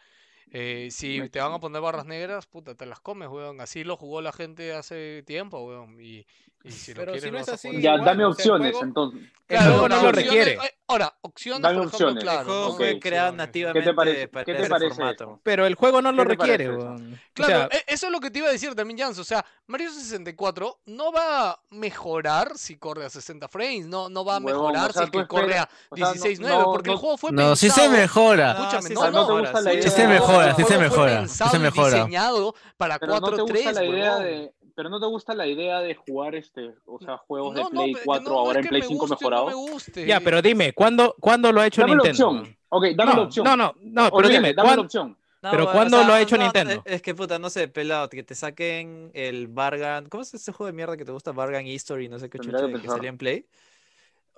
Eh, si te van a poner barras negras, puta, te las comes, weón. Así lo jugó la gente hace tiempo, weón. Y, y si lo
Pero si
quieres,
no
lo
es
vas a jugar
así,
así.
Ya,
igual,
dame
o sea, el
opciones,
juego-
entonces.
Claro,
Claro,
no
ahora
lo
opciones-
requiere.
ay, Ahora, opciones,
Dame
por ejemplo,
opciones.
El
claro,
juego
¿no?
fue
ok,
creado
opciones.
nativamente
parece-
para
qué te
ese
parece
formato.
eso?
Pero el juego no lo
¿Qué te parece
requiere,
eso?
weón. O sea,
Claro, e- eso es lo que te iba a decir también, Jans. O sea, Mario 64 no va a mejorar si corre a 60 frames, no, no va a
Huevón, o
mejorar
sea,
si
tú
es que corre a
espera- o sea, no-
16.9,
no-
porque el
no-
juego fue
No, sí se
pensado-
mejora.
Escúchame,
sí
no,
se
no.
mejora,
No te gusta la
sí.
idea.
Sí se
el juego-
mejora,
el
sí se
juego fue
mejora, sí
pensado
se
y
mejora.
diseñado para
Pero no te
4
gusta
3,
la idea de. Pero no te gusta la idea de jugar este, o sea, juegos de Play 4 ahora en Play 5 mejorado.
No me
eh,
guste.
ya, pero dime, ¿cuándo, ¿cuándo lo ha hecho
dame la
Nintendo?
opción. Ok, dame la
No,
opción.
no, no, no, pero
Olvídate,
dime,
dame la
¿cuándo?
opción.
No,
Pero
weón,
¿cuándo lo ha hecho Nintendo?
Es que puta, no sé, pelado, que te saquen el Bargan. ¿Cómo es ese juego de mierda que te gusta? Bargan History, no sé qué
Tendría
chucha,
que
de que
pensar.
salía en Play.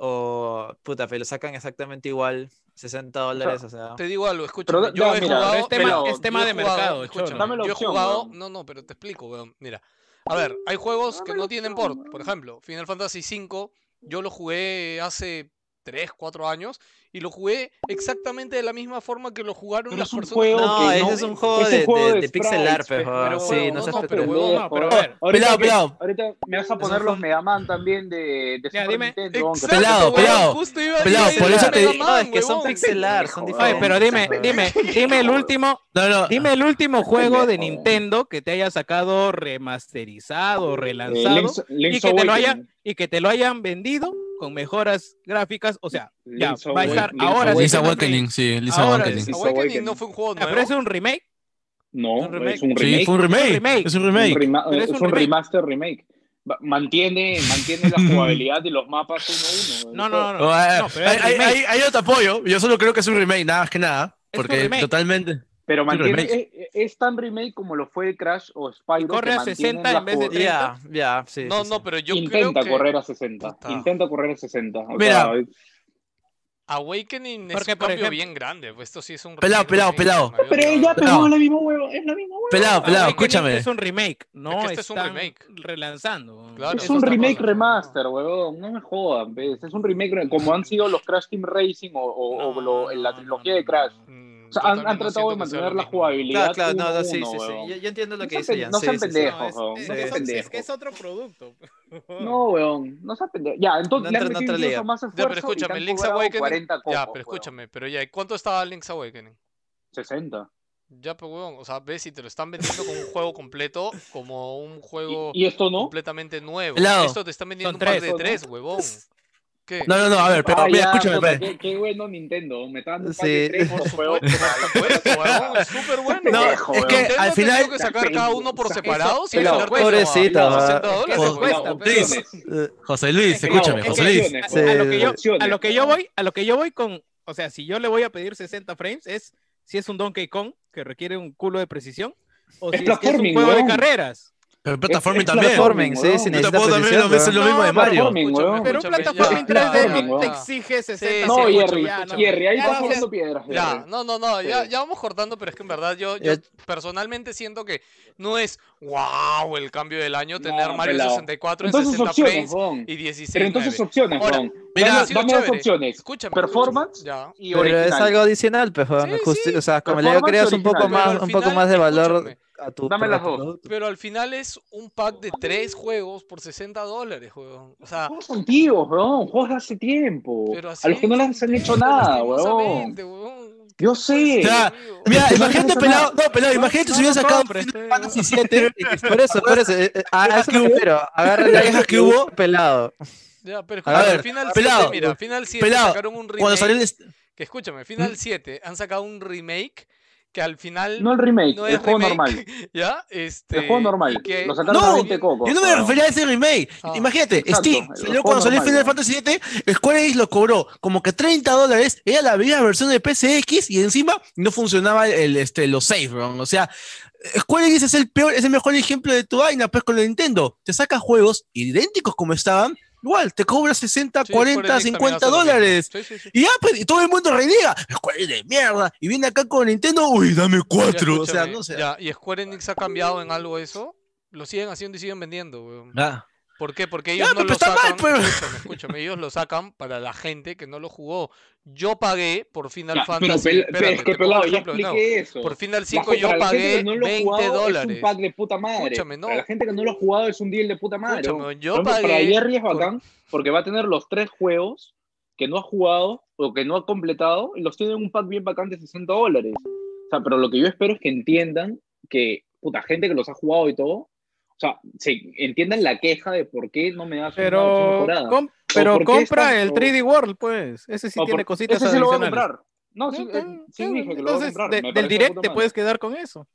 O puta, pero lo sacan exactamente igual, 60 dólares, o sea.
Te digo algo, escúchame.
Pero da-
yo
da-
he
mira,
jugado.
es tema-
pelado,
es
tema
yo he
de
jugado-
mercado,
escúchame,
cholo.
Dame la
Yo he
opción,
jugado.
weón.
No, no, pero te explico, weón. Mira. A ver, hay juegos que
Dame la
no tienen
opción,
port. Por ejemplo, Final Fantasy V, yo lo jugué hace 3, 4 años y lo jugué exactamente de la misma forma que lo jugaron
Pero
las
es un
personas.
juego
No,
que
ese
no-
es un juego
es un
de,
juego
de-
de
de pixel art,
sprites,
pe,
pe,
joder,
pero
Sí,
huevón,
no
no,
seas
no, pero
pendejo.
huevón,
no, pero a ver.
Ahorita,
Pelado,
que-
pelado.
ahorita me vas a poner
un
los
juego-
Mega Man también de, de Super
dime.
Nintendo. aunque-
Exacto,
Pelado,
weón,
pelado,
justo iba a
pelado,
decir
por eso
Mega
te-
Man,
No, es que son
huevón.
pixel art, son
Oye,
Oye,
diferentes.
pero dime,
joder.
dime, dime el último,
No, no.
dime el último juego de
pendejo.
Nintendo que te haya sacado remasterizado,
eh,
relanzado
Link's-
y
Link's
que te lo
Awakening.
hayan y que te lo hayan vendido con mejoras gráficas, o sea, ya
Link's
va a estar
Awakening.
ahora
Link's
Lisa
sí,
Awakening, sí, Lisa
Ahora
Awakening.
Link's
Awakening no
Awakening.
fue un juego
Ah, pero
nuevo.
es un remake,
No,
Un remake.
es un remake.
Sí, fue un remake.
remake.
Es un remake.
Un rema-
Pero es
es,
un
un,
remake.
remaster remake. Va- Mantiene, mantiene la jugabilidad y los mapas uno a uno.
No, no, no.
Oh, eh,
no, pero es
ahí- ahí-
remake.
ahí- ahí yo te apoyo. Yo solo creo que es un remake, nada más que nada.
Es un
Porque
remake.
totalmente.
Pero mantiene,
remake.
es, es tan remake como lo fue Crash o Spyro.
Y corre
que
a
mantienen
60
la
en vez de
ju-
Ya,
30.
ya, sí.
No,
sí,
no,
sí.
pero yo creo
intenta
que
correr a 60.
Puta.
Intenta correr a 60. o
Mira.
sea, es-
Awakening es
Porque,
un
por
cambio
ejemplo-
bien grande. pues, esto sí es un
Pelado,
remake,
pelado,
remake,
pelado.
Mario,
pero
no, no.
ella pegó la misma huevo. Es la misma huevo.
Pelado, pelado,
Awakening
escúchame.
este Es un remake, no
que este es un
están
remake.
relanzando.
Claro,
es
Ah, eso
un
está
remake
pasando.
remaster, huevón. No me jodan, ¿ves? Es un remake re- como han sido los Crash Team Racing o, o- o
No,
lo- en la
no,
trilogía
no,
de Crash.
no, no.
Mm,
O sea,
yo
han,
también
han
no
tratado de
siento que sea lo
mantener la
mismo.
Claro,
jugabilidad.
claro,
uno
no,
a
no, sí,
uno,
sí, sí.
huevón.
Yo, yo entiendo lo
No
que
sean
dice
pen-
Jan.
no
sí,
sean
sí, sí.
pendejos. pendejo,
es,
no
es-
seas
es- es que
pendejo.
es otro producto.
No, weón, no se pendejo. Ya,
No
entonces le han
entra en
metido
otra
incluso
liga.
más
Ya,
esfuerzo
pero
y te
escúchame,
han
Link's
cobrado
Awakening.
40 copos,
ya, pero
weón.
escúchame, pero ya, ¿y ¿cuánto estaba Link's Awakening?
60.
Ya, pues, weón, o sea, ves si te lo están vendiendo como un juego completo, como un juego
¿Y, y esto no?
completamente nuevo.
Pelado.
Esto te están vendiendo
Son
un par
tres,
de
¿no?
tres, huevón. ¿Qué?
No, no, no, a ver, pero
Ah,
mira,
ya,
escúchame,
puta,
pe.
qué, qué bueno Nintendo, me están dando
Sí.
sí.
Por supuesto, por
<laughs>
supuesto, huevón, es súper bueno.
No,
pendejo,
es
weón.
que
Nintendo
al
ha tenido
final.
que sacar cada uno por
Eso-
separado sin
pelado,
venderte como a
pobrecito,
60
ah.
dólares, pues.
Es que
huevón.
eso cuesta,
Luis,
pero-
eh, José Luis,
Es que
escúchame,
no,
José
es que-
Luis.
opciones,
a-
sí.
a lo que yo- a
Opciones.
lo que yo voy, a lo que yo voy con, o sea, si yo le voy a pedir 60 frames es si es un Donkey Kong que requiere un culo de precisión o
Es
si es, que es un
platforming,
juego de
weón.
carreras.
Pero
Es-
plataforming
es
también.
plataforma,
Platforming, sí,
weón.
sí,
Yo
Yo
necesita
tampoco también
precisión,
lo es lo
weón.
mismo de
No,
Mario.
platforming,
Escúchame,
weón.
Pero un
escúchame, ya,
ya,
plataforming 3D
ya.
te exige 60
sí,
No,
frames,
Jerry,
ya, no.
Jerry, ahí
Ya,
vas
no,
jugando piedras.
Ya,
Jerry.
no, no, no, ya,
Sí.
ya vamos cortando, pero es que en verdad yo, yo
Ya-
personalmente siento que no es wow el cambio del año tener
No,
Mario
pelado.
64 en
Entonces
60
opciones,
frames
weón.
y 16
Pero entonces
nueve.
opciones,
Ahora,
weón.
mira,
Dame-
ha sido
dame dos
chévere.
opciones.
Escúchame.
Performance
Ya.
y
Pero es
original.
algo adicional, pues, joder,
Sí,
justi-
sí,
o sea, como le
performance
creas un poco
original.
más,
Pero al
un poco
final,
más de valor
escúchame,
a tu,
dame
a
las
tu
dos.
producto.
Pero al final es un pack de tres juegos por 60 dólares, weón. O sea,
Juegos antiguos, weón. Juegos de hace tiempo.
pero
a
así
los que no les han hecho nada, weón.
lastimosamente, weón.
Yo sé.
Pues,
Ya,
amigo.
Mira,
no
imagínate,
pasa
pelado. No, pelado, imagínate si hubiera sacado
compres,
Final
pe,
Fantasy 7
<laughs> Por eso, por eso, eh, eh, a a eso
que
me
hubo-
refiero. Agarra
la
la
queja
hija
que
que
hubo-
hubo pelado.
Ya, pero
A
escúchame,
ver,
Final 7,
pelado,
mira, Final 7
pelado,
sacaron un
cuando salió
remake.
el.
Que escúchame, Final 7 han sacado un remake que al final
¿Mm? No el remake,
no
el
es
juego
remake,
normal.
<laughs> ¿ya? Este,
El juego normal.
y que-
Lo sacaron
No,
a
más
20
bien-
cocos.
Yo no me
weón.
refería a ese remake.
Ah.
Imagínate,
Exacto,
Steam
el
salió
juego
cuando salió
normal,
Final Fantasy VII, Square Enix lo cobró como que 30 dólares, era la vieja versión de PCX y encima no funcionaba el, este, los save, weón. O sea, Square Enix es el peor, es el mejor ejemplo de tu vaina, pues con el Nintendo. Te sacas juegos idénticos como estaban igual te cobra 60,
Sí,
40,
46 también hace
50
lo mismo.
dólares.
Sí, sí, sí.
Y ya, pues, y todo el mundo reivindica, Square de mierda. Y viene acá con Nintendo, uy, dame
Ya,
cuatro. O sea,
escúchame,
no sé.
ya, ¿y Square Enix ha cambiado en algo eso? Lo siguen haciendo y siguen vendiendo, weón.
Ah,
¿Por qué? Porque ellos
Ya,
no
pero
lo
está
sacan.
mal, pero-
Escúchame, escúchame, ellos lo sacan para la gente que no lo jugó. Yo pagué por Final
Ya,
Fantasy.
pero, pel- pero
espérate,
es
te
que
pongo
pelado,
el
ya
ejemplo de nuevo.
expliqué eso.
Por Final
La
5
gente-
yo
para la gente
pagué
que no lo ha
20
jugado,
dólares.
Es un pack de puta madre.
Escúchame, no.
Para la gente que no lo ha jugado es un deal de puta madre.
Escúchame,
¿no?
yo
Por ejemplo, Para
pagué
Jerry es
por-
bacán porque va a tener los tres juegos que no ha jugado o que no ha completado y los tiene en un pack bien bacán de 60 dólares. O sea, pero lo que yo espero es que entiendan que, puta, gente que los ha jugado y todo, o sea, se entiendan la queja de por qué no me das una versión
Pero,
mejorada.
com-
¿O
pero
por qué
compra
estás-
el
o-
3D World, pues. Ese sí
o
tiene
por-
cositas
ese sí lo voy a
adicionales. Ah,
comprar. No, sí,
Ya,
eh,
ya,
sí
ya.
dije que lo voy a
Entonces,
comprar.
de-
me
del
parece de
direct
puta
te
madre.
puedes quedar con eso.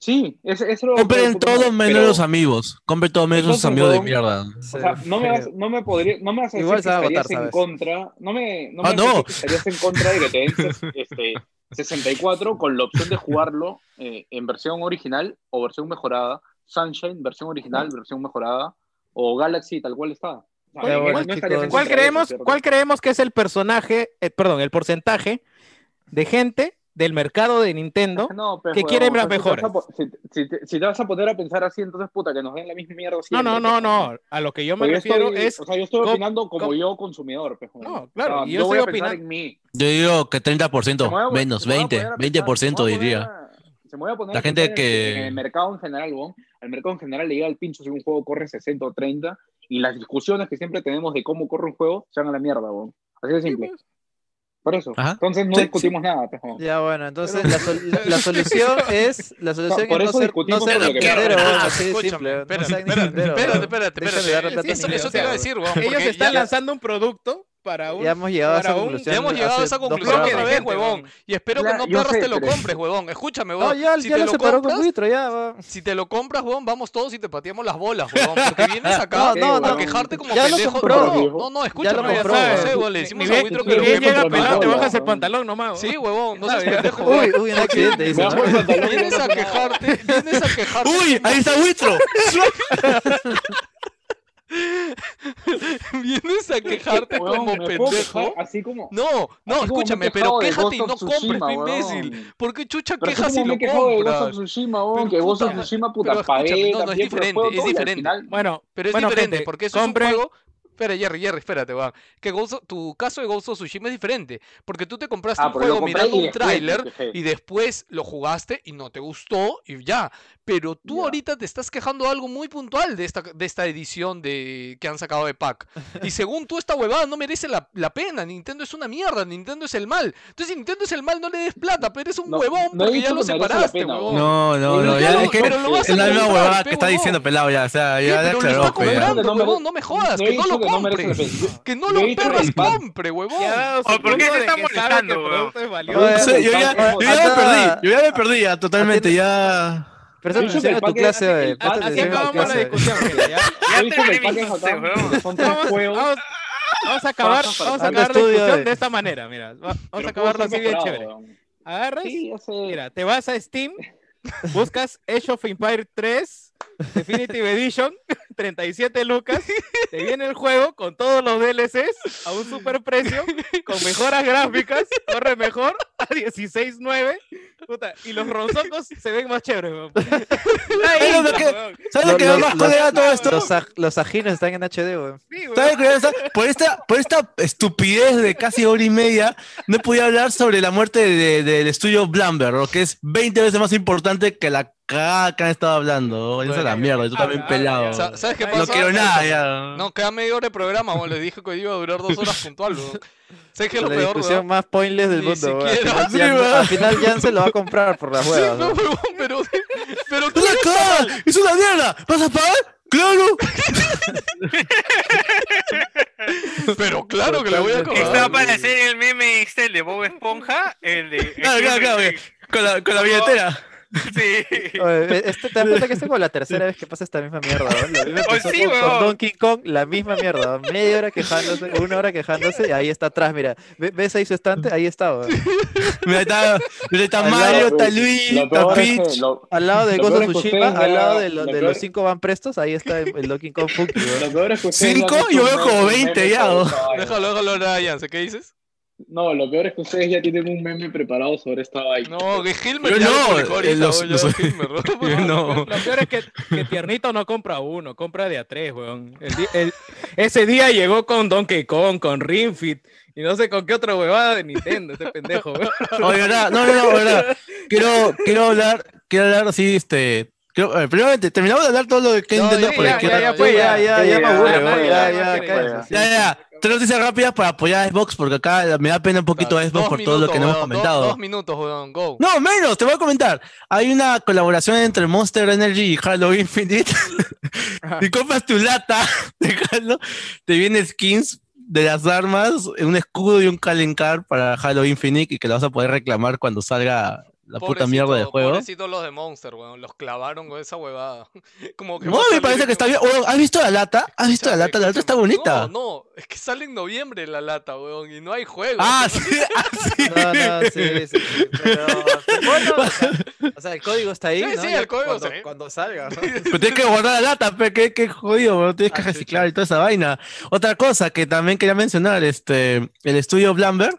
Sí, ese, ese lo voy a comprar de
Compren
puta madre,
todo menos
pero-
los amigos. Compren todo menos los
Entonces,
amigos de
huevón,
mierda.
O sea, no me vas, no me podría, no me vas a decir
Igual
que
se va a agotar,
estarías en
¿sabes?
contra. No me, no me vas
Ah,
a decir
no.
que estarías en contra de que te den
<laughs>
ses- este, 64 con la opción de jugarlo eh, en versión original o versión mejorada. Sunshine, versión
Ah.
original, versión mejorada. O Galaxy, tal cual está. O sea,
Pero
igual
bueno,
no estarías
chicos.
en
¿Cuál
contra de eso,
creemos,
¿cierto?
¿Cuál creemos que es el personaje, eh, perdón, el porcentaje de gente del mercado de Nintendo?
No, pues,
que
huevón,
quieren las
o sea, si te vas a
mejoras.
po- Si, si te- si te vas a poner a pensar así, entonces puta, que nos den la misma mierda.
No,
siempre,
no, no,
pues,
no. A lo que yo me
Pero yo
refiero
estoy-
es
o sea, yo estoy
com-
opinando como
com-
yo consumidor, pues, huevón.
No, claro,
O sea,
y yo
yo voy a
estoy
pensar
opinando-
en mí.
Yo digo que
Se me va a
30%,
po-
menos,
se me va a
20,
poner a pensar, se
20%
me va a poner
diría.
a- Se me voy a poner
La
a
gente
pensar en el-
que-
En el mercado en general, weón. Al mercado en general le llega el pincho si un juego corre 60 o 30. Y las discusiones que siempre tenemos de cómo corre un juego se van a la mierda, weón. Así de simple. Por eso.
Ajá.
Entonces no
Sí,
discutimos nada, pues, weón.
Ya, bueno, entonces la, sol- la- la
<laughs>
solución es. La solución
por
es no
eso
ser, no
discutimos
ser
sobre lo que
Nintendero,
queramos.
Ah,
bueno, así de
Escúchame,
simple. no
espérate,
sean
espérate,
Nintendero,
espérate,
bueno.
espérate,
Dejen de
espérate.
darle plata a
Eso,
Nintendo,
eso te iba a
bueno.
decir, weón.
ellos
porque
están
ya-
lanzando un producto para un
Ya hemos llegado a
para
esa
un-
conclusión.
Ya hemos llegado a
hace
esa
dos
conclusión otra
programas,
vez,
gente,
huevón. Y espero
Ya,
que no
yo
perras
sé,
te lo
pero-
compres, huevón. Escúchame,
No,
huevón.
ya,
si
ya
te
lo
lo
separó con
compras,
Vitro, ya. va.
Si te lo compras, huevón, vamos todos y te pateamos las bolas, huevón. Porque vienes acá
No, no,
a
no.
quejarte como
Ya lo
pendejo.
compró.
No, no, no, escúchame,
Ya lo compró,
ya sabes,
huevón.
huevón, Le
Ni
decimos a
bien,
Buitro
ni
que lo
bien
compre.
llega
compró
pelado, te
Nintendo,
bajas el
weón.
pantalón nomás.
Sí,
weón.
huevón, no
Ah,
seas
ya.
pendejo,
Uy,
huevón.
uy, un accidente,
Me
dice.
bajo
¿no?
el pantalón y no
Vienes a
hago nada.
quejarte, vienes a quejarte.
¡Uy! ¡Ahí está Witro!
<laughs> Vienes a quejarte
Weón,
como
me puedo
pendejo.
quejar Así como.
No,
así
no,
como me he
escúchame, pero
quejado de
quéjate y
Ghost
no
of
compres,
Tsushima,
mi imbécil.
weón.
¿Por qué chucha
Pero así
quejas si
como me
lo
he quejado de Ghost of
compras?
Tsushima, weón,
Pero
que Ghost of
puta,
Tsushima,
pero
puta,
escúchame,
pagué
no, no, es
también, pero el
diferente,
juego
es
todo y al
diferente.
final-
Bueno,
Pero es
bueno,
diferente,
gente,
porque eso
compren
es un juego. Espera, Jerry, Jerry, espérate, va. Que Ghost of- tu caso de Ghost of Tsushima es diferente. Porque tú te compraste
Ah,
un
pero lo
juego
compré
mirando
y
un
después me
tráiler
quejé.
y después lo jugaste y no te gustó y ya. Pero tú
Ya.
ahorita te estás quejando de algo muy puntual de esta, de esta edición de, que han sacado de pack.
<laughs>
Y según tú, esta huevada no merece la, la pena. Nintendo es una mierda, Nintendo es el mal. Entonces, si Nintendo es el mal, no le des plata, pero eres un
No,
huevón
no he
porque ya
dicho
lo
que merece la
separaste,
pena,
huevón.
No, no, no.
Pero
Ya,
lo-
es que
pero lo vas a
es la misma
comprar,
huevada
pe,
que está
huevón.
diciendo pelado ya. O sea,
Sí,
ya
pero lo está
declaró, pe, ya.
comprando,
No me-
huevón, no me jodas,
no he
que no
dicho
lo
que no merece la
compres.
pena.
Que no
Yo
lo
he dicho que
perras
el pan-
compre, huevón.
Ya,
Oye, ¿por qué se
seguro
está
de que saben que el
molestando,
producto es valioso.
No,
Oye,
ya sé, yo,
el
ya,
pack-
yo ya me
hasta-
perdí, yo ya me perdí ya, totalmente, ya.
Pero
Yo he dicho
eso
que el
es tu
pack es-
clase,
el
oye,
pack-
presta
Así
atención a tu
acabamos la
clase.
discusión, gente, ya.
<laughs>
Ya
Yo he dicho que
terminé
el pack es
mi
bacán,
consejo,
porque son tres
Vamos,
juegos.
vamos- vamos a acabar,
Paso para
vamos a
tanto
acabar la
estudio
discusión
de-
de esta manera, mira. va- Vamos
pero
a acabarlo
puedo ser
así bien
mejorado,
chévere.
weón.
Agarras,
este Sí, ya sé.
mira, te vas
<laughs>
a Steam, buscas Age of Empire 3 Definitive Edition, <laughs>
<laughs>
37 lucas, te viene el juego con todos los DLCs a un super precio, con mejoras gráficas, corre mejor a 16.9, puta, y los ronzocos se ven más chéveres, weón. Ahí,
Pero lo que-
weón.
¿Sabes lo que me
Los-
más
los-
jodea todo esto?
Los, aj- los ajinos están en HD, weón.
Sí, weón.
¿Sabes lo que me jodea? Por esta, por esta estupidez de casi hora y media, no podía hablar sobre la muerte de- de- del estudio Blumber, lo que es 20 veces más importante que la cagada que han estado hablando. Esa es la mierda, y tú también
habla, habla,
pelado.
Sa- ¿Sabes qué
No
pasa?
No quiero nada, ya.
No, queda media hora de programa, weón. Les dije que hoy iba a durar dos horas puntual, weón. ¿Sabes qué es lo
la
peor,
discusión
weón?
más pointless del
Ni
mundo, weón.
siquiera-
Al,
Sí,
final, Jan-
weón.
al final Jan se lo va a comprar por
<laughs>
las
Sí,
huevas.
no,
weón.
huevón, pero. Pero
¡Es una cagada! ¡Es una mierda! ¿Vas a pagar? ¡Claro!
Pero claro que le voy a
Totalmente.
Esto va a
cobrar.
aparecer el meme este, el de Bob Esponja, el de...
Claro, claro, claro. Con la, con la
Por favor.
billetera.
<laughs> Sí.
Oye, este, te das cuenta que es como la tercera vez que pasa esta misma mierda. ¿no?
<laughs>
La misma
Oye,
empezó
sí,
con, con
weón.
Donkey Kong, la misma mierda. ¿no? Media hora quejándose, una hora quejándose, y ahí está atrás, mira. Ve- ¿Ves ahí su estante? Ahí está, weón.
Mira, está, mira, está
Al lado,
Mario,
güey.
está Luis,
Lo
está
peor es que
Peach.
lo-
Al lado de
Lo
Ghost of
peor es que
Tsushima,
ustedes
al
ya-
lado de, lo-
lo
de
peor-
los cinco van prestos, ahí está el, el Donkey Kong Funky, weón.
lo peor es que ustedes ya han
Cinco,
hecho
yo veo como
un
20 ya,
sobre
¿no?
esta vaina.
Déjalo, déjalo ahora, Jansen, ¿qué dices?
No, lo peor es que ustedes ya tienen un meme preparado sobre esta vaina.
No, que Hilmer
Yo
ya
no,
lo publicó
eh,
ahorita,
los-
weón, ya
los- <laughs>
Hilmer, ¿no?
Yo no.
Lo peor es que, que Tiernito no compra uno, compra de a tres, weón. El di- el- ese día llegó con Donkey Kong, con Ring Fit y no sé con qué otra huevada de Nintendo, este pendejo, weón.
Oye, verdad, no, no, no, verdad. Quiero, quiero hablar, quiero hablar así, este. Quiero, eh, primeramente, terminamos de hablar todo lo que
No,
Nintendo
ya,
por la
ya,
izquierda.
ya,
Pues ya, ya, ya,
Ya,
me
ya,
aburre,
ya,
weón,
ya,
ya, <laughs> ya,
ya,
cállense.
Ya, ya. Tres noticias rápidas para apoyar a Xbox, porque acá me da pena un poquito a Xbox
Dos
por todo lo
minutos,
que no hemos
weón, dos-
comentado.
Dos minutos, weón, go.
No, menos, te voy a comentar. Hay una colaboración entre Monster Energy y Halo Infinite. <laughs> y compras tu lata de Halo, te vienen skins de las armas, un escudo y un calencar para Halo Infinite y que la vas a poder reclamar cuando salga la puta
Pobrecito-
mierda del juego.
Pobrecitos los de Monster, weón. Los clavaron con esa huevada. <laughs> Como que
No,
va a
me
salir
parece que
en- <laughs>
está bien. Oh, ¿Has visto la lata? ¿Has visto
Escúchame,
la lata? La lata está
escúchame.
bonita.
No, no, es que sale en noviembre la lata, weón, y no hay juego.
Ah, sí, <laughs> ah, sí.
No, no, sí, sí, sí, pero- bueno, o sea, <laughs> o sea, el código está ahí,
Sí,
¿no?
sí,
Ya
el código
cuando,
está ahí.
cuando salga, ¿no?
Pero tienes que guardar la lata, pe, que, que jodido, bro, Tienes que
Ah, chucha.
reciclar y toda esa vaina. Otra cosa que también quería mencionar, este, el estudio Blamber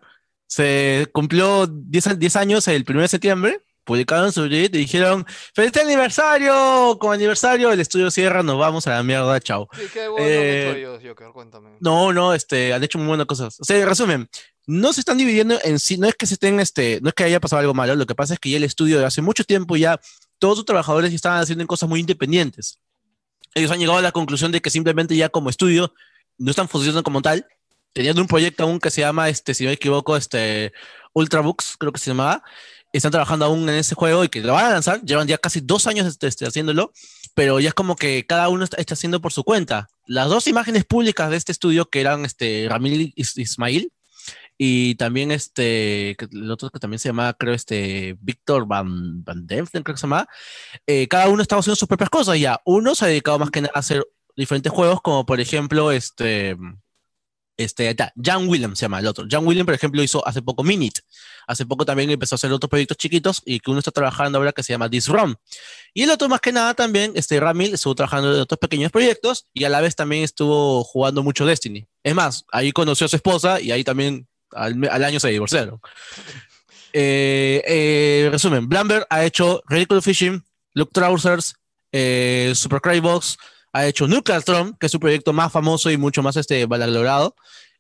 se cumplió 10, a- 10 años el 1 de septiembre, publicaron su lead y dijeron, ¡Feliz aniversario! Con aniversario el estudio cierra, nos vamos a la mierda, chao.
Sí, qué bueno que
Eh,
han hecho ellos, Joker, cuéntame.
No, no, este, han hecho muy buenas cosas. O sea, en resumen, no se están dividiendo en sí, no es que se estén, este, no es que haya pasado algo malo, lo que pasa es que ya el estudio de hace mucho tiempo ya todos sus trabajadores ya estaban haciendo cosas muy independientes. Ellos han llegado a la conclusión de que simplemente ya como estudio no están funcionando como tal. Teniendo un proyecto aún que se llama, este, si no me equivoco, este, Ultrabooks, creo que se llamaba. Están trabajando aún en ese juego y que lo van a lanzar. Llevan ya casi dos años este, este, haciéndolo pero ya es como que cada uno está, está haciendo por su cuenta. Las dos imágenes públicas de este estudio, que eran este, Ramil Is- Ismail y también este, que- el otro que también se llamaba, creo, este, Víctor Van, Van Denften, creo que se llamaba, eh, cada uno estaba haciendo sus propias cosas ya. Uno se ha dedicado más que nada a hacer diferentes juegos, como por ejemplo, este, este, ahí está, Jan Willem se llama el otro. Jan Willem, por ejemplo, hizo hace poco Minute. Hace poco también empezó a hacer otros proyectos chiquitos y que uno está trabajando ahora que se llama This Rom. Y el otro, más que nada, también, este Ramil estuvo trabajando en otros pequeños proyectos y a la vez también estuvo jugando mucho Destiny. Es más, ahí conoció a su esposa y ahí también al, me- al año se divorciaron. Eh, eh, resumen, Blamber ha hecho Radical Fishing, Look Trousers, eh, Super Cry Box, ha hecho Nuclear Throne, que es su proyecto más famoso y mucho más este, valorado.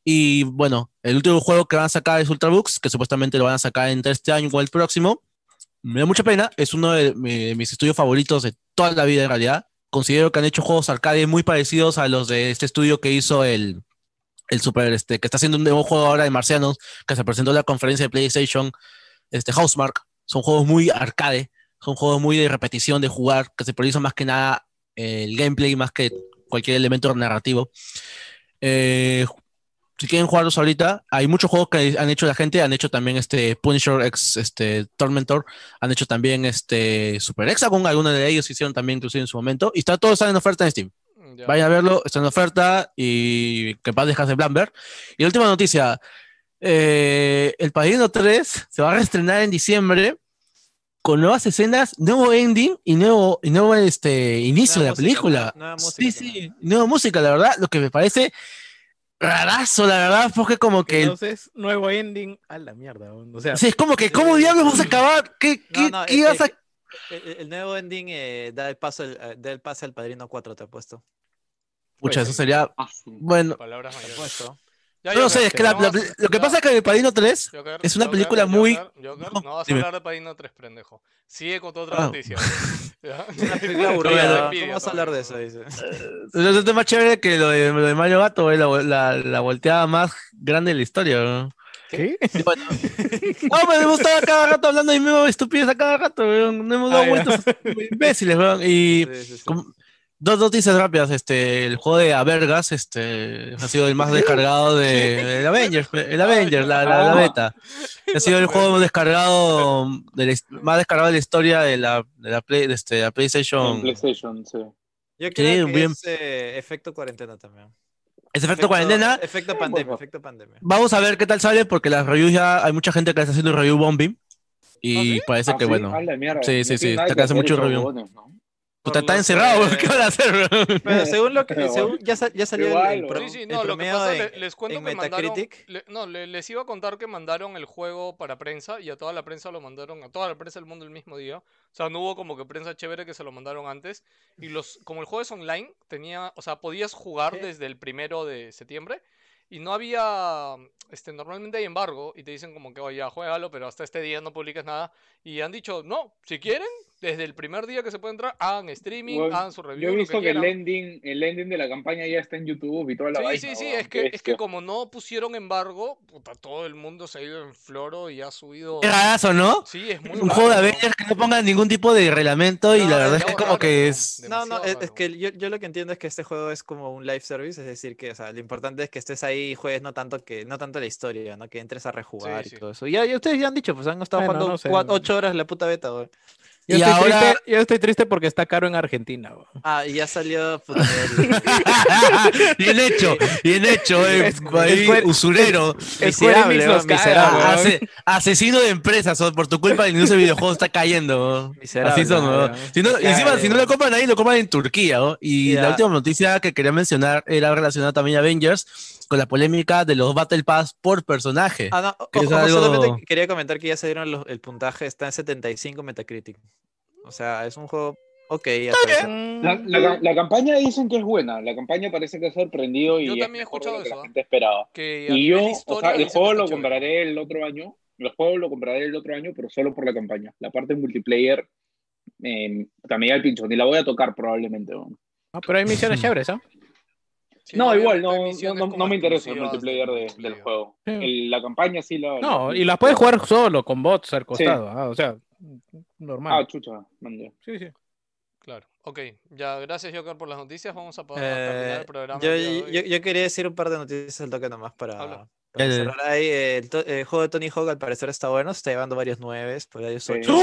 Y bueno, el último juego que van a sacar es Ultrabooks, que supuestamente lo van a sacar entre este año o el próximo. Me da mucha pena, es uno de mi- de mis estudios favoritos de toda la vida en realidad. Considero que han hecho juegos arcade muy parecidos a los de este estudio que hizo el, el Super, este, que está haciendo un nuevo juego ahora de Marcianos, que se presentó en la conferencia de PlayStation, este Housemark. Son juegos muy arcade, son juegos muy de repetición, de jugar, que se priorizan más que nada eh, el gameplay, más que cualquier elemento narrativo. Eh, si quieren jugarlos ahorita, hay muchos juegos que han hecho la gente, han hecho también este Punisher ex este Tormentor, han hecho también este Super Hexagon, algunos de ellos hicieron también inclusive en su momento, y está todo está en oferta en Steam.
Ya.
Vayan a verlo, está en oferta y que paz dejas de Blamber. Y la última noticia, eh, El Padrino 3 se va a reestrenar en diciembre con nuevas escenas, nuevo ending y nuevo, y nuevo este, inicio
Nueva
de la
música,
película.
nueva- nueva
sí,
música
sí, nueva música, la verdad, lo que me parece rarazo, la verdad, porque como que... el-
Entonces, nuevo ending a la mierda, weón. O sea,
sí, es como que, ¿cómo diablos vas a acabar? ¿Qué,
No,
qué,
no,
qué
eh,
vas a
eh, El, el nuevo ending eh, da el paso al- eh, da el pase al Padrino 4, te apuesto.
Pucha,
pues,
eso sería.
Ah, sí.
Bueno,
Palabras
Te
mayores.
apuesto.
Ya,
no lo sé,
Joker,
es que la-
no
la-
vas-
lo que
ya,
pasa es que el Padrino 3,
Joker,
es una
Joker,
película muy-
Joker, Joker,
No,
no vas a
dime.
hablar de Padrino 3, pendejo. Sigue con tu otra
Ah.
<laughs>
noticia. <laughs> ¿Ya?
Una
<laughs>
película aburrida,
no,
¿no?
envidia,
¿Cómo vas a
todavía,
hablar de eso?
todavía.
Dice.
es más chévere que lo de, lo de Mario Gato, eh, la, la, la volteada más grande de la historia.
<laughs>
¿no?
¿qué?
Y Bueno, no, me gustaba cada rato hablando y me estupidez a cada rato, weón. No hemos dado
<laughs> Ah, ya.
vueltas, imbéciles, weón. Y
Sí, sí, sí.
como- Dos noticias rápidas. Este, el juego de Avergas este, ha sido el
<laughs>
más descargado de el Avengers. El Avengers, la, la- la
<laughs>
beta. Ha sido el juego descargado de la his- más descargado de la historia de la, de la, Play- de este, la
En
PlayStation.
PlayStation, sí.
Yo
Sí,
creo que
bien.
es eh, efecto cuarentena también.
Es efecto cuarentena.
Efecto pandemia, efecto pandemia.
Vamos a ver qué tal sale porque las reviews ya hay mucha gente que está haciendo review bombing. Y parece
Ah,
que
sí,
bueno.
a la mierda,
Sí,
no
sí, sí,
tiene nada
te
que
cansa
hacer
mucho
esos
review.
huevones, ¿no?
Puta,
Por
está
lo
encerrado,
que-
¿qué van a hacer? bro?
Pero según lo que
Pero
según- ya, sa- ya salió el- el,
Igual,
pro-
¿no?
Sí, sí,
el
no, lo que
promedio
pasa,
en-
le- les cuento
en
que mandaron,
Metacritic.
le- no, le- les iba a contar que mandaron el juego para prensa y a toda la prensa lo mandaron, a toda la prensa del mundo el mismo día. O sea, no hubo como que prensa chévere que se lo mandaron antes. Y los, como el juego es online, tenía, o sea, podías jugar
¿Qué?
desde el primero de septiembre y no había, este, normalmente hay embargo y te dicen como que, oye, ya, juégalo, pero hasta este día no publicas nada. Y han dicho, no, si quieren, desde el primer día que se puede entrar, hagan streaming,
Bueno,
hagan su review,
Yo he
lo que
visto que el
quieran.
ending, el ending de la campaña ya está en YouTube y toda la
Sí,
vaina. Este,
sí, sí,
weón,
es que, es que
bestia.
como no pusieron embargo, puta, todo el mundo se ha ido en floro y ha subido.
Es rarazo, ¿no?
Sí, es muy
Un juego de
raro,
Avengers que no ponga ningún tipo de reglamento y
No,
la verdad es que <laughs>
demasiado
como
raro,
que
weón,
es...
No, no,
demasiado
es, es
raro.
que yo, yo lo que entiendo es que este juego es como un live service, es decir, que o sea, lo importante es que estés ahí y juegues no tanto que no tanto la historia, ¿no? Que entres a rejugar y
sí.
todo eso. Y ya, ya ustedes ya han dicho, pues han estado
Bueno,
jugando
no sé,
cua-
no.
ocho horas la puta beta, weón.
Yo,
Y
estoy
ahora-
triste, yo estoy triste porque está caro en Argentina. weón.
Ah, y ya salió
<laughs>
puta, el-
bien hecho, bien hecho, eh,
Es-
ahí,
Square-
usurero.
Square
Miserable,
Enix nos
weón,
caga,
miserable.
weón.
Ase- asesino de empresas, o por tu culpa la industria de videojuegos está cayendo. o.
Miserable,
Así son, o.
weón.
Si no- y encima, si no lo compran ahí, lo compran en Turquía. o. Y
Ya.
la última noticia que quería mencionar era relacionada también a Avengers con la polémica de los Battle Pass por personaje.
Ah, no, o-
Que es
ojo,
algo-
solamente quería comentar que ya se dieron los- el puntaje, está en 75 Metacritic. O sea, es un juego ok. hasta ahorita.
¿Eh? La,
Mm.
la- la campaña dicen que es buena. La campaña parece que ha sorprendido y
Yo
es
también he
mejor de
escuchado
lo que
eso,
la gente esperaba.
Que a
Y
nivel
yo, o
historia
sea, el
dicen que
juego
está
lo
chévere.
compraré el otro año. Los juegos lo compraré el otro año, pero solo por la campaña. La parte multiplayer eh, también al pincho. Ni la voy a tocar probablemente. ¿no?
No, pero hay misiones chéveres,
<laughs>
¿ah?
Sí,
no,
hay-
igual,
hay
no, no,
misiones
no-
como
no me interesa el
exclusivas
multiplayer de- del
multiplayer.
juego.
Sí.
El- la campaña sí la.
No,
la-
y las puedes jugar solo, con bots al costado. ah, O sea,
Ah,
normal.
chucha. man, ya.
sí, sí.
Claro, ok, ya, gracias, Joker, por las noticias. Vamos a, pa- a terminar
Eh,
el programa.
yo,
el día de hoy.
yo, yo quería decir un par de noticias al toque nomás para,
Habla.
para
Dale, dale.
cerrar ahí. eh, El, to- el juego de Tony Hawk al parecer está bueno, se está llevando varios nueves, por ahí es
Sí.
ocho.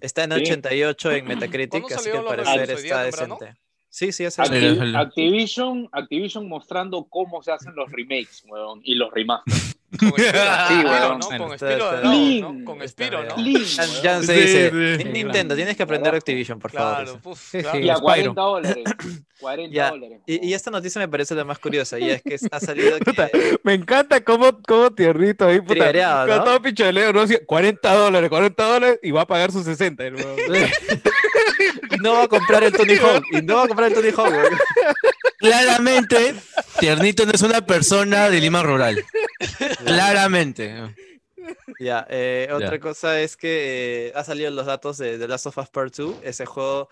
Está en
Sí.
88 en Metacritic,
¿Cuándo
así que
salieron
al
los
parecer
reviews? ¿Hoy día
está
temprano?
decente. Sí, sí, es
Ah,
el-
sí.
Acti-
salió.
Activision, Activision mostrando cómo se hacen los remakes, weón, y los remasters.
Con estilo
<laughs>
de
Sí,
Dao,
weón.
¿no?
Bueno,
Con
está-
estilo de
está-
Dao, ¿no?
Clean.
Con
Está
Espiro, ¿no?
bien.
Clean,
Jan-
weón.
Jan se
Sí,
dice,
sí.
"Ni-
Sí,
Nintendo, tienes que aprender de Activision, por favor.
Claro,
dice.
puf,
Sí, sí.
claro.
Y a
Spyro.
40 <clears throat> dólares. 40
Ya,
dólares.
Y, y
weón.
esta noticia me parece la más curiosa, y es que ha salido
<laughs> Puta,
que...
Me encanta cómo, cómo tiernito ahí, puta.
Triareado,
con
¿no?
Todo picholeo, ¿no? Así, 40 dólares, 40 dólares y va a pagar sus 60. el huevón.
<laughs> Y no va a comprar el
<laughs>
Tony Hawk. Y no va a comprar el Tony Hawk. weón.
Claramente, Tiernito no es una persona de Lima Rural. Claramente.
<laughs> Ya, eh,
Ya.
otra cosa es que eh, ha salido los datos de The Last of Us Part 2, ese juego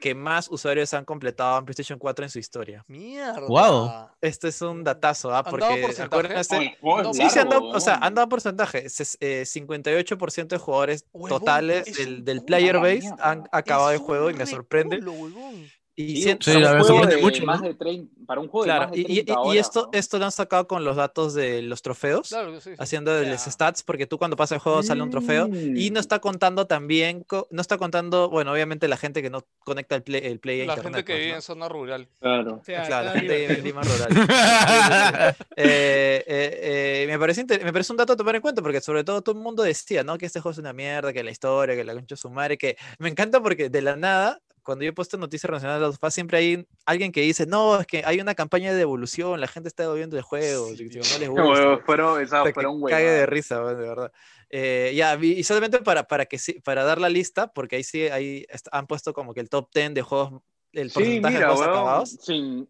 que más usuarios han completado en PlayStation 4 en su historia.
Mierda.
Guau.
Este es un datazo, ¿ah?
¿Han dado
Porque
porcentaje?
acuérdense-
Oye, weón,
No,
Sí, se han
largo,
dado, o sea,
weón.
han dado porcentaje. ses- eh, 58% de jugadores
Huevón,
totales
es un
del, del
culo,
player
la
base
mierda.
han acabado el
Es
juego y
un
me sorprende.
reculo, huevón.
Y
Sí,
cien-
sí,
para
la
un
verdad,
juego
sorprende
de
mucho, ¿no?
Eh, más de 30 Para un juego de
claro,
más de
y, y-
30
y- y
horas,
esto,
weón.
esto lo han sacado con los datos de los trofeos.
Claro, sí, sí.
haciendo el-
Ya.
los stats, porque tú cuando pasas el juego sale un trofeo y
Mm.
no está contando también, co- no está contando, bueno, obviamente la gente que no conecta el play, el play a
La
internet.
gente que
pues,
vive
¿no?
en zona rural.
Claro.
O sea,
Claro, la <laughs>
está
gente que vive en
divertido.
Lima rural. Eh, eh, eh, me, parece inter- me parece un dato a tomar en cuenta porque sobre todo todo el mundo decía, ¿no? Que este juego es una mierda, que la historia, que la concha de su madre, que me encanta porque de la nada, cuando yo he puesto noticias relacionadas a los FAS, siempre hay alguien que dice, no, es que hay una campaña de devolución, la gente está devolviendo el juego,
Sí,
si- si
Dios.
no les gusta.
Weón, Fueron, esa-
Hasta que
fueron
cague de
huevadas.
risa, weón, de verdad. Eh, ya, vi- y solamente para, para, que, sí- para dar la lista, porque ahí sí ahí est- han puesto como que el top 10 de juegos, el
Sí,
porcentaje de
mira,
juegos
weón.
acabados,
cin-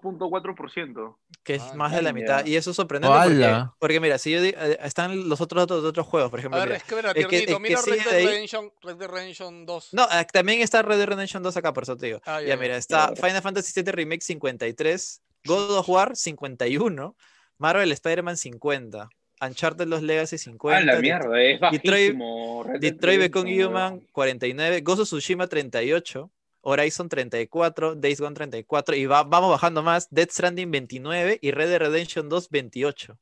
58.4%.
que es
Ah,
más de la
coño.
mitad. Y eso es sorprendente porque,
¡Hala!
porque, mira, si yo di- eh, están los otros datos de otros juegos, por
A
ejemplo.
ver,
mira.
es que mira,
que-
tiernito,
es que
mira Red
sigue
Dead
de ahí-
Redemption, Red Dead Redemption 2.
No, eh, también está Red Dead Redemption 2 acá, por eso te digo.
Ah,
ya, mira, está Final Fantasy VII Remake 53, God of War 51, Marvel Spider-Man 50, Uncharted Los Legacy 50,
Ah, la mierda, es
Detroit-
bajísimo. Red Dead
Detroit Become
Redemption,
Human 49, Gozo Tsushima 38, Horizon 34, Days Gone 34 y va- vamos bajando más, Dead Stranding 29 y Red Dead Redemption 2 28.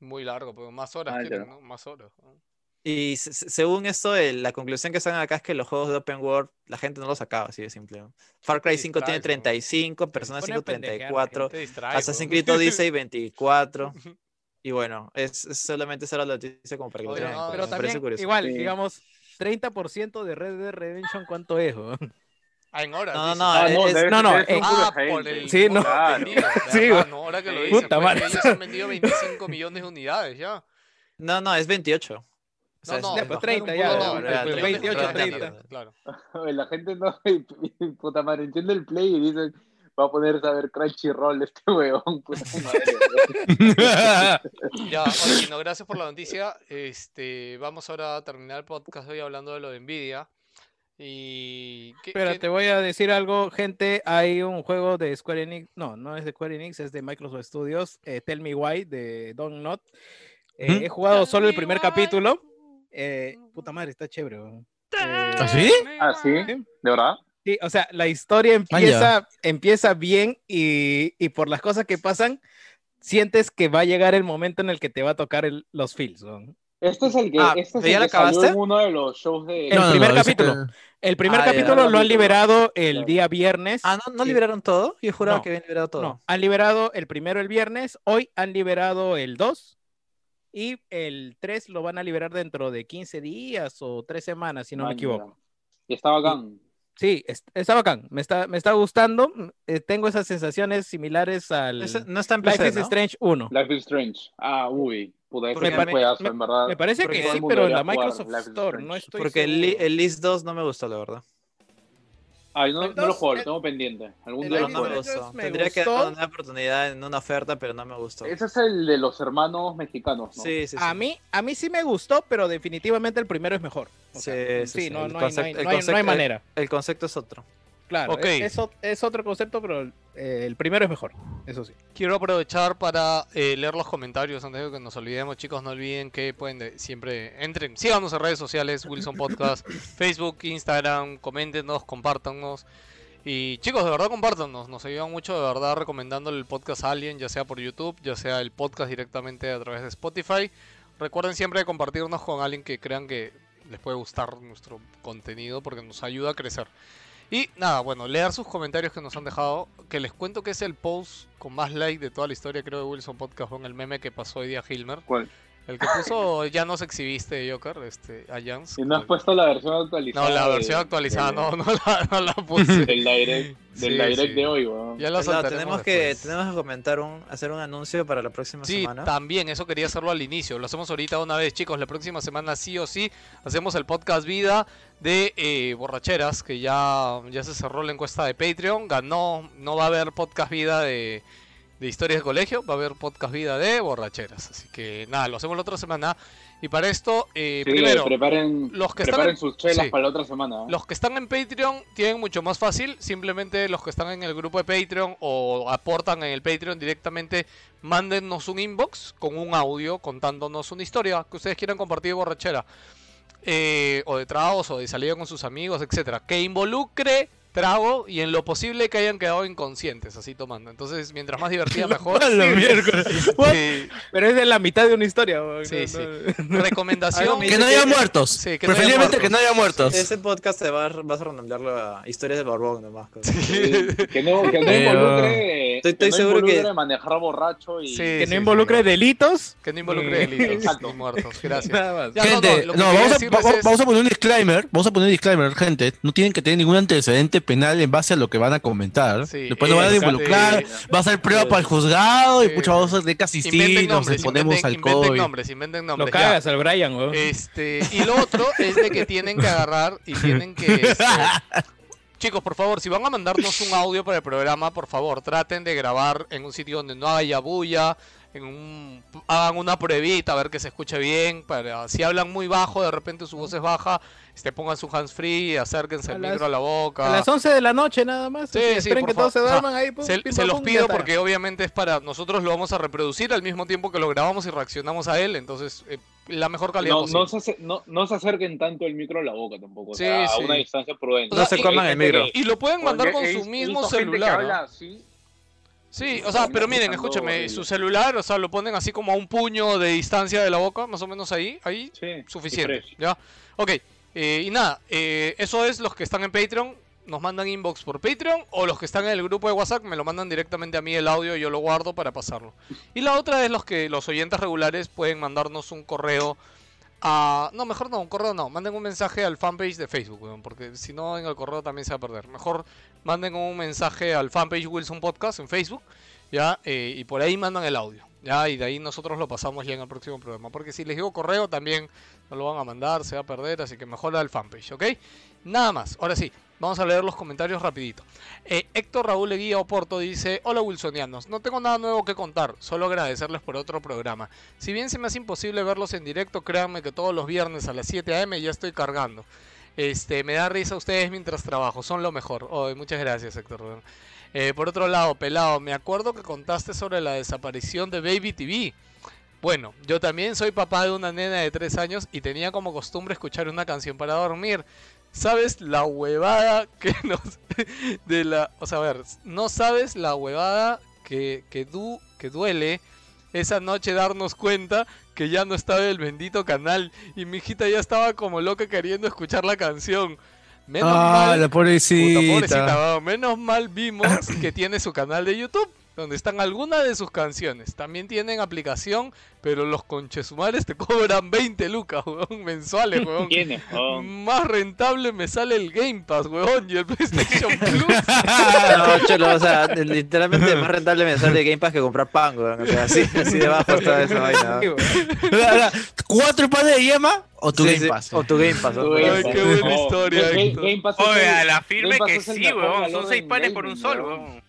Muy largo, pero más horas
Ah,
quieren,
ya.
¿no? Más horas. ¿no?
Y se- se- según esto, el- la conclusión que sacan acá es que los juegos de Open World la gente no los acaba, así de simple. ¿no? Far Cry
Sí,
5 tiene
claro.
35, Persona
pone a
5
pendejear a la
34,
Te distrae,
Assassin's
weón.
Creed
<laughs>
Odyssey 24. Y bueno, es, es solamente esa era la noticia como para que lo
Oye,
tengan en
no,
cuenta,
Pero
me parece
también,
curioso.
igual,
Sí.
digamos, 30% de Red Dead Redemption, ¿cuánto es? weón?
Ah, en horas.
No,
dices.
no,
Ah, no,
es-
debe
no,
ser-
no,
debe ser
eh,
pura
Ah, por
gente.
el.
Sí,
por
no.
la
Claro.
vendida,
Sí,
¿verdad?
güey.
no, ahora que lo
Sí.
dicen,
Puta
pues,
madre.
ellos han vendido 25 millones de unidades ya.
No, no, es 28. O sea, es-
no,
es
Ya, pues,
bajo.
30
No,
ya,
no,
pues,
ya,
pues,
30,
28,
30,
30.
Claro.
<laughs> La gente no, puta madre, entiende el play y dicen, va a ponerse a ver Crunchyroll este weón, puta
<laughs>
madre.
Ya, oye, no, gracias por la noticia. Este, vamos ahora a terminar el podcast hoy hablando de lo de Nvidia. Y ¿qué- qué-
Pero te voy a decir algo, gente. Hay un juego de Square Enix. No, no es de Square Enix, es de Microsoft Studios. eh, Tell Me Why de Don Not. Eh,
Ujú.
He jugado
Tell
solo el
me
primer
why.
capítulo. eh, puta madre, está chévere. weón. Eh,
¿Ah, sí?
¿Ah, sí?
Sí.
¿De verdad?
Sí, o sea, la historia
ya.
empieza, empieza bien y, y por las cosas que pasan, sientes que va a llegar el momento en el que te va a tocar el- los feels. weón.
Este es el que,
Ah,
este es
¿ya
el
la
que salió
acabaste?
en uno de los shows de...
No,
El
este, no,
primer
no, ese-
capítulo. El primer
Ah, ya.
capítulo lo han liberado el
Claro.
día viernes.
Ah, ¿no, no
Sí.
liberaron todo? Yo juraba
No,
que habían liberado todo.
No, han liberado el primero el viernes, hoy han liberado el 2 y el 3 lo van a liberar dentro de 15 días o 3 semanas, si no me
Manja.
equivoco.
Y está bacán.
Sí, es- está bacán, me está, me está gustando, mm, eh, tengo esas sensaciones similares al
Ese- no está en
Life
PC,
is
¿no?
Strange 1.
Life is Strange. Ah, uy. Puta, ese
Porque
es
me-
un juegazo,
me-
en verdad.
Me parece
Porque
que
todo el
sí,
mundo
pero en la
debería jugar
Microsoft
Life is
Store,
Strange.
no estoy
Porque el, li-
seguro.
el List 2 no me gustó, la verdad.
Ay, no,
el
no lo
dos,
juego,
el-
lo tengo pendiente. Algún
el
día
No,
lo
Life is
no me
juego.
Strange.
gustó.
me
Tendría que
gustó.
dar una oportunidad en una oferta, pero no me gustó.
Ese es el de los hermanos mexicanos, ¿no?
Sí, sí, sí.
A mí, a mí sí me gustó, pero definitivamente el primero es mejor. O
Sí,
sea,
sí, sí,
no,
el
no hay- no
concepto-
hay-
el
no hay- no hay
concepto-
manera.
El concepto es otro.
Claro,
Ok.
es, es ot- es otro concepto, pero eh, el primero es mejor, eso sí.
Quiero aprovechar para eh, leer los comentarios antes de que nos olvidemos, chicos. No olviden que pueden de- siempre entren, síganos en redes sociales, Wilson Podcast, Facebook, Instagram, coméntenos, compártanos. Y chicos, de verdad compártanos, nos ayudan mucho de verdad recomendándole el podcast a alguien, ya sea por YouTube, ya sea el podcast directamente a través de Spotify. Recuerden siempre compartirnos con alguien que crean que les puede gustar nuestro contenido porque nos ayuda a crecer. Y nada, bueno, leer sus comentarios que nos han dejado. Que les cuento que es el post con más like de toda la historia, creo, de Wilson Podcast con el meme que pasó hoy día Hilmer.
¿Cuál?
El que puso Ya nos exhibiste, Joker, este, a Jans.
Y no pues, has
con-
puesto la versión actualizada.
No, la
de-
versión actualizada,
de-
no, no la, no la
<laughs>
puse.
Del direct, del
Sí,
direct
sí.
de hoy, weón.
Ya la
Claro,
saltaremos
tenemos que,
después.
tenemos que comentar un, hacer un anuncio para la próxima
Sí,
semana.
también, eso quería hacerlo al inicio. Lo hacemos ahorita una vez, chicos. La próxima semana sí o sí hacemos el podcast vida de eh, borracheras, que ya, ya se cerró la encuesta de Patreon. Ganó, no va a haber podcast vida de, de historias de colegio, va a haber podcast vida de borracheras. Así que nada, lo hacemos la otra semana. Y para esto, eh,
Sí,
primero...
preparen,
los que
preparen
están en-
sus chelas
sí.
para la otra semana. ¿eh?
Los que están en Patreon tienen mucho más fácil. Simplemente los que están en el grupo de Patreon o aportan en el Patreon directamente, mándennos un inbox con un audio contándonos una historia que ustedes quieran compartir de borrachera. eh, o de tragos, o de salida con sus amigos, etcétera. Que involucre trago y en lo posible que hayan quedado inconscientes así tomando. Entonces, mientras más divertida, mejor.
A la miércoles.
Sí,
Pero es de la mitad de una historia. weón,
Sí, sí.
Algo
recomendación.
me
Que no haya muertos.
Sí, que no haya
Preferiblemente que no haya muertos.
Ese podcast te va a- vas a renombrarlo a Historias de Barbón nomás. cosa. <laughs>
Sí, que no, que no
Pero-
involucre,
Estoy-
que
estoy
no
seguro que-
involucre manejar borracho y
Sí.
Que no involucre delitos.
<laughs> Que no involucre delitos
Exacto.
ni muertos. Gracias.
Nada más.
Ya,
Gente,
lo que
no,
quería
vamos, a,
decirles
va- va-
es-
vamos a poner un disclaimer, vamos a poner un disclaimer, gente. No tienen que tener ningún antecedente penal en base a lo que van a comentar.
Sí,
Después no van a
exacto.
involucrar, va a ser prueba para el juzgado y
Sí.
pucha, vamos a tener que asistir,
inventen
nos
nombres,
exponemos
inventen,
al
inventen
COVID.
nombres, inventen
Lo
nombres. ya.
cagas al Brian, weón.
Este, y lo otro es de que tienen que agarrar y tienen que este, Chicos, por favor, si van a mandarnos un audio para el programa, por favor, traten de grabar en un sitio donde no haya bulla, en un, hagan una pruebita, a ver que se escuche bien. Para, si hablan muy bajo, de repente su voz es baja, este, pongan su hands free, acérquense
A
el
las-
micro a la boca.
A las 11 de la noche nada más.
Sí,
así,
sí,
esperen
por
que todos se
favor. Ajá.
duerman ahí. pum,
Se,
pim,
se
pam,
los
pum, ya
pido
está.
porque obviamente es para nosotros lo vamos a reproducir al mismo tiempo que lo grabamos y reaccionamos a él, entonces eh, la mejor calidad
No,
posible.
no, se, ace- no, no se acerquen tanto el micro a la boca tampoco. o
pues Sí,
sea,
sí.
A una distancia prudente.
No se
Hay
coman el
gente
micro.
que-
Y lo pueden mandar con
Porque
su
he-
mismo
visto gente que
celular.
habla
¿ah?
así,
Sí, o
y
sea,
termina
pero miren,
escuchando
escúchame,
horrible.
su celular, o sea, lo ponen así como a un puño de distancia de la boca, más o menos ahí, ahí,
sí, y
suficiente,
fresh.
¿ya? Ok, eh, y nada, eh, eso es los que están en Patreon, nos mandan inbox por Patreon, o los que están en el grupo de WhatsApp me lo mandan directamente a mí el audio, yo lo guardo para pasarlo. Y la otra es los que los oyentes regulares pueden mandarnos un correo a... No, mejor no, un correo no, manden un mensaje al fanpage de Facebook, weón, porque si no en el correo también se va a perder. Mejor manden un mensaje al fanpage Wilson Podcast en Facebook, ¿ya? Eh, y por ahí mandan el audio, ¿ya? Y de ahí nosotros lo pasamos ya en el próximo programa. Porque si les digo correo también no lo van a mandar, se va a perder, así que mejor al fanpage, ¿ok? Nada más, ahora sí, vamos a leer los comentarios rapidito. Eh, Héctor Raúl Eguía Oporto dice, hola Wilsonianos, no tengo nada nuevo que contar, solo agradecerles por otro programa. Si bien se me hace imposible verlos en directo, créanme que todos los viernes a las 7 a.m. ya estoy cargando. Este, me da risa ustedes mientras trabajo, son lo mejor. Ay, muchas gracias, Héctor. Rubén. Eh, por otro lado, Pelado, me acuerdo que contaste sobre la desaparición de Baby TV. Bueno, yo también soy papá de una nena de 3 años y tenía como costumbre escuchar una canción para dormir. ¿Sabes la huevada que <laughs> nos... de la... O sea, a ver, no sabes la huevada que, que, du, que duele esa noche darnos cuenta que ya no estaba el bendito canal y mi hijita ya estaba como loca queriendo escuchar la canción. Menos
Ah,
mal
la
Puta,
pobrecita.
pobrecita, weón. menos mal vimos que tiene su canal de YouTube, donde están algunas de sus canciones. También tienen aplicación, pero los conchesumares te cobran 20 lucas, weón,
<laughs>
mensuales, weón. <laughs>
¿Quién es? Oh,
Más rentable me sale el Game Pass, weón, y el
<laughs>
PlayStation Plus.
Ah, No, cholo, o sea, literalmente más rentable me sale Game Pass que comprar pan, weón. O sea, así, así de bajo está esa vaina.
Sí,
¿no?
güey.
La- la- ¿Cuatro panes de yema o tu
Sí,
Game
sí,
Pass? eh.
O tu Game Pass.
tú
¿no?
Ay,
eres-
qué buena
oh,
historia,
Game-
Héctor.
Game Pass es
Oye,
el-
a la
Game
firme
Pass
que
es el
sí,
mejor
weón.
valor
Son seis
en
panes por un
gaming,
sol,
weón.
weón.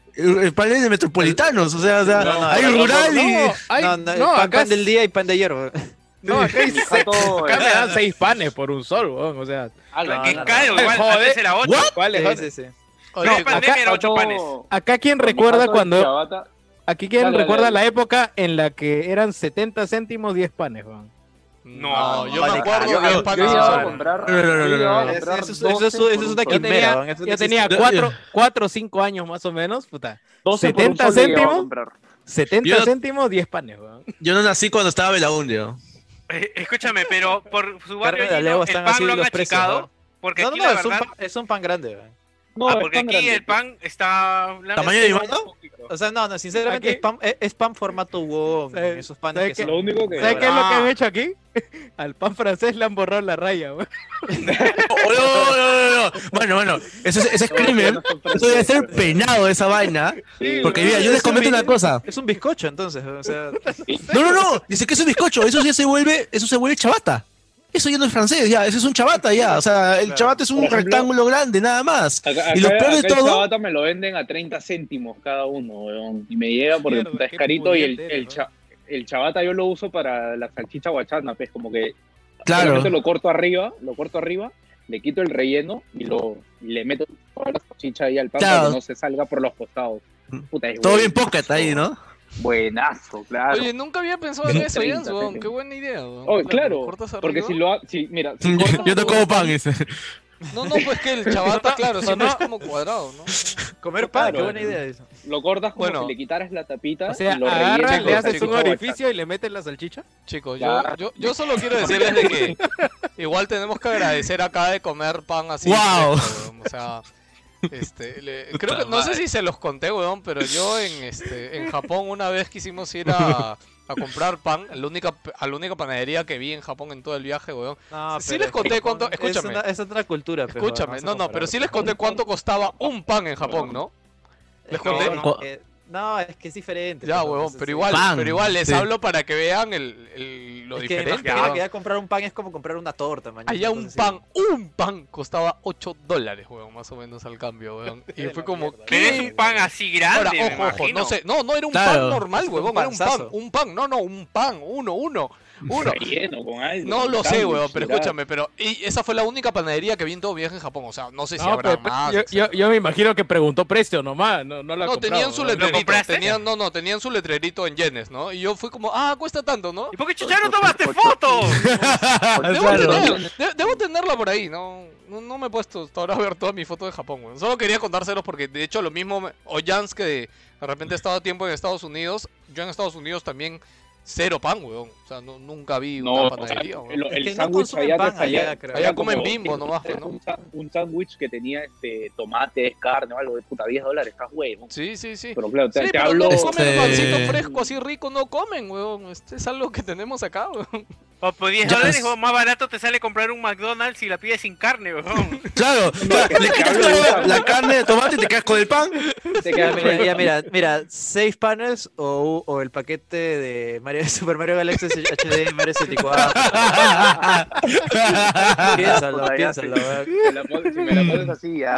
eh, panes de metropolitanos. O sea, o sea,
No, no,
hay
no,
rural y.
No, hay-
no, no, pan,
acá
pan del día y pan de ayer. weón.
No, acá hay
Está
seis-
todo-
acá
<laughs>
me dan seis panes por un sol, weón. O sea,
ala,
Qué
ala.
caro, igual.
Joder.
Antes era ocho.
¿What?
¿cuál es?
Sí, sí, sí.
Oye,
No, pandemia
acá-
era ocho
Pato-
panes.
Acá quien
Con mi
recuerda
pato de
cuando.
chavata,
Aquí quien
Dale, dale,
recuerda
dale.
la época en la que eran 70 céntimos 10 panes, weón.
No,
No,
yo
vale,
me acuerdo
yo-
de
yo-
los
Yo
panes
Ah,
sin
llegaba a
sol.
comprar.
No, no, no, no,
yo llegaba a
no, no.
comprar
Eso- eso- eso- eso
12
es
por
una
sol.
Yo tenía,
Quimera, weón, eso no
yo tenía
existe.
4, 4 o 5 años más o menos, puta.
12 por un
70
sol yo llegaba a
céntimos.
comprar.
70
Yo-
céntimos 10 panes, weón.
Yo no nací cuando estaba Belaunde. ¿no?
Eh, Escúchame, pero por su barrio
Carne de
allí,
Alego
no, el
están
pan
así
lo han
los precios.
achicado.
¿no?
Porque
No,
aquí
no,
la
no, es un,
verdad...
pan, es un pan grande. weón.
No,
ah,
es
porque
tan
aquí
grande.
el pan está... blanco.
¿Tamaño de Iván? ¿no?
O sea, no, no, sinceramente
Aquí-
es pan, es, es pan formato Wong.
¿Sabe-
Esos panes
sabe
que
qué?
son.
Lo único que.
¿Sabes qué es lo que
Ah.
han hecho aquí? <laughs> Al pan francés le han borrado la raya, weón.
<laughs> Oh, no, no, no, no. Bueno, bueno, eso es, eso es crimen. Eso debe ser penado, esa vaina. Porque mira, yo les comento una cosa.
Es un bizcocho, entonces. O sea,
No, no, no. Dice que es un bizcocho. Eso ya se vuelve, eso se vuelve chabata. Eso ya no es francés, ya. Eso es un chabata, ya. O sea, el chabata es un
Por ejemplo,
rectángulo grande, nada más.
Acá,
Y lo
acá-
peor de
acá el
todo-
chabata me lo venden a 30 céntimos cada uno, weón. Y me llega porque
Mierda,
puta, es
qué
carito y el,
pudiente
el,
eres,
cha- el chabata yo lo uso para la salchicha guachana, pues como que
Claro.
solamente lo corto arriba, lo corto arriba, le quito el relleno y lo y le meto toda la salchicha ahí al pan para
Claro. Mm.
que no se salga por los costados. Puta, es
Todo
buen-
bien pocket ahí, ¿no?
Buenazo, claro.
Oye, nunca había pensado en
Treinta,
eso, Jans,
treinta.
weón. Qué buena idea, weón.
Oh,
lo
claro,
cortas
porque
arriba.
si lo ha, si, mira, si cortas-
<laughs> Yo no como pan, dice.
No, no, pues
<laughs>
que el chabata, claro, siempre es como cuadrado, ¿no?
comer
pan,
pan,
qué
qué
buena
buena idea. Eso.
lo cortas como
Bueno.
si le quitaras la tapita
O sea,
y lo
agarra,
rellenas
le
con
haces un
salchicha
orificio y le metes la salchicha.
Chicos, yo,
Ya.
yo, yo solo quiero decirles de que igual tenemos que agradecer acá de comer pan así.
Wow.
fresco, weón. O sea, este, le- creo que no sé si se los conté, weón, pero yo en este en Japón una vez quisimos ir a, a comprar pan, a la única, a la única panadería que vi en Japón en todo el viaje, weón.
No,
Sí
pero
les
es
conté
Japón
cuánto-
es
escúchame.
una- Es, otra cultura, pero
Escúchame,
vas a
no, no, pero
comparar.
sí les conté cuánto costaba un pan en Japón, ¿no?
Es
les
que-
conté.
No, que- no, es que es diferente.
Ya,
pues, no,
huevón,
entonces,
pero
sí.
igual,
Pan,
pero igual les
sí.
hablo para que vean el, el- lo
Es que
diferente.
imagínate
weón.
que ya comprar un pan es como comprar una torta, mañana.
Allá un pan, un pan costaba 8 dólares, weón, más o menos al cambio,
<laughs>
weón. Y
De
fue
la
como,
mierda.
Pero es
¿qué?
un pan así grande,
Ahora,
me
ojo, ojo,
imagino.
no sé, no, no era un
Claro.
pan normal,
un
huevón, era un pan,
panzazo.
un pan, no, no, un pan, uno, uno, uno.
Relleno con algo,
No
con
lo sé,
sándwich,
weón, pero
¿verdad?
escúchame, pero y esa fue la única panadería que vi en todo viaje en Japón, o sea, no sé si
No,
habrá
pe- pe-
más.
yo,
etcétera.
yo- yo me imagino que preguntó precio nomás, no, no la
no, tenían su
¿Lo
letrerito,
compraste?
tenían, no, no, tenían su letrerito en yenes, ¿no? Y yo fui como, ah, cuesta tanto, ¿no?
¿Y por qué chucha no tomaste foto?
Debo,
Claro.
tener- de- debo tenerla por ahí, no, no, no me he puesto hasta ahora a ver todas mis fotos de Japón, weón. Solo quería contárselos porque, de hecho, lo mismo, me- Ollans, que de repente he estado tiempo en Estados Unidos, yo en Estados Unidos también cero pan, weón. O sea, no- nunca vi
No,
una
o sea,
panadería, weón.
el,
Es
el
que no
sándwich
consumen
allá te
pan
salía-
allá, creo.
salía
Allá comen
como
bimbo nomás, pues, ¿no?
Un sa- Un sándwich que tenía este tomate, carne o algo de puta 10 dólares, estás huevo.
Sí, sí, sí.
Pero claro, te,
Sí,
te
pero
hablo.
no comen
Este-
pancito fresco así rico, no comen, weón. Este es algo que tenemos acá, weón.
O pues, por 10
Ya,
dólares,
es-
o más barato te sale comprar un McDonald's y la pides sin carne, weón.
<laughs>
Claro, claro, le quitas
hablo de-
toda la carne de tomate y te quedas con el pan.
Te queda- mira, ya, mira, mira, seis panels o, o el paquete de Mario, Super Mario Galaxy HD Mario 64. piénsalo,
Puta, ya,
piénsalo.
sí.
weón.
Si me la pones- si me la pones así,
<laughs>
ya.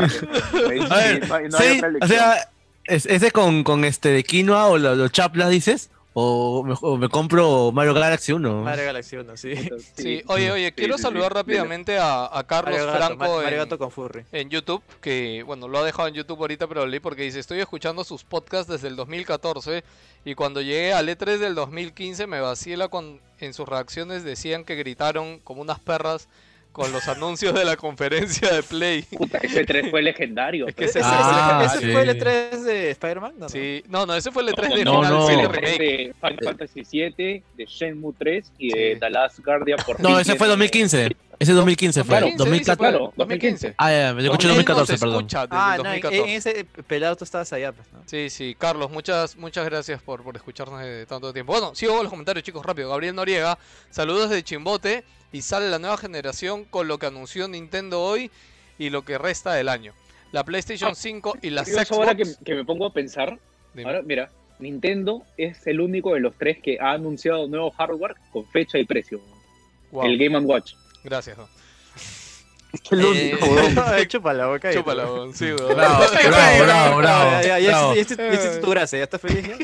me- me-
A ver,
sí, no hay- no hay
sí,
otra
o
elección.
sea, ¿es- ¿ese con, con este de quinoa o lo- los chaplas dices? ¿O me, o me compro Mario Galaxy 1?
Mario Galaxy 1, sí.
Sí, oye, oye, quiero
sí, sí.
saludar rápidamente a, a Carlos
Mario Gato,
Franco.
Ma- Mario
en-
Gato con Furry.
en YouTube, que bueno, lo ha dejado en YouTube ahorita, pero lo leí porque dice, estoy escuchando sus podcasts desde el 2014 y cuando llegué al E3 del 2015 me vacila cuando en sus reacciones decían que gritaron como unas perras con los anuncios de la conferencia de Play.
Puta, ese 3 fue legendario.
Es que
pero-
ese-
Ah,
¿Ese
sí.
fue el E3 de Spider-Man? No, no.
Sí, no, no, ese fue el E3 de
No,
Final
no.
Fantasy
Fue el
Remake.
3 de Final Fantasy 7, de Shenmue 3 y de
Sí.
The Last Guardian por
No, ese fue 2015. Ese 2015 fue.
Claro,
2014.
claro,
2015.
Ah, ya, yo escuché 2014, perdón.
Escucha desde
Ah,
el
no, en,
2014.
en ese pelado tú estabas allá, pues, ¿no?
Sí, sí, Carlos, muchas, muchas gracias por, por escucharnos de tanto tiempo. Bueno, sigo con los comentarios, chicos, rápido. Gabriel Noriega, saludos de Chimbote y sale la nueva generación con lo que anunció Nintendo hoy y lo que resta del año. La PlayStation 5 y la
Curioso
Xbox.
ahora que, que me pongo a pensar,
Dime.
ahora mira, Nintendo es el único de los tres que ha anunciado nuevo hardware con fecha y precio.
Wow,
El Game Watch.
Gracias. ¿no?
El
único,
único, Chupa la boca.
Chúpala, weón, sí, weón.
Bravo, bravo, bravo, bravo,
Ya, ya, ya,
bravo.
ya hiciste- ya hiciste tu gracia, ya estás feliz. ya?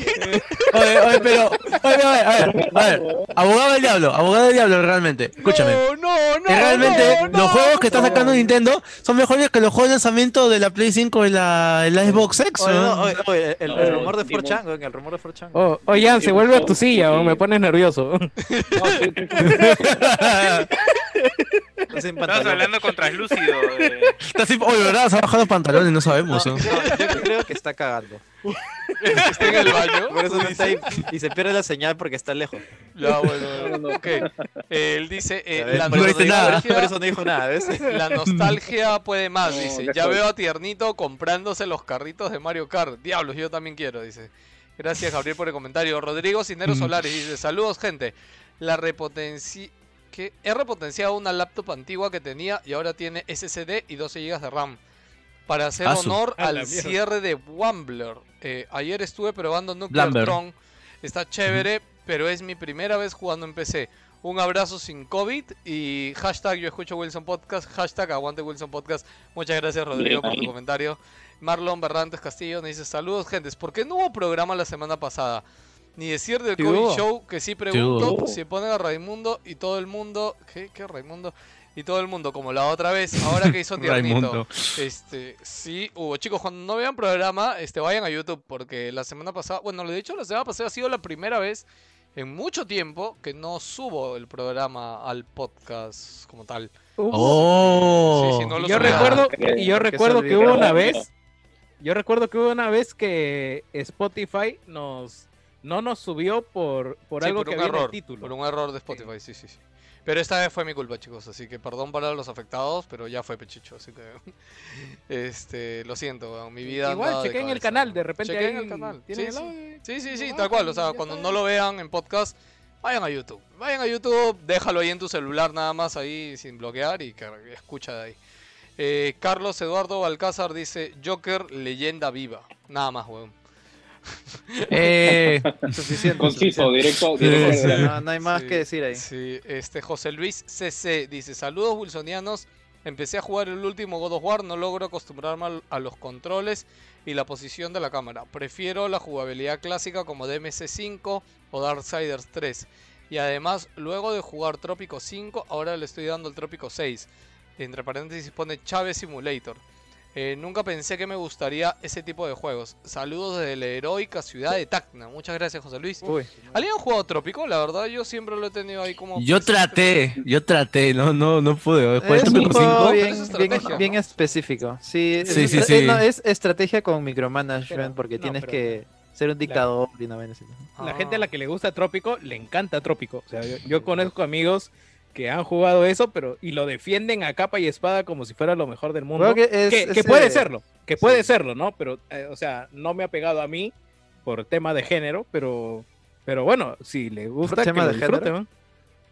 Oye, oye, pero. Oye, oye, a ver, a ver. Abogado del diablo, abogado del diablo, realmente. Escúchame.
No, no, no.
Eh, realmente,
no, no,
los juegos que
no.
está sacando Nintendo son mejores que los juegos de lanzamiento de la Play 5 y la, y la Xbox X.
Oye, no,
¿no?
oye, oye, el, el
No,
rumor de
Timón.
4chan, weón, el rumor de 4chan.
Oh, oye, Jan, se vuelve a tu silla, weón, me pones nervioso. <laughs>
No, sí, sí,
Estás
sí.
<laughs>
en
Estabas
pantalón.
hablando con traslúcido. eh.
<laughs> Está así, oye, ¿verdad? Se ha bajado los pantalones, no sabemos. ¿eh?
No,
¿no?
<laughs> no, yo creo que está cagando. <laughs>
Está en el baño.
Por eso no está ahí y se pierde la señal porque está lejos.
Ya, <laughs> bueno, bueno, ok. Él dice, eh,
Ya ves,
la
por, eso
dice
digo-
nada.
por eso no dijo nada,
<laughs>
¿ves?
La nostalgia puede más,
No,
dice.
ya
Ya
estoy.
veo a Tiernito comprándose los carritos de Mario Kart. Diablos, yo también quiero, dice. Gracias, Gabriel, por el comentario. Rodrigo Cisneros
Mm.
Solares dice: Saludos, gente. La repotenci... que He repotenciado una laptop antigua que tenía y ahora tiene SSD y 12 GB de RAM. Para hacer
Ah, su-
honor
a la
al
mierda.
cierre de Wambler. Eh, ayer estuve probando Nuclear
Blumber.
Tron. Está chévere, pero es mi primera vez jugando en PC. Un abrazo sin COVID y hashtag yo escucho Wilson Podcast, hashtag aguante Wilson Podcast. Muchas gracias Rodrigo por tu comentario. Marlon Berrantes Castillo nos dice saludos gentes, ¿por qué no hubo programa la semana pasada? Ni decir del
Sí
COVID
hubo.
Show que sí pregunto
hubo.
si ponen a Raimundo y todo el mundo... ¿Qué? ¿Qué Raimundo? Y todo el mundo, como la otra vez, ahora que hizo Tiernito.
Raimundo.
Este, sí, hubo. Chicos, cuando no vean programa, este, vayan a YouTube, porque la semana pasada, bueno, lo he dicho, la semana pasada ha sido la primera vez en mucho tiempo que no subo el programa al podcast como tal.
Oh.
Sí, sí, no lo
yo
sabía.
recuerdo,
que-
y yo
que se
recuerdo que hubo
olvidó.
una vez, yo recuerdo que hubo una vez que Spotify nos No nos subió por, por
Sí,
algo
por
que
un
había en el
error,
título.
Por un error de Spotify, sí, sí, sí. Pero esta vez fue mi culpa, chicos, así que perdón para los afectados, pero ya fue Pechicho, así que <laughs> este, lo siento, weón, mi vida
Eh, Igual,
andaba de
chequen el
cabeza,
canal,
weón.
de repente
Chequen
ahí
el canal.
tienen
sí,
el
sí.
<laughs>
Sí,
audio.
sí, sí,
Lo
tal cual. O
bajan,
sea,
ya
cuando
está.
no lo vean en podcast, vayan a YouTube. Vayan a YouTube, déjalo ahí en tu celular nada más ahí sin bloquear y car- escucha de ahí. Eh, Carlos Eduardo Balcázar dice, Joker, leyenda viva. Nada más, weón.
Eh,
Suficiente.
Conciso,
suficiente.
directo.
Sí,
directo al
sí.
grano.
No, no hay más
Sí,
que decir ahí.
Sí, este José Luis CC dice, saludos wilsonianos, empecé a jugar el último God of War, no logro acostumbrarme al- a los controles y la posición de la cámara. Prefiero la jugabilidad clásica como DMC5 o Darksiders 3. Y además, luego de jugar Trópico 5, ahora le estoy dando el Trópico 6. Entre paréntesis pone Chávez Simulator. Eh, nunca pensé que me gustaría ese tipo de juegos. Saludos desde la heroica ciudad de Tacna. Muchas gracias, José Luis.
Uy,
¿Alguien ha jugado Trópico? La verdad, yo siempre lo he tenido ahí como.
yo traté, yo traté, no, no, no pude. ¿eh? este Después
es
de
un
Trópico
juego
5,
pero
bien,
es
bien-
estrategia,
bien
¿no?
específico. Sí,
Sí,
es,
sí,
es-
sí.
no, es estrategia con micromanagement
Pero,
porque
no,
tienes
pero-
que ser un dictador y una vaina así.
La gente a
Ah.
la que le gusta Trópico le encanta Trópico. O sea, yo, yo conozco amigos que han jugado eso, pero y lo defienden a capa y espada como si fuera lo mejor del mundo.
Creo
Que,
es-
que
es,
puede
eh,
serlo, que
sí.
puede serlo, ¿no? Pero, eh, o sea, no me ha pegado a mí por tema de género, pero, pero bueno, si le gusta, que
tema
lo
de género?
disfruten, ¿no?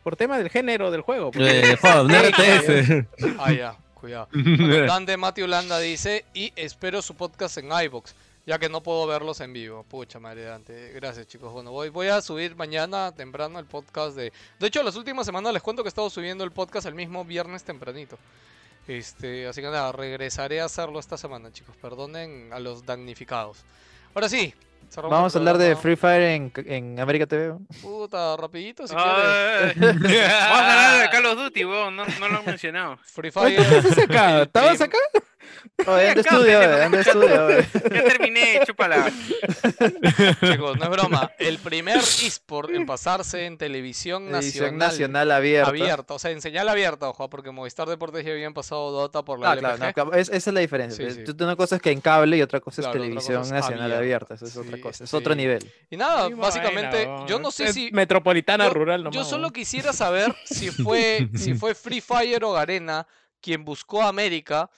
Por tema del género del juego. pues. porque-
eh, juego, no RTS.
Ah, ya, cuidado. Bueno, Dante Mati Holanda dice: Y espero su podcast en iBox, ya que no puedo verlos en vivo. Pucha madre, Dante. Gracias, chicos. Bueno, voy, voy a subir mañana temprano el podcast de. De hecho, las últimas semanas les cuento que he estado subiendo el podcast el mismo viernes tempranito. Este, así que nada, regresaré a hacerlo esta semana, chicos. Perdonen a los damnificados. Ahora sí, cerramos el
Vamos a hablar de
programa.
Free Fire en, en América TV. ¿no?
Puta, rapidito si quieres.
Ay,
<laughs>
Vamos a hablar de Call of Duty, weón. No, no lo han mencionado.
Free
Oye,
Fire.
¿tú estás
<laughs>
<laughs>
acá? ¿Estabas acá?
Oye, anda
acá,
estudio,
pendejo,
eh, anda
escuchando.
estudio. eh.
Ya terminé, chúpala.
Chicos, no es broma. El primer eSport en pasarse en televisión nacional,
Edición nacional abierta.
abierta. O sea, en señal abierta, ojo, porque Movistar Deportes ya habían pasado Dota por la
Ah, claro, no,
LPG.
claro, es- esa es la diferencia.
Sí,
pues,
sí.
tú- Una cosa es que en cable y otra cosa es
Claro, otra cosa
televisión
es
nacional
abierta.
abierta. Eso es otra
Sí,
cosa, es otro
sí.
nivel.
Y nada,
Sí,
Ah, básicamente,
bueno,
yo no sé
es
si.
Metropolitana,
yo-
rural, nomás.
Yo solo
¿no?
quisiera saber si fue, si fue Free Fire o Garena quien buscó a América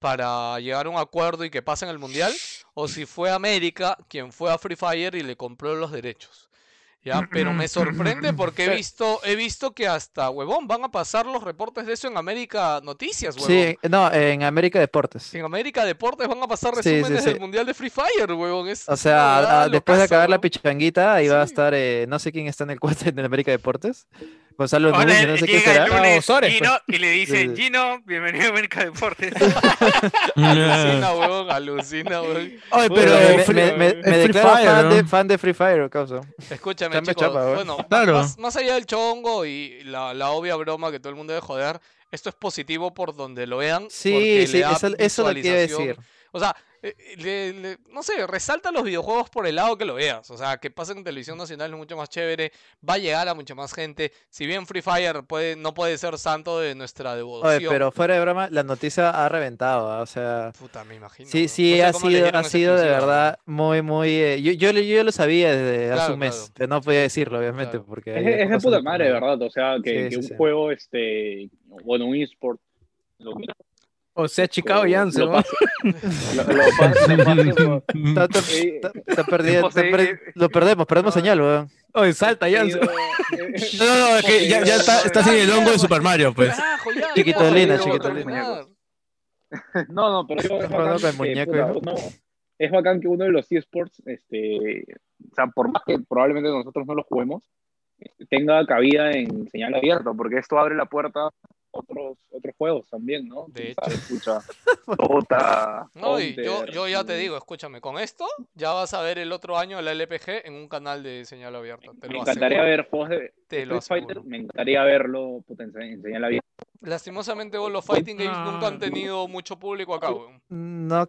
para llegar a un acuerdo y que pasen el mundial, o si fue América quien fue a Free Fire y le compró los derechos. Ya, pero me sorprende
<clears throat>
porque he visto, he visto que hasta, huevón, van a pasar los reportes de eso en América Noticias, huevón.
Sí, no, en América Deportes.
En América Deportes van a pasar
Sí, sí,
resúmenes
sí.
del mundial de Free Fire, huevón. Es
O
una
sea,
huevada
a- después de
locaza,
acabar la
huevón.
pichanguita, ahí va a
Sí.
estar, eh, no sé quién está en el 4 en América Deportes. Gonzalo
Ahora
Núñez, no sé quién
llega el
será.
lunes
No, Sores,
pues.
Gino y le
Sí,
dicen,
sí.
Gino, bienvenido a América Deportes.
<laughs>
Alucina, huevón, alucina, huevón.
Ay,
Pero
pero
me,
Free-
me- me-
es
me
Free
declaro
Fire,
fan, de,
¿no?
fan de Free Fire, causa.
Escúchame,
Cambia
chicos.
chapa, weón.
bueno,
Claro.
más, más allá del chongo y la, la obvia broma que todo el mundo debe joder, esto es positivo por donde lo vean. porque
Sí,
le
sí,
da
eso, eso lo quiero
visualización.
decir.
O sea, eh, eh, le- le- no sé, resalta los videojuegos por el lado que lo veas. O sea, que pasen en televisión nacional es mucho más chévere, va a llegar a mucha más gente. Si bien Free Fire puede, no puede ser santo de nuestra devoción.
Oye, pero fuera de broma, la noticia ha reventado, ah, o sea,
Puta, me imagino.
sí,
weón.
sí,
No sé
ha
cómo le
sido,
dieron
ha
esa
sido de
exclusiva, weón.
verdad muy, muy, eh, yo, yo, lo- yo lo sabía desde hace
Claro,
un mes,
claro.
pero no podía decirlo, obviamente,
Claro.
porque...
Es,
hay
es de
cosas
puta
que
madre,
no-
de verdad. O sea, que,
Sí,
que
sí,
un
sí.
juego, este, bueno, un eSport, lo,
O sea, Chicago Yance,
lo
¿no?
pase- lo- lo pase- lo pase por-
Está, está-
Eh,
está- está perdido, está
José,
per-
eh,
lo perdemos, perdemos
no,
señal, weón.
Oye, salta, Yance.
eh,
No, no, no, es que ya, ya está, estás en el hongo de Super Mario, pues.
Carajo, ya, ya,
Chiquitolina,
ya,
chiquitolina.
terminar.
No, no, pero yo- es
Estás jugando
bacán,
con el
que,
muñeco,
puta,
hijo.
uno- es bacán que uno de los eSports, este, o sea, por más que probablemente nosotros no lo juguemos, este, tenga cabida en señal abierta, porque esto abre la puerta a otros, otros juegos también, ¿no?
De
¿Quién
hecho.
sabe?
<laughs>
Pucha, Dota,
No, y yo,
Counter,
yo ya te
y-
digo, escúchame, con esto ya vas a ver el otro año la LPG en un canal de señal abierta. Te
Me
lo
encantaría
aseguro.
ver juegos de
Te lo
Street Fighter,
aseguro.
me encantaría verlo puta, en, en señal abierta.
Lastimosamente, vos, los Fighting Games nunca han tenido mucho público acá, weón.
No,
No,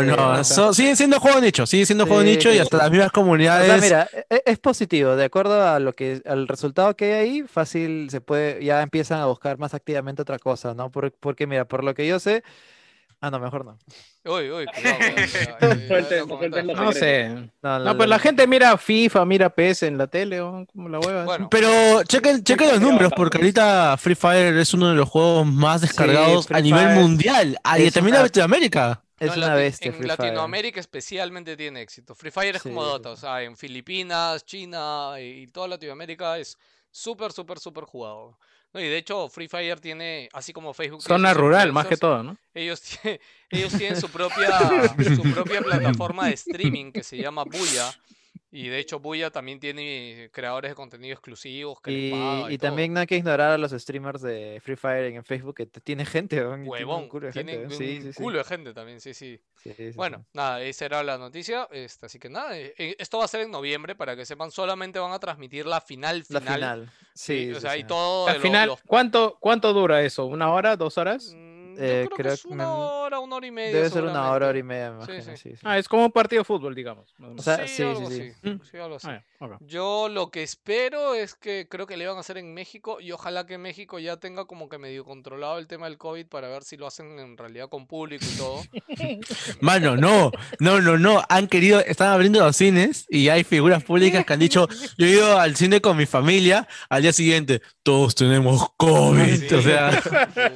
creo,
no,
o sea,
so- siguen siendo juego nicho, siguen siendo juego
Sí,
nicho y hasta las mismas
O sea,
comunidades.
mira, e- e- es positivo, de acuerdo a lo que, al resultado que hay ahí, fácil se puede, ya empiezan a buscar más activamente otra cosa, ¿no? Por- porque mira, por lo que yo sé, Ah, no, mejor no.
Uy, uy, cuidado. cuidado,
<laughs>
cuidado, eh,
Suelten,
lo comentaste.
suelten los
No sé.
No,
No, pues la gente mira FIFA, mira PS en la tele, ¿no? como la hueva.
Bueno,
Pero chequen, chequen los números, porque ahorita Free Fire es uno de los juegos más descargados
Free
a nivel
Fire
mundial, a, y
es
también a
una-
Latinoamérica.
Es
no, en
una
Lati-
bestia,
En
Free Fire.
Latinoamérica especialmente tiene éxito. Free Fire es como
Sí, sí,
Dota, o sea, en Filipinas, China y toda Latinoamérica es súper, súper, súper jugado. No, y de hecho, Free Fire tiene, así como Facebook. tiene
Zona
sus
rural, más que
influencers,
todo, ¿no?
Ellos, tie- <laughs> ellos tienen su
<laughs>
propia, su propia plataforma de streaming que se llama Buya. Y de hecho, Buya también tiene creadores de contenido exclusivos que les
Y,
paga
y
todo.
también no hay que ignorar a los streamers de Free Fire en Facebook, que t- tiene gente, weón, y tiene
Huevón,
un culo de gente.
tienen
weón.
un
Sí, sí, sí.
culo de gente también, sí, sí.
Sí, sí, sí.
Bueno, nada, esa era la noticia. este, así que nada, eh, eh, esto va a ser en noviembre, para que sepan, solamente van a transmitir la final
La
final.
final. Sí,
y, o
sí,
sea, y
sí.
todo
Al
lo-
final,
los-
¿cuánto, ¿cuánto dura eso? ¿Una hora? ¿Dos horas?
Mm, yo
eh,
creo que
creo
es
que
una
me-
hora, una hora y media
Debe ser una hora, hora y
seguramente.
media, me
Sí,
imagino, sí, sí.
Ah, es como un partido de fútbol, digamos. más o
O
menos.
sea,
Sí,
sí,
algo
sí, sí.
así,
Mm.
sí, algo así.
Ah, ya, ok.
Yo lo que espero es que creo que le van a hacer en México y ojalá que México ya tenga como que medio controlado el tema del COVID para ver si lo hacen en realidad con público y
<laughs>
todo.
Mano, no, no, no, no. Han querido, están abriendo los cines y hay figuras públicas que han dicho, yo he ido al cine con mi familia, al día siguiente, todos tenemos COVID.
Sí,
O sea,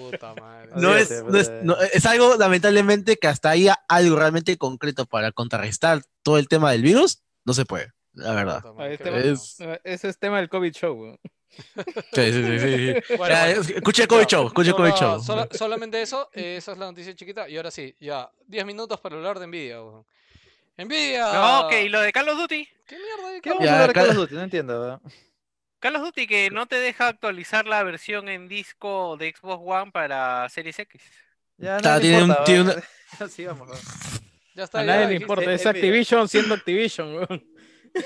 puta madre.
no es,
Olvídate,
no es,
brother.
no- es algo lamentablemente que hasta ahí algo realmente concreto para contrarrestar todo el tema del virus, no se puede, la verdad.
Puta
Ah,
madre, qué
este
bueno.
Es-
va- Ese es tema del COVID show. weón.
Sí, sí, sí, sí, sí.
<laughs> Bueno,
Ya,
bueno.
es- Escucha el COVID
Ya,
show, escucha el
no,
COVID
no,
show.
sola- solamente eso, eh, esa es la noticia chiquita. Y ahora sí, ya, 10 minutos para hablar de Nvidia. weón. Nvidia.
No, que ¿y Ah, lo de Call of Duty?
¿Qué mierda? de
¿Qué
qué
vamos
Ya,
a hablar de Call
cada-
of Duty? No entiendo, weón.
Call of Duty que no te deja actualizar la versión en disco de Xbox One para Series X.
Ya,
Está,
no
tiene un- tiene
<laughs> Así vamos, weón.
Ya está.
A
ya
nadie le
dijiste.
importa. Es
Nvidia.
Activision siendo Activision. weón.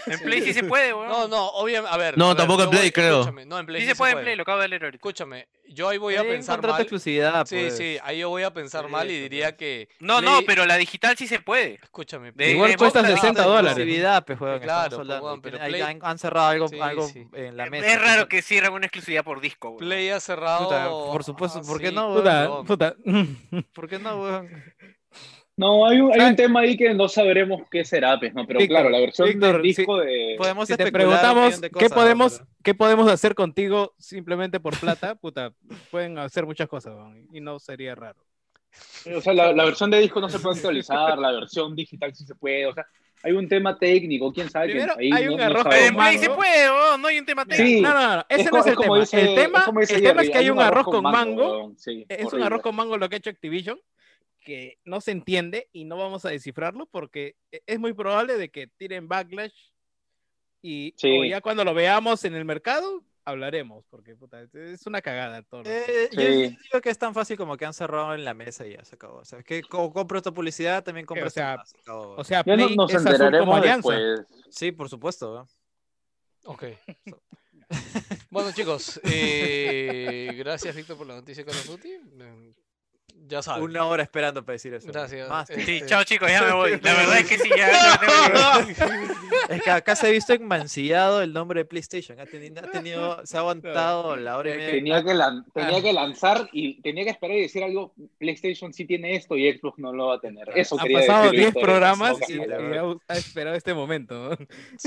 En Play sí se puede, weón.
No, no, obviamente. A ver.
No,
a ver,
tampoco en
yo voy-
Play, creo.
escúchame, No, en Play.
sí
Sí
se puede en Play, lo acabo de leer ahorita.
Escúchame, yo ahí voy a
Hay un
pensar
contrato de
mal.
exclusividad,
Sí,
pues.
sí, pues. ahí yo voy a pensar mal y
Eso,
diría que.
No, no,
Play-
pero la digital sí se puede.
Escúchame.
De-
Igual
de
cuesta
Xbox la
60
digital-
dólares.
Exclusividad, pues, weón,
Claro,
estamos
pues,
hablando,
weón, pero
tiene- ahí
Play-
han, han cerrado algo,
Sí,
algo
sí.
en la mesa.
Es raro
puta.
que cierran una exclusividad por disco, weón.
Play ha cerrado. Ah,
por supuesto, ¿por qué
así,
<laughs> no, weón?
Puta,
weón.
puta.
¿Por qué no, weón?
No, hay un, hay
Ah.
un tema ahí que no sabremos qué será, pues, ¿no? Pero
Víctor,
claro, la versión
Víctor,
del disco de...
Podemos
Si te
especular un
preguntamos
millón de
qué
cosas, ¿no?
podemos,
Pero-
qué podemos hacer contigo simplemente por plata, puta, pueden hacer muchas cosas weón, y no sería raro.
O sea, la, la versión de disco no se puede actualizar, la versión digital sí se puede, o sea, hay un tema técnico, quién sabe. que
Primero,
ahí
hay
no-
un
no
arroz
sabemos.
Pero en
Mano.
Play se puede, weón. No hay un tema técnico.
Sí.
No, no, no, ese
co-
no es el
como
tema.
dice-
el tema,
como dice
el tema
Jerry,
es que hay un arroz con mango,
weón, sí,
es un
horrible.
arroz con mango lo que ha hecho Activision que no se entiende y no vamos a descifrarlo porque e- es muy probable de que tiren backlash y
Sí.
o ya cuando lo veamos en el mercado hablaremos porque puta, es una cagada todo. lo-
Eh, yo
Sí.
digo que es tan fácil como que han cerrado en la mesa y ya se acabó. O sea, es que co- compro esta publicidad, también compro
o
esta
sea,
más, se acabó.
O sea,
Ya no-
Play
nos
es azul como
enteraremos
alianza.
después.
sí, por supuesto. weón.
Ok.
<laughs>
Bueno, chicos, eh, gracias, Víctor, por la noticia de Call of Duty. Eh, Ya sabes.
Una hora esperando para decir eso. weón.
Gracias.
Más.
eh,
Sí,
eh,
chao chicos, ya me voy. La verdad es que sí, ya. ya me voy.
Es que acá se ha visto enmancillado el nombre de PlayStation. Ha tenido, ha tenido- se ha aguantado la hora y
Eh,
media.
Tenía que, lan-
ah.
tenía que lanzar y tenía que esperar y decir algo, PlayStation sí tiene esto y Xbox no lo va a tener. Eso
Han
quería
pasado
decir
10
Víctor,
programas
en esta
y, y
ocasión.
ha, ha esperado este momento. ¿no?
o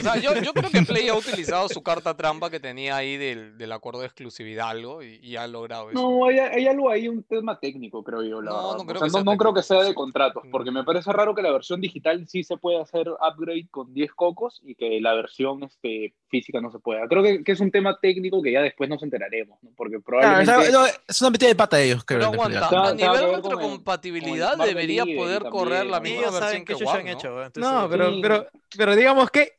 sea, yo, yo creo que Play ha utilizado su carta trampa que tenía ahí del, del acuerdo de exclusividad, algo, y, y ha logrado eso.
No, hay, hay algo ahí, un tema técnico, creo yo. La
No, pues. no creo
verdad. O sea,
que sea
no creo que
técnico,
sea de
sí. Mm.
contratos, porque me parece raro que la versión digital sí se puede hacer upgrade con 10 cocos y que la versión este, física no se pueda. Creo que, que es un tema técnico que ya después nos enteraremos, ¿no? porque
Claro,
probablemente.
es, no, es una metida de pata de ellos, creo.
Pero
en realidad.
aguanta,
Te va-
a
te va a
nivel
ver con el-
retrocompatibilidad
con el Smart
debería
Delivery
poder correr
también,
la
¿no?
misma
Ellos
versión
saben
que One,
qué chucha han
¿no?
hecho. weón, entonces-
No, pero,
Sí.
pero, pero digamos, ¿qué,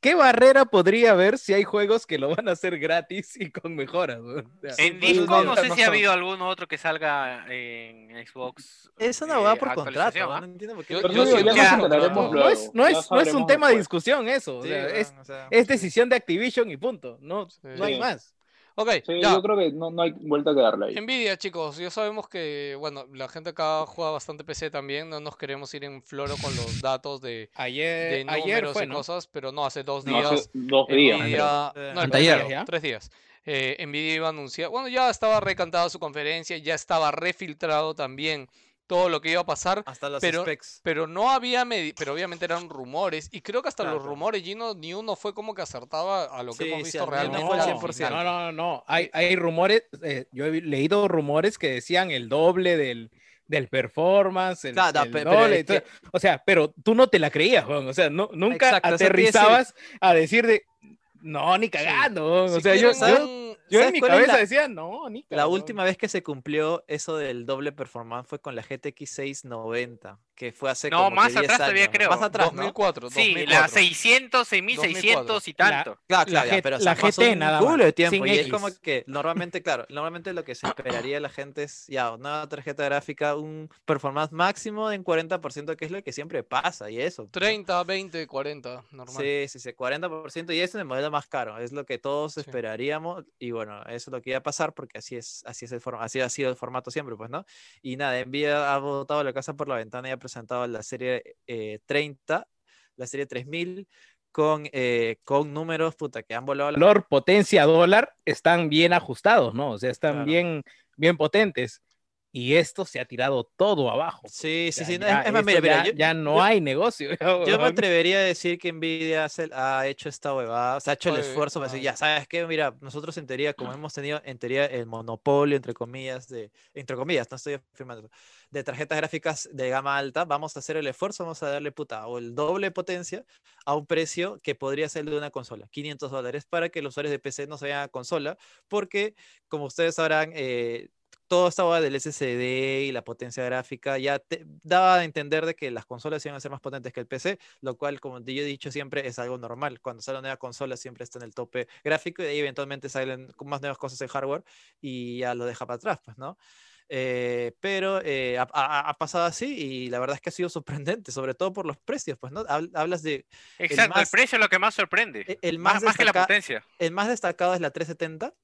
¿qué barrera podría haber si hay juegos que lo van a hacer gratis y con mejoras? ¿no? O sea,
En
pues,
disco
sí,
no
la
sé si ha
razón.
habido alguno otro que salga en Xbox.
Es una
eh,
abogada por contrato.
actualización,
weón,
¿ah?
No entiendo por qué.
Yo-
lo
yo
quieren
digo, ya
hacer
nos
con contrato.
enteraremos
no es, no es,
Ya
no es un
sabremos
tema de
después.
discusión eso. o
Sí,
sea,
weón,
es,
o sea,
es
sí.
decisión de Activision y punto. No, no hay
Sí.
más.
Ok,
Sí,
ya.
yo creo que no, no hay vuelta que darle ahí.
Envidia, chicos, ya sabemos que, bueno, la gente acá juega bastante PC también, no nos queremos ir en floro con los
<laughs>
datos de, de
Eh,
Ayer, ayer
números
fue,
y
¿no?
cosas, pero no, hace dos
No,
días.
hace dos días.
Nvidia-
creo.
no,
Anteayer.
tres días, tres días. Eh, Nvidia iba a anunciar, bueno, ya estaba recantada su conferencia, ya estaba refiltrado también todo lo que iba a pasar,
Hasta las
Pero-
specs.
pero no había medi- pero obviamente eran rumores y creo que hasta
Claro,
los
claro.
rumores Gino ni uno fue como que acertaba a lo que
Sí,
hemos
sí,
visto
al menos
realmente.
fue al
al
100%.
final.
No, no, no. Hay, hay rumores, eh, yo he leído rumores que decían el doble del, del performance, el,
Claro,
el
pe- pero
doble.
es que-
entonces, O sea, pero tú no te la creías, weón, O sea, no, nunca
Exacto, eso te iba a decir.
aterrizabas a decir de, no, ni cagando, weón, O
Si
sea, yo,
quieren
yo,
un-
yo en
¿Sabes
mi
cuál es
cabeza
la-
decía, no, ni
La
cagando".
última vez que se cumplió eso del doble performance fue con la GTX 690, que fue hace
No,
como
más
que 10
atrás todavía
años.
creo.
Más atrás, ¿no?
2004,
Sí,
2004.
la 600, 6600 y tanto.
Claro,
La
claro,
G-
ya, pero o
la
sea, pasó
GT
un
nada más,
culo de tiempo
sin
y es
X.
como que normalmente, claro, normalmente lo que se esperaría de la gente es ya una tarjeta gráfica, un performance máximo en 40%, que es lo que siempre pasa y eso. ¿no?
30, 20, 40, normal.
Sí, sí, sí, 40% y eso en el modelo más caro, es lo que todos esperaríamos y bueno, eso es lo que iba a pasar porque así es, así es el formato, así ha sido el formato siempre, pues, ¿no? Y nada, Nvidia ha botado la casa por la ventana y ha presentado la serie eh, 30, la serie 3000 con, eh, con números, puta, que han volado la
Valor, potencia, dólar están bien ajustados, ¿no? O sea, están
Claro.
bien, bien potentes. Y esto se ha tirado todo abajo.
Sí, sí,
Ya-
sí. no,
ya
es, es más,
esto
mira, mira,
ya,
yo,
ya no
yo-
hay negocio. <laughs>
yo me
weón.
atrevería a decir que Nvidia se- ha hecho esta huevada, o sea, ha hecho el
Oye,
esfuerzo para decir,
ah,
ya sabes que, mira, nosotros en teoría, como hemos tenido en teoría el monopolio, entre comillas, de, entre comillas, no estoy afirmando, de tarjetas gráficas de gama alta, vamos a hacer el esfuerzo, vamos a darle puta o el doble potencia a un precio que podría ser el de una consola, 500 dólares, para que los usuarios de PC no se vayan a consola, porque, como ustedes sabrán, eh, toda esta boda del SSD y la potencia gráfica ya te- daba a entender de que las consolas iban a ser más potentes que el PC, lo cual, como yo he dicho siempre, es algo normal. Cuando sale una nueva consola siempre está en el tope gráfico y de ahí eventualmente salen con más nuevas cosas en hardware y ya lo deja para atrás, pues, ¿no? Eh, pero eh, ha, ha- ha pasado así y la verdad es que ha sido sorprendente, sobre todo por los precios, pues, ¿no? Hab- Hablas de,
Exacto, el,
más-
precio es lo que más sorprende.
e- el
más,
más
más que la
destaca-
potencia.
el más destacado es la 370,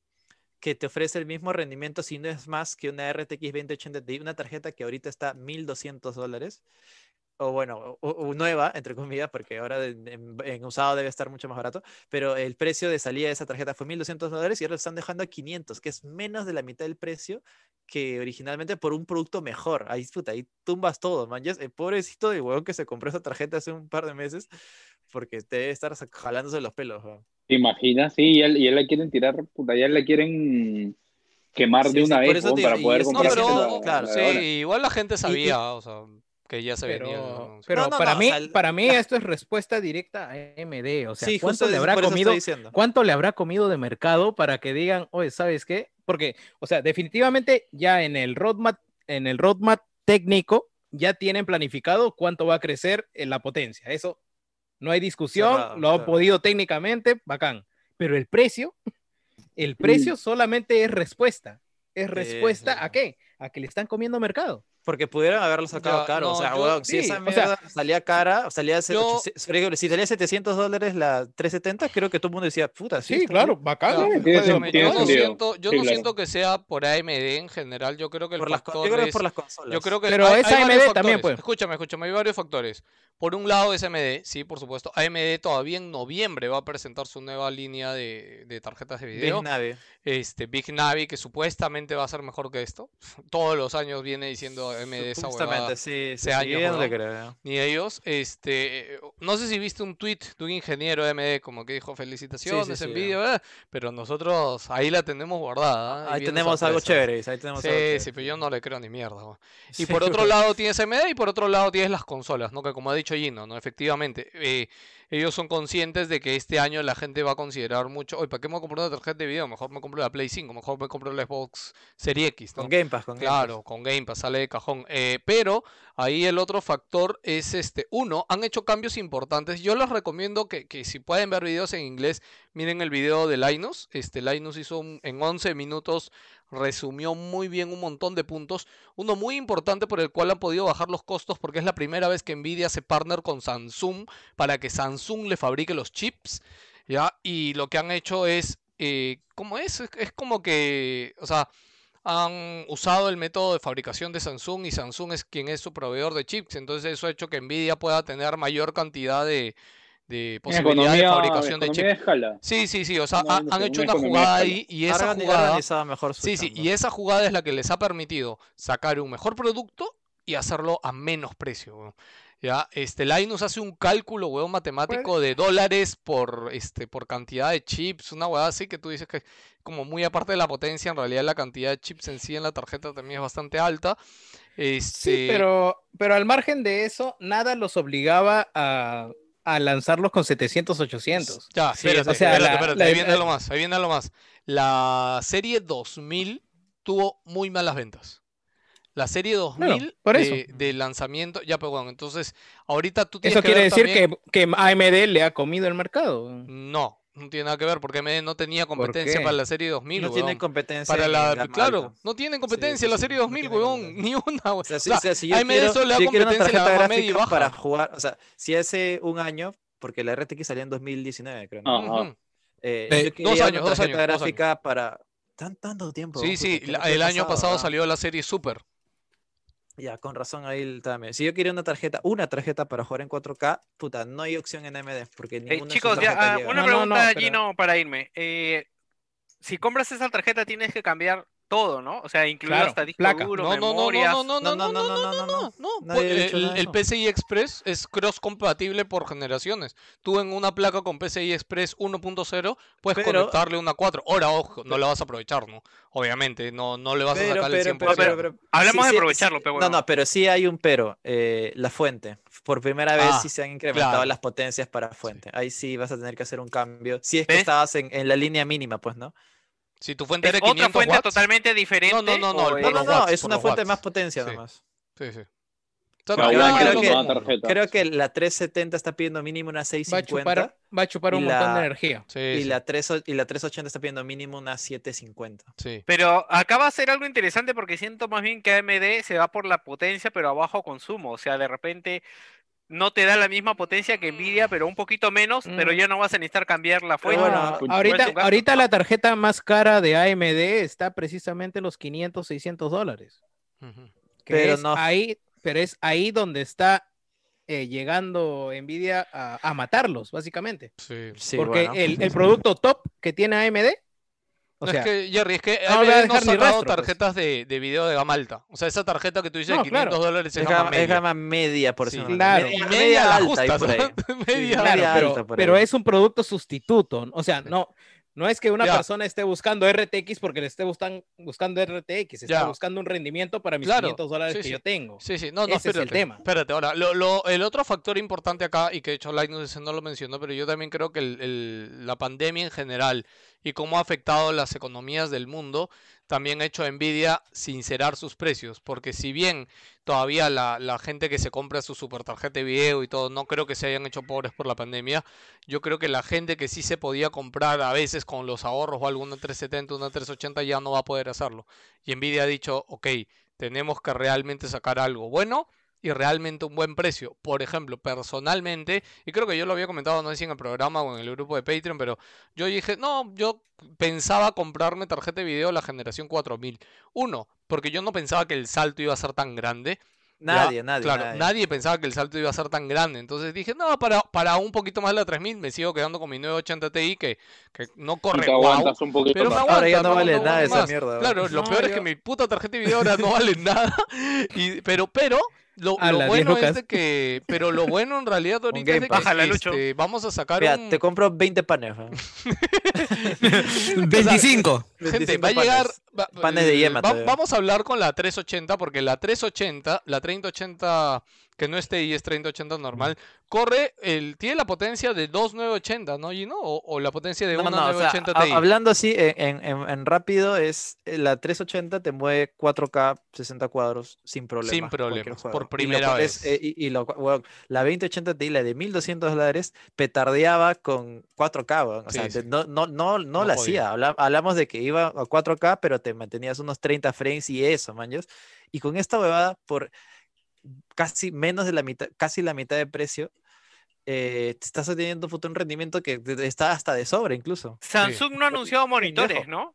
que te ofrece el mismo rendimiento, si no es más que una RTX 2080 Ti, una tarjeta que ahorita está 1200 dólares. O bueno, o- o nueva, entre comillas, porque ahora en, en- en usado debe estar mucho más barato. Pero el precio de salida de esa tarjeta fue 1200 dólares y ahora lo están dejando a 500, que es menos de la mitad del precio que originalmente por un producto mejor. Ahí, puta, ahí tumbas todo, man. Ya es- El pobrecito de huevón que se compró esa tarjeta hace un par de meses porque te debe estar sac- jalándose los pelos, weón.
¿Te imaginas? Sí, ya, ya la quieren tirar, puta, ya la quieren quemar
Sí,
de
sí,
una
por
vez
eso
weón,
te-
para
y
poder
es- no,
No,
comprarse
pero
Haciendo-
la-
claro,
la
sí,
de ahora.
igual la gente sabía, o sea, que ya se venía. el
Pero,
anuncio.
pero
No, no,
para
no, o
mí,
sea, el-
para mí
la-
esto es respuesta directa a AMD. O sea,
Sí,
¿cuánto
justo
le
es-
habrá
por eso
comido?
estoy diciendo.
¿Cuánto le habrá comido de mercado para que digan, oye, ¿sabes qué? Porque, o sea, definitivamente ya en el roadmap, en el roadmap técnico, ya tienen planificado cuánto va a crecer eh, la potencia. Eso no hay discusión,
Cerrado,
lo han
claro.
podido técnicamente, bacán. Pero el precio, el
Mm.
precio solamente es respuesta. ¿Es respuesta
sí,
a
sí.
qué? A que le están comiendo mercado.
Porque pudieron haberlo sacado
Ya,
caro. o
no,
sea,
yo-
weón, si
sí,
esa
o sea,
mierda salía cara, salía se-
yo-
800 por ejemplo, si salía 700 dólares la 370, creo que todo el mundo decía, puta, sí. está bien.
bacán.
Claro,
tiene
pero
sentido, tiene
yo no,
sentido.
siento, yo
Sí,
no
claro.
siento que sea por AMD en general, yo creo que el
Por las, con-
factor
yo creo que
es-
por las consolas.
Yo creo que
Pero es AMD
varios
también,
factores.
pues.
Escúchame, escúchame, hay varios factores. Por un lado es AMD, sí, por supuesto. AMD todavía en noviembre va a presentar su nueva línea de, de tarjetas de
Big
video.
Navi.
este Big Navi, que supuestamente va a ser mejor que esto. <laughs> Todos los años viene diciendo AMD esa huevada.
Supuestamente, sí, sí,
ese
sí,
año,
yo no le
weón.
creo.
Ni ellos, este, eh, no sé si viste un tweet de un ingeniero de AMD como que dijo felicitaciones,
sí,
envidia, eh", pero nosotros ahí la tenemos guardada. ¿ah? Y
Ahí
viene
tenemos algo
sorpresa.
chévere, dice, ahí tenemos algo
Sí,
chévere.
sí, pero yo no le creo ni mierda. weón. Y
<laughs> Sí,
por otro
weón.
lado tienes AMD y por otro lado tienes las consolas, ¿no? Que como ha dicho Gino, ¿no? Efectivamente, eh, ellos son conscientes de que este año la gente va a considerar mucho, oye, ¿para qué me compro una tarjeta de video? Mejor me compro la Play 5, mejor me compro la Xbox Series X, ¿no?
Con Game Pass, con Game Pass.
Claro, con Game Pass sale de cajón. Eh, pero ahí el otro factor es este. Uno, han hecho cambios importantes. Yo les recomiendo que, que si pueden ver videos en inglés, miren el video de Linus. Este, Linus hizo un- en 11 minutos, resumió muy bien un montón de puntos. Uno muy importante por el cual han podido bajar los costos porque es la primera vez que Nvidia se partner con Samsung para que Samsung le fabrique los chips. ¿ya? Y lo que han hecho es, eh, ¿cómo es? Es- Es como que, o sea, han usado el método de fabricación de Samsung y Samsung es quien es su proveedor de chips. Entonces eso ha hecho que Nvidia pueda tener mayor cantidad de, de posibilidad de
Economía-
fabricación de
economía
chips.
escala.
Sí, sí, sí, o sea,
No,
ha-
no
han
sé,
hecho
una
una
economía
jugada
escala.
ahí y esa
Organi-
jugada...
organizada mejor su
Sí, sí,
chamba.
y esa jugada es la que les ha permitido sacar un mejor producto y hacerlo a menos precio, weón. Ya, este, Linus hace un cálculo, weón, matemático
Pues
de dólares por, este, por cantidad de chips, una weá así que tú dices que como muy aparte de la potencia, en realidad la cantidad de chips en sí en la tarjeta también es bastante alta.
Sí,
Este,
pero, pero al margen de eso, nada los obligaba a, a lanzarlos con 700, 800.
Ya,
Sí,
espérate,
o sea,
espérate,
la-
espérate,
la-
ahí viene algo más, ahí viene algo más. La serie 2000 tuvo muy malas ventas. La serie 2000
por
de,
eso.
de lanzamiento, ya, pues bueno, entonces ahorita tú tienes
Eso
que
quiere
ver
decir
también-
que, que AMD le ha comido el mercado.
No, no tiene nada que ver porque AMD no tenía competencia
qué?
para la serie 2000,
No tiene
weón.
competencia.
Para
en
la,
gama
claro,
alta.
no tiene
sí,
competencia la
sí,
serie
no
2000,
tiene
weón,
competencia.
ni una, weón.
O sea, sí,
O
o
sea,
sea, si yo
AMD
quiero,
solo le da
si yo quiero una
competencia en la
tarjeta
gama media y
gráfica
baja.
para jugar, o sea, si hace un año, porque la RTX salió en 2019, creo, ¿no?
Ah. Ajá.
ujú.
Eh, yo
Eh, dos
quería una
años, dos
tarjeta
años, dos
gráfica para tan tanto tiempo.
Sí,
puta,
sí,
que
la-
no te he
el año pasado
ah.
salió la serie Super.
Ya, con razón ahí el- también. Si yo quería una tarjeta, una tarjeta para jugar en 4K, puta, no hay opción en AMD, porque
Eh,
ninguna de sus
chicos, ya,
tarjetas
ah,
llega.
una
No, no, no,
pregunta,
pero-
Gino, para irme. Eh, si compras esa tarjeta, tienes que cambiar todo, ¿no? O sea, incluido
Claro,
hasta disco
placa.
duro,
No, no, no,
memoria.
no, no, no, no, no,
no, no, no,
No, no,
Nadie
pues,
ha dicho
el,
nada de
el
eso.
PCI Express es cross compatible por generaciones. Tú en una placa con PCI Express 1.0 puedes
Pero-
conectarle una 4. Ahora, ojo, no la vas a aprovechar, ¿no? Obviamente, no, no le vas a
Pero,
sacar el
pero,
100%.
pero, pero, pero-
Hablemos de
sí, sí,
aprovecharlo,
sí.
pero
No,
bueno.
no, pero sí hay un pero. eh, la fuente. Por primera vez
Ah,
sí se han incrementado
claro.
las potencias para fuente. Ahí sí vas a tener que hacer un cambio. Si es que
¿Ves?
estabas en, en la línea mínima, pues, ¿no?
Si tu fuente
¿Es
era
otra
500
fuente
watts,
totalmente diferente.
No, no, no, no,
o
el Por
es-
No, no,
los
no,
watts,
es
por
una
los
fuente
watts.
más potencia
Sí.
nomás.
Sí, sí.
Pero
no,
ahora
no,
Ah, creo
no,
que-
no, no.
tarjeta.
Creo que la 370 está pidiendo mínimo una
Va a
650
chupar, va a chupar un
y
montón de
la-
energía.
Sí,
y,
sí,
la 3 y la 380 está pidiendo mínimo una 750.
sí.
Pero acá va a ser algo interesante porque siento más bien que AMD se va por la potencia, pero a bajo consumo. O sea, de repente no te da la misma potencia que Nvidia, pero un poquito menos, pero
Mm.
ya no vas a necesitar cambiar la
Pero
fuente.
bueno,
bueno,
pues,
ahorita,
igual tu gasto-
ahorita la tarjeta más cara de AMD está precisamente en los 500, 600 dólares.
Ujú.
que
Pero
es
no-
ahí, pero es ahí donde está eh, llegando Nvidia a, a matarlos, básicamente.
Sí.
Sí,
Porque
bueno.
el, el producto top que tiene AMD, o
No,
sea,
es que, Jerry, es que
no
AMD
voy a
no ha
dejar ni
sacado
rastro, pues.
tarjetas de, de video de gama alta. O sea, esa tarjeta que tú dices de
No,
500
claro.
dólares es
Es
gama
gama, es
media.
gama media, por
Sí,
decirlo de una
claro.
manera.
Y
Media,
media la
media alta ahí
justas,
por
¿no?
ahí.
<laughs> Media
Claro,
alta.
claro, pero,
alta por
pero
ahí.
es un producto sustituto. O sea, no, no es que una
Ya.
persona esté buscando RTX porque le esté bustan- buscando RTX, está
Ya.
buscando un rendimiento para mis
Claro,
500 dólares
sí,
que
sí.
yo tengo.
Sí, sí, no, no,
Ese es el
espérate.
tema.
Espérate, ahora, lo, lo- el otro factor importante acá, y que de hecho Linus no lo mencionó, pero yo también creo que el- el- la pandemia en general y cómo ha afectado las economías del mundo, también ha hecho a Nvidia sincerar sus precios, porque si bien todavía la, la gente que se compra su super tarjeta de video y todo, no creo que se hayan hecho pobres por la pandemia, yo creo que la gente que sí se podía comprar a veces con los ahorros o alguna 370, una 380 ya no va a poder hacerlo. Y Nvidia ha dicho, ok, tenemos que realmente sacar algo bueno y realmente un buen precio. Por ejemplo, personalmente, y creo que yo lo había comentado, no sé si en el programa o en el grupo de Patreon, pero yo dije, no, yo pensaba comprarme tarjeta de video la generación 4000. Uno, porque yo no pensaba que el salto iba a ser tan grande. ¿ya?
Nadie, nadie,
Claro,
nadie.
pensaba que el salto iba a ser tan grande. Entonces dije, no, para, para un poquito más la 3000 me sigo quedando con mi 980 Ti que, que no
Y
corre
te
guau,
aguantas un poquito
pero me
más.
Ahora ya
aguanta,
no vale nada
aguanto
esa mierda, weón.
Claro, lo
No,
peor es
yo-
que mi puta tarjeta de video ahora no vale nada. Y, pero, pero, lo,
A
lo
las 10
bueno es
lucas.
de que. Pero lo bueno en realidad ahorita
Game
es de que
Pass.
Bájala, Lucho.
este, vamos a sacar
Mira,
un.
te compro 20 panes. ¿eh? weón.
25.
<laughs> Gente,
25
va a llegar.
panes.
va-
Panes de
eh,
yema
va-
todavía.
vamos a hablar con la 380, porque la 380, la 3080, que no es TI, es 3080 normal, corre, el, tiene la potencia de 2980, ¿no, Gino? O, o la potencia de
No,
una
no, o sea,
980
ha-
TI.
hablando así en, en- en- en rápido, es eh, la 380 te mueve 4K 60 cuadros sin problemas.
Sin
cualquier
problemas, por
juego. Y lo
primera
cual es,
vez.
eh, y, y lo cual- weón, la 2080 Ti, la de 1200 dólares, petardeaba con 4K. weón. O sea,
Sí,
te-
sí.
no, no, no, no
No
la
podía.
hacía. Habla- hablamos de que iba a 4K, pero te mantenías unos 30 frames y eso, manches. Y con esta huevada, por casi menos de la mitad, casi la mitad de precio, eh, te estás obteniendo puta, un rendimiento que te- te está hasta de sobra incluso.
Samsung no ha anunciado monitores,
pendejo.
¿no?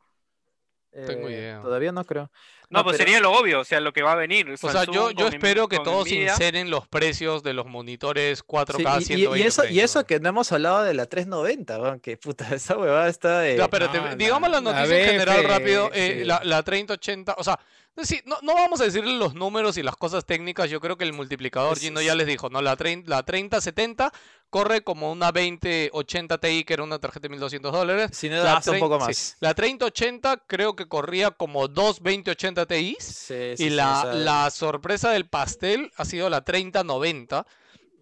Tengo
Eh,
idea.
Todavía no creo.
No, pues
pero-
sería lo obvio, o sea, lo que va a venir.
O sea, yo, yo espero que todos
sinceros
sinceren los precios de los monitores
sí,
4K
y- y- y,
120
eso, y eso
frames,
que no hemos hablado de la 390, weón, que puta, <laughs> esa huevada está de...
¿no? Ya, espérate,
No,
digamos la
la- la
noticia en general
BF,
rápido. eh,
sí.
la, la 3080, o sea, Sí, no, no vamos a decirle los números y las cosas técnicas. Yo creo que el multiplicador,
Es-
Gino ya les dijo, ¿no? La, trein- la 3070 corre como una 2080 Ti, que era una tarjeta de 1200 dólares.
Si no,
La
adapta un
trein-
poco
sí,
más.
La 3080 creo que corría como dos 2080 Ti.
Sí, sí,
Y
sí,
la,
esa-
la sorpresa del pastel ha sido la 3090,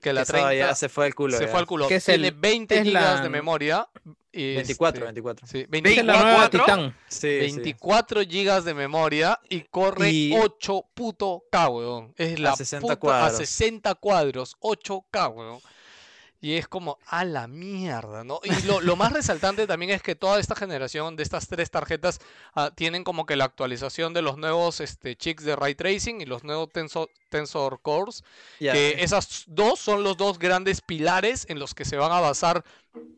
que la
esa ya
30
se fue al culo.
se
ya.
fue al culo.
Que es
Tiene
el-
20
es
gigas
la-
de memoria. y
24,
este,
24.
sí,
Esa es la nueva
24.
Titán.
Sí,
24 gigas de memoria y corre
Y-
8.K, weón. Es la
60
puta-
cuadros.
a 60 cuadros, 8K, weón. Y es como a la mierda, ¿no? Y lo, lo más resaltante también es que toda esta generación de estas tres tarjetas ah, tienen como que la actualización de los nuevos este, chips de ray tracing y los nuevos tensor, tensor cores
sí. Ya,
que esas dos son los dos grandes pilares en los que se van a basar,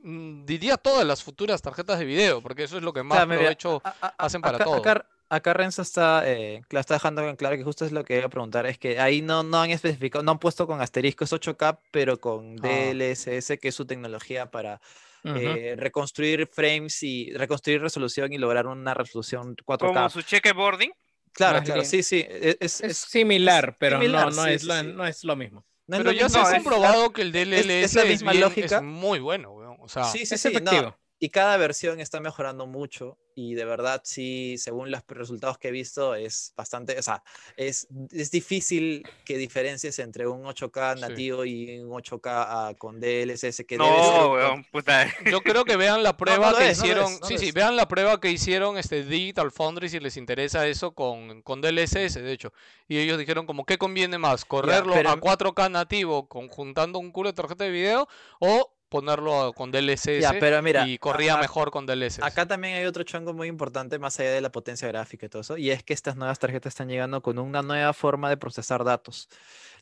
mm, diría todas las futuras tarjetas de video, porque eso es lo que más
Claro, mira,
provecho
a- a- a-
hacen para
acá,
todo.
Acá, acá Renzo está, eh, cla- está dejando en claro que justo es lo que iba a preguntar. Es que ahí no, no han especificado, no han puesto con asteriscos 8K, pero
Ah.
con DLSS, que es su tecnología para
Ujú.
eh, reconstruir frames y reconstruir resolución y lograr una resolución 4K.
Como su checkerboarding.
Claro,
más
claro,
bien.
sí, sí. e- Es,
Es
es-
similar,
es
pero no-
similar,
no,
sí,
es
sí,
lo,
sí.
no es lo mismo.
no es
Pero
lo
ya se
mismo,
ha
es-
comprobado que el DLLS es,
la misma
bien- es
lógica.
muy bueno, weón, O sea,
Sí, sí,
es
sí, no,
efectivo.
y cada versión está mejorando mucho y de verdad sí, según los resultados que he visto es bastante, o sea, es, es difícil que diferencies entre un 8K
Sí.
nativo y un 8K ah, con DLSS que debe ser
No,
un-
weón, puta.
yo creo que vean la prueba
lo
que
es, no lo
hicieron,
es, no
sí,
lo
sí,
es.
vean la prueba que hicieron este Digital Foundry si les interesa eso con, con DLSS, de hecho. Y ellos dijeron como, ¿qué conviene más? ¿Correrlo a
pero-
4K nativo conjuntando un culo de tarjeta de video o ponerlo a- con DLSS?
Ya, pero mira,
y corría
a-
mejor con DLSS.
Acá también hay otro chongo muy importante más allá de la potencia gráfica y todo eso, y es que estas nuevas tarjetas están llegando con una nueva forma de procesar datos,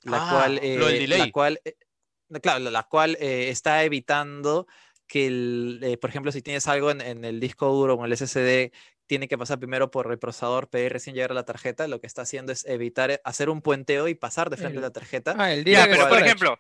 la
Ah,
cual,
lo del
eh,
delay.
la cual, eh, no, claro, la- la cual eh, está evitando que, el, eh, por ejemplo, si tienes algo en, en el disco duro o en el SSD, tiene que pasar primero por el procesador, pedir recién llegar a la tarjeta, lo que está haciendo es evitar eh, hacer un puenteo y pasar de frente a
El-
la tarjeta.
Ah,
Ya,
el día que
pero por
fuera-
ejemplo,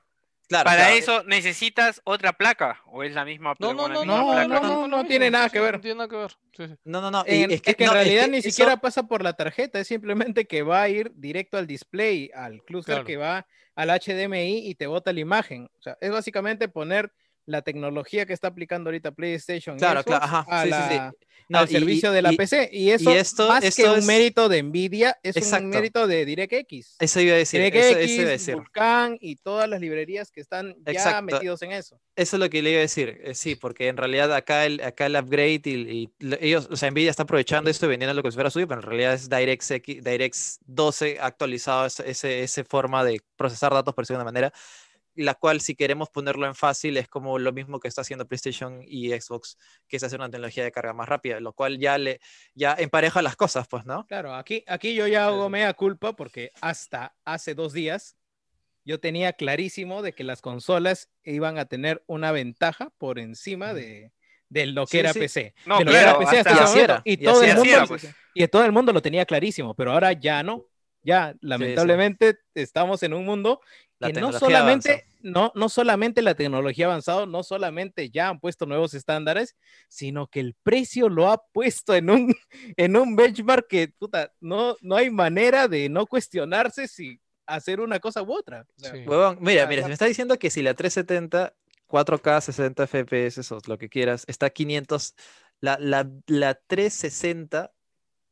Claro,
para
claro,
eso necesitas otra placa. ¿O es la misma
No,
pla-
no,
con la
no,
misma
no,
placa?
no, no, no tiene nada que ver.
No tiene nada que ver. sí, sí.
No, no, no. y
En-
es que,
en
eh, no, es
realidad
que
ni
eso-
siquiera pasa por la tarjeta, es simplemente que va a ir directo al display, al clúster
Claro.
que va al HDMI y te bota la imagen. O sea, es básicamente poner la tecnología que está aplicando ahorita PlayStation y
Claro,
Xbox
claro, ajá,
a
sí, sí, sí.
la-
no,
al
y- y-
servicio de la
y-
PC. Y eso,
esto-
más
esto
que un
es-
mérito de Nvidia, es
Exacto.
un mérito de DirectX.
Eso iba a decir, eso, eso iba a
DirectX,
decir.
Vulkan y todas las librerías que están ya
Exacto.
metidos en eso.
Eso es lo que le iba a decir, eh, sí, porque en realidad acá el, acá el upgrade y, y lo- ellos, o sea, Nvidia está aprovechando esto y vendiendo lo que fuera suyo, pero en realidad es DirectX, DirectX 12 actualizado, esa ese, ese forma de procesar datos por segunda manera, la cual si queremos ponerlo en fácil es como lo mismo que está haciendo PlayStation y Xbox, que es hacer una tecnología de carga más rápida, lo cual ya, le, ya empareja las cosas, pues, ¿no?
Claro, aquí, aquí yo ya hago mea culpa porque hasta hace dos días yo tenía clarísimo de que las consolas iban a tener una ventaja por encima de, de lo que
Sí,
era
sí.
PC.
No,
De lo que era
claro,
PC hasta
hasta-
ese
así
momento,
era,
y
y
todo
así
el
era.
Así
mundo,
era, pues.
y todo el mundo lo tenía clarísimo, pero ahora ya no. Ya, lamentablemente, estamos en un mundo
La
que no
tecnología
solamente,
avanza.
no, no solamente la tecnología ha avanzado, no solamente ya han puesto nuevos estándares, sino que el precio lo ha puesto en un, <laughs> en un benchmark que puta, no, no hay manera de no cuestionarse si hacer una cosa u otra. O sea,
Sí.
Huevón, mira,
sea,
mira,
ya-
si me está diciendo que si la 370, 4K, 60 FPS o lo que quieras, está a 500, la, la, la 360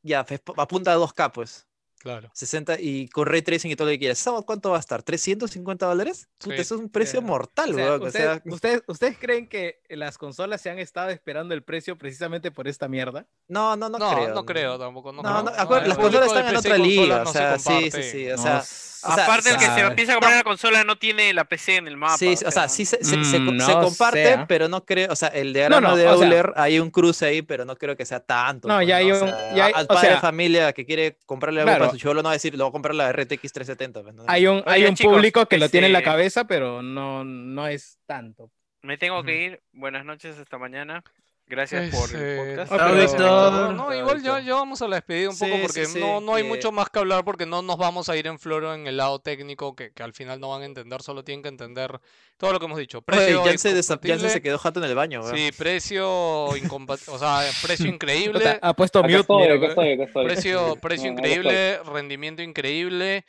ya fe- apunta a 2K, pues.
Claro.
60 y con ray tracing y todo lo que quieras. ¿Sabes cuánto va a estar? ¿350 dólares? Puta,
Sí. Eh,
eso es un precio
Claro.
mortal,
O sea,
huevón, o
¿ustedes-
sea,
ustedes, ¿Ustedes creen que las consolas se han estado esperando el precio precisamente por esta mierda?
no, no, no,
No, no creo,
creo.
tampoco. No,
No,
creo.
no,
No,
acuérdate,
el
las consolas
público de
están en
PC
otra
y consolas
liga, o
no se
sea, sí, sí,
comparte.
sí, o sea, o sea,
Aparte, el que se
sabe.
empieza a comprar la consola no tiene la PC en el mapa.
Sí, o sea, sí se, se- se co-
Mm,
se
no
comparte,
sea.
pero no creo, o sea, el de
No,
Arano
no,
de
o sea.
Euler, hay un cruce ahí, pero no creo que sea tanto.
No,
pues,
ya hay
O
un-
sea,
ya hay-
al
o
padre de
sea-
familia que quiere comprarle algo para
Claro.
su chivolo, no va a decir, lo voy a comprar la RTX 370. pues, ¿no?
Hay un, hay
Oigan,
un
chicos,
público que lo tiene en la
este-
cabeza, pero no, no es tanto.
Me tengo que ir. Buenas noches, hasta mañana. Gracias por el
Este,
podcast.
Ah,
no,
Chao,
pero-
Víctor.
no, igual ya, ya vamos a la despedida un poco
Sí, sí,
porque
sí,
no, no hay
eh.
mucho más que hablar porque no nos vamos a ir en floro en el lado técnico que, que al final no van a entender, solo tienen que entender todo lo que hemos dicho.
Oye,
Precio
Jansen, desa- Jansen
incompatible.
se quedó jato en el baño, weón.
Sí, precio incompatible, o sea,
<laughs>
precio
Puta,
increíble,
Ha puesto
Acá
mute.
estoy,
mira,
acá estoy, acá estoy.
precio, precio
No, acá estoy.
increíble, rendimiento increíble.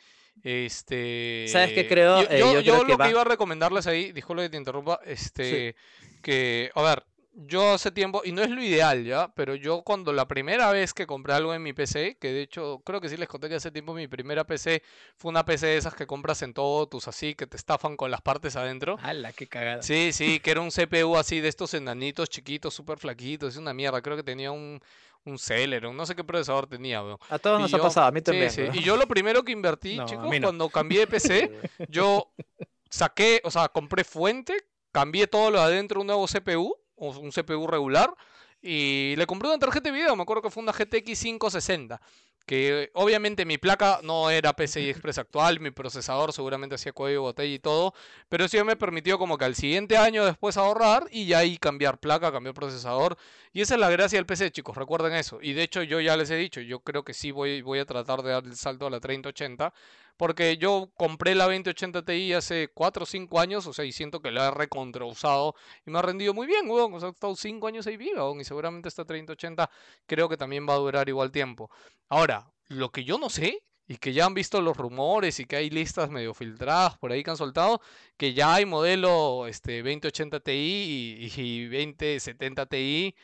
Este,
¿Sabes qué creo?
Yo,
Eh,
yo- yo
yo creo
lo
que
que
va-
iba a recomendarles ahí, disculpe que te interrumpa, este, que, a ver, yo hace tiempo, y no es lo ideal ya, pero yo cuando la primera vez que compré algo en mi PC, que de hecho creo que sí les conté que hace tiempo mi primera PC fue una PC de esas que compras en todo, tus así, que te estafan con las partes adentro.
Ala, qué cagada.
Sí, sí, que era un CPU así de estos enanitos chiquitos, súper flaquitos, es una mierda. Creo que tenía un, un Celeron, no sé qué procesador tenía, weón.
A todos
Y
nos ha
yo-
pasado, a mí
sí,
también.
sí,
weón.
Y yo lo primero que invertí,
No, a
chicos,
mí no.
cuando cambié de PC,
<laughs>
yo saqué, o sea, compré fuente, cambié todo lo de adentro, un nuevo CPU, o un CPU regular, y le compré una tarjeta de video, me acuerdo que fue una GTX 560. Que obviamente mi placa no era PCI Express actual, mi procesador seguramente hacía cuello de botella y todo, pero eso ya me permitió como que al siguiente año después ahorrar y ya ahí cambiar placa, cambiar procesador. Y esa es la gracia del PC, chicos, recuerden eso. Y de hecho yo ya les he dicho, yo creo que sí voy, voy a tratar de dar el salto a la 3080, porque yo compré la 2080 Ti hace 4 o 5 años, o sea, y siento que la he recontrausado y me ha rendido muy bien, weón. O sea, he estado 5 años ahí viva, weón, y seguramente esta 3080 creo que también va a durar igual tiempo. Ahora, lo que yo no sé, y que ya han visto los rumores y que hay listas medio filtradas por ahí que han soltado, que ya hay modelo este, 2080 Ti y, y 2070 Ti,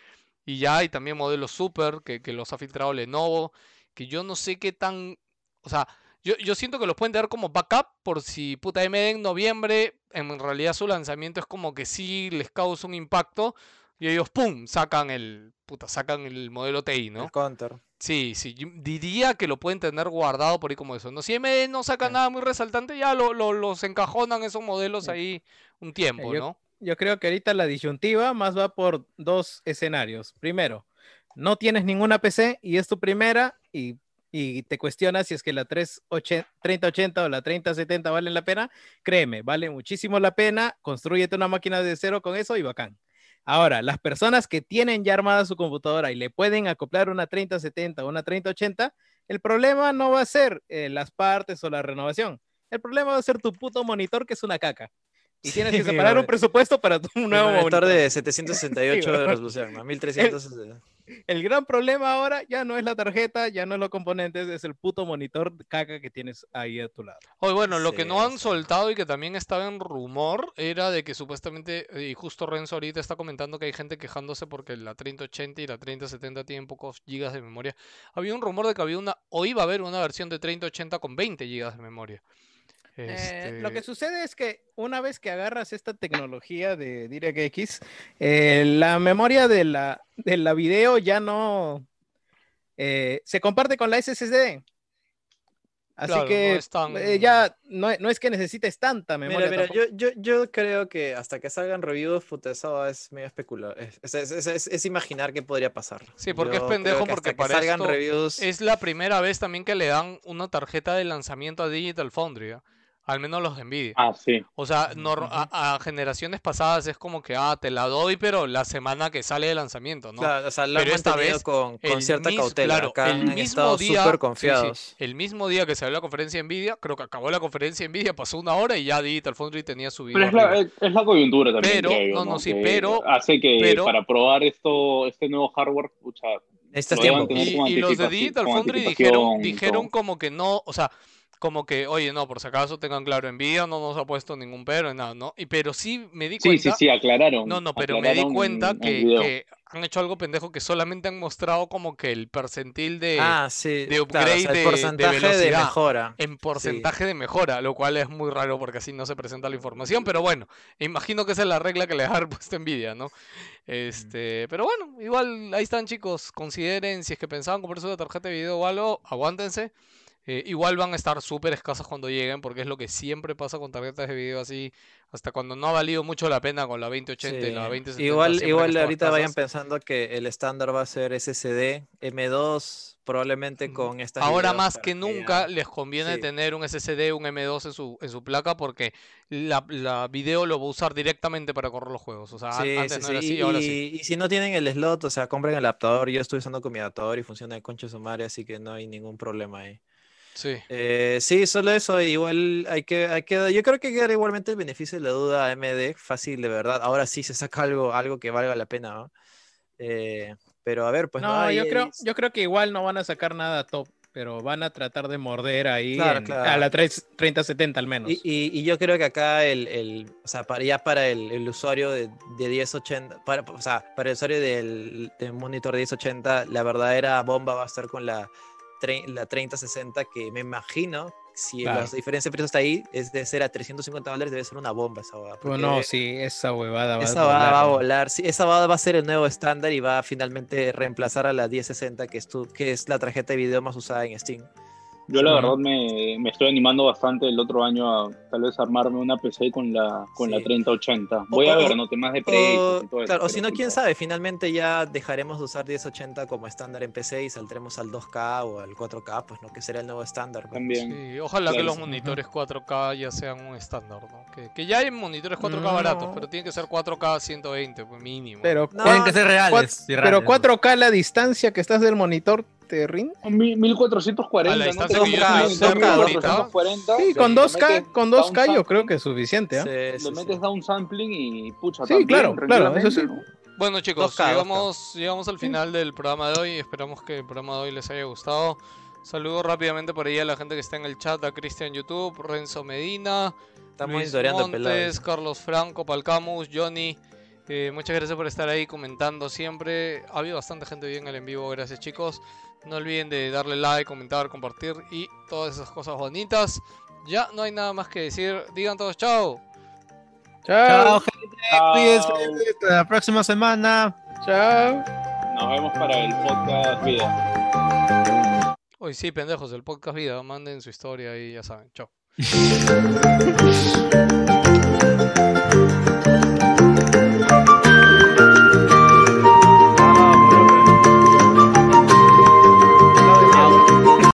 y ya hay también modelos Super que, que los ha filtrado Lenovo, que yo no sé qué tan... O sea, yo, yo siento que los pueden dar como backup por si puta AMD en noviembre, en realidad su lanzamiento es como que sí les causa un impacto y ellos, ¡pum!, sacan el, puta, sacan el modelo TI, ¿no?
El counter.
Sí, sí, yo diría que lo pueden tener guardado por ahí como eso. No, si MD no saca nada muy resaltante, ya lo, lo- los encajonan esos modelos
Sí.
ahí un tiempo,
yo-
¿no?
Yo creo que ahorita la disyuntiva más va por dos escenarios. Primero, no tienes ninguna PC y es tu primera y, y te cuestionas si es que la 380 3080 o la 3070 valen la pena. Créeme, vale muchísimo la pena. Construyete una máquina de cero con eso y bacán. Ahora, las personas que tienen ya armada su computadora y le pueden acoplar una 3070 o una 3080, el problema no va a ser eh, las partes o la renovación. El problema va a ser tu puto monitor que es una caca. Y tienes
Sí,
que separar un
weón.
presupuesto para tu
Un
nuevo
monitor
monitor.
de 768 de
weón.
resolución, ¿no? eh, 1360.
El gran problema ahora ya no es la tarjeta, ya no es los componentes, es el puto monitor caca que tienes ahí a tu lado.
Oye, bueno, lo que
Sí,
no han
sí.
soltado y que también estaba en rumor era de que supuestamente, eh, y justo Renzo ahorita está comentando que hay gente quejándose porque la 3080 y la 3070 tienen pocos gigas de memoria. Había un rumor de que había una, o iba a haber una versión de 3080 con 20 gigas de memoria.
Eh, lo que
Este,
sucede es que una vez que agarras esta tecnología de DirectX, eh, la memoria de la, de la video ya no eh, se comparte con la SSD. Así
Claro, no
que
es tan-
eh, ya no, no es que necesites tanta memoria.
Mira, mira,
tampoco.
yo, yo, yo creo que hasta que salgan reviews, puta, eso es medio especular. Es, es- es- es- es imaginar qué podría pasar.
Sí, porque es
Yo creo
pendejo,
que hasta
porque para
que salgan
esto
reviews.
Es la primera vez también que le dan una tarjeta de lanzamiento a Digital Foundry, ¿ah? al menos los de Nvidia.
Ah, sí.
O sea, nor- a, a generaciones pasadas es como que, ah, te la doy, pero la semana que sale de lanzamiento, ¿no?
Claro, o sea, lo han
Pero esta
mantenido
vez,
con, con
el
cierta
mis-
cautela.
claro,
Acá
el
han
mismo
estado
día- sí, sí.
súper confiados.
El mismo día que salió la conferencia de Nvidia, creo que acabó la conferencia de Nvidia, pasó una hora y ya Digital Foundry tenía su
Pero
video
es la,
arriba.
es, es la coyuntura también,
Pero,
creo yo,
no, no, sí,
Que
pero-
Hace que
pero-
para probar esto, este nuevo hardware, pucha,
Necesitas
lo
tiempo.
deban tener
Y,
con
y los de
anticipaci-
Digital
con
Foundry dijeron,
anticipación,
dijeron
todo.
como que no, o sea, como que, oye, no, por si acaso tengan claro envío, no nos ha puesto ningún pero, nada, ¿no? Y, pero sí me di
Sí, sí,
cuenta,
sí, aclararon.
no, no, pero me di
aclararon
cuenta
en- en
que,
el video.
que han hecho algo pendejo que solamente han mostrado como que el percentil de,
Ah, sí.
de
claro, o sea,
upgrade de- de
el porcentaje de,
velocidad.
mejora.
en porcentaje de mejora, lo cual es muy raro porque así no se presenta la información, pero bueno, imagino que esa es la regla que les ha <laughs> puesto Nvidia, ¿no? Este, pero bueno, igual ahí están chicos, consideren si es que pensaban comprarse una tarjeta de video o algo, aguántense. Eh, igual van a estar súper escasas cuando lleguen, porque es lo que siempre pasa con tarjetas de video así, hasta cuando no ha valido mucho la pena con la 2080 y la
Sí.
2070.
Igual,
siempre han
igual
estado
ahorita vayan
escasas.
pensando que el estándar va a ser SSD M2, probablemente con estas
Ahora
videocartas
más que nunca les conviene
sí.
tener un SSD, un M2 en su, en su placa porque la, la video lo va a usar directamente para correr los juegos. O sea, an-
Sí,
Ah, antes
sí,
no era
sí,
así,
Y,
ahora sí.
y si no tienen el slot, o sea, compren el adaptador. Yo estoy usando con mi adaptador y funciona de concha su madre, así que no hay ningún problema ahí.
Sí.
Eh, sí, solo eso. Igual hay que, hay que, yo creo que hay que dar igualmente el beneficio de la duda a AMD. Fácil, de verdad. Ahora sí se saca algo, algo que valga la pena, ¿no? Eh, pero a ver, pues
no,
ahí-
yo
ahí
creo,
s-
yo creo que igual no van a sacar nada top, pero van a tratar de morder ahí
Claro,
en-
claro.
a la 3- 3070 al menos.
Y, y- y yo creo que acá el, el- o sea, para, ya para el, el usuario de, de 1080, para, o sea, para el usuario del, del monitor 1080, la verdadera bomba va a estar con la, tre- la 3060, que me imagino, si
Claro.
la diferencia de precio está ahí, es de ser a 350 dólares, debe ser una bomba esa boda.
Pues no, sí, esa huevada va
Esa
a
va,
volar,
va a
¿no?
volar, sí, esa va, va a ser el nuevo estándar y va a finalmente reemplazar a la 1060, que es, tu- que es la tarjeta de video más usada en Steam.
Yo la
Ujú.
verdad me, me estoy animando bastante el otro año a tal vez armarme una PC con la con la
Sí.
3080. Voy a
o-
ver, no temas de precios y
O-
todo eso.
claro, o
pero
si no, quién
puta,
sabe, finalmente ya dejaremos de usar 1080 como estándar en PC y saldremos al 2K o al 4K, pues no, que será el nuevo estándar. pues.
También.
Sí, ojalá que
Claro,
los
sí.
monitores 4K ya sean un estándar, ¿no? Que, que ya hay monitores 4K
No.
baratos, pero tienen que ser 4K 120, pues mínimo.
Pero,
No,
Tienen que ser
cuat-
reales. y
pero
reales.
4K la distancia que estás del monitor te rinde.
Con mi- 1440,
A la
¿no?
distancia
Tengo
que yo estoy
un monitor
cerca
de
ahorita.
1440,
Sí, con
le
2K,
metes
con 2K yo
downsampling,
creo que es suficiente. ¿ah?
Sí,
Le
sí,
metes
sí.
down sampling y pucha.
Sí, claro,
también,
claro, eso sí.
tranquilamente, ¿no?
Bueno chicos,
2K, 2K.
llegamos, llegamos al final del programa de hoy. Esperamos que el programa de hoy les haya gustado. Saludo rápidamente por ahí a la gente que está en el chat, a Cristian YouTube, Renzo Medina,
Estamos
Luis
historiando, pelado.
Montes, Carlos Franco, Palcamus, Johnny. Eh, muchas gracias por estar ahí comentando siempre. Ha habido bastante gente bien en el en vivo, gracias chicos. No olviden de darle like, comentar, compartir y todas esas cosas bonitas. Ya no hay nada más que decir. Digan todos chao.
Chao,
Chao,
gente. Cuídense. Hasta la próxima semana.
chao.
Nos vemos para el podcast vida.
Hoy sí, pendejos, el podcast vida. Manden su historia y ya saben. Chao.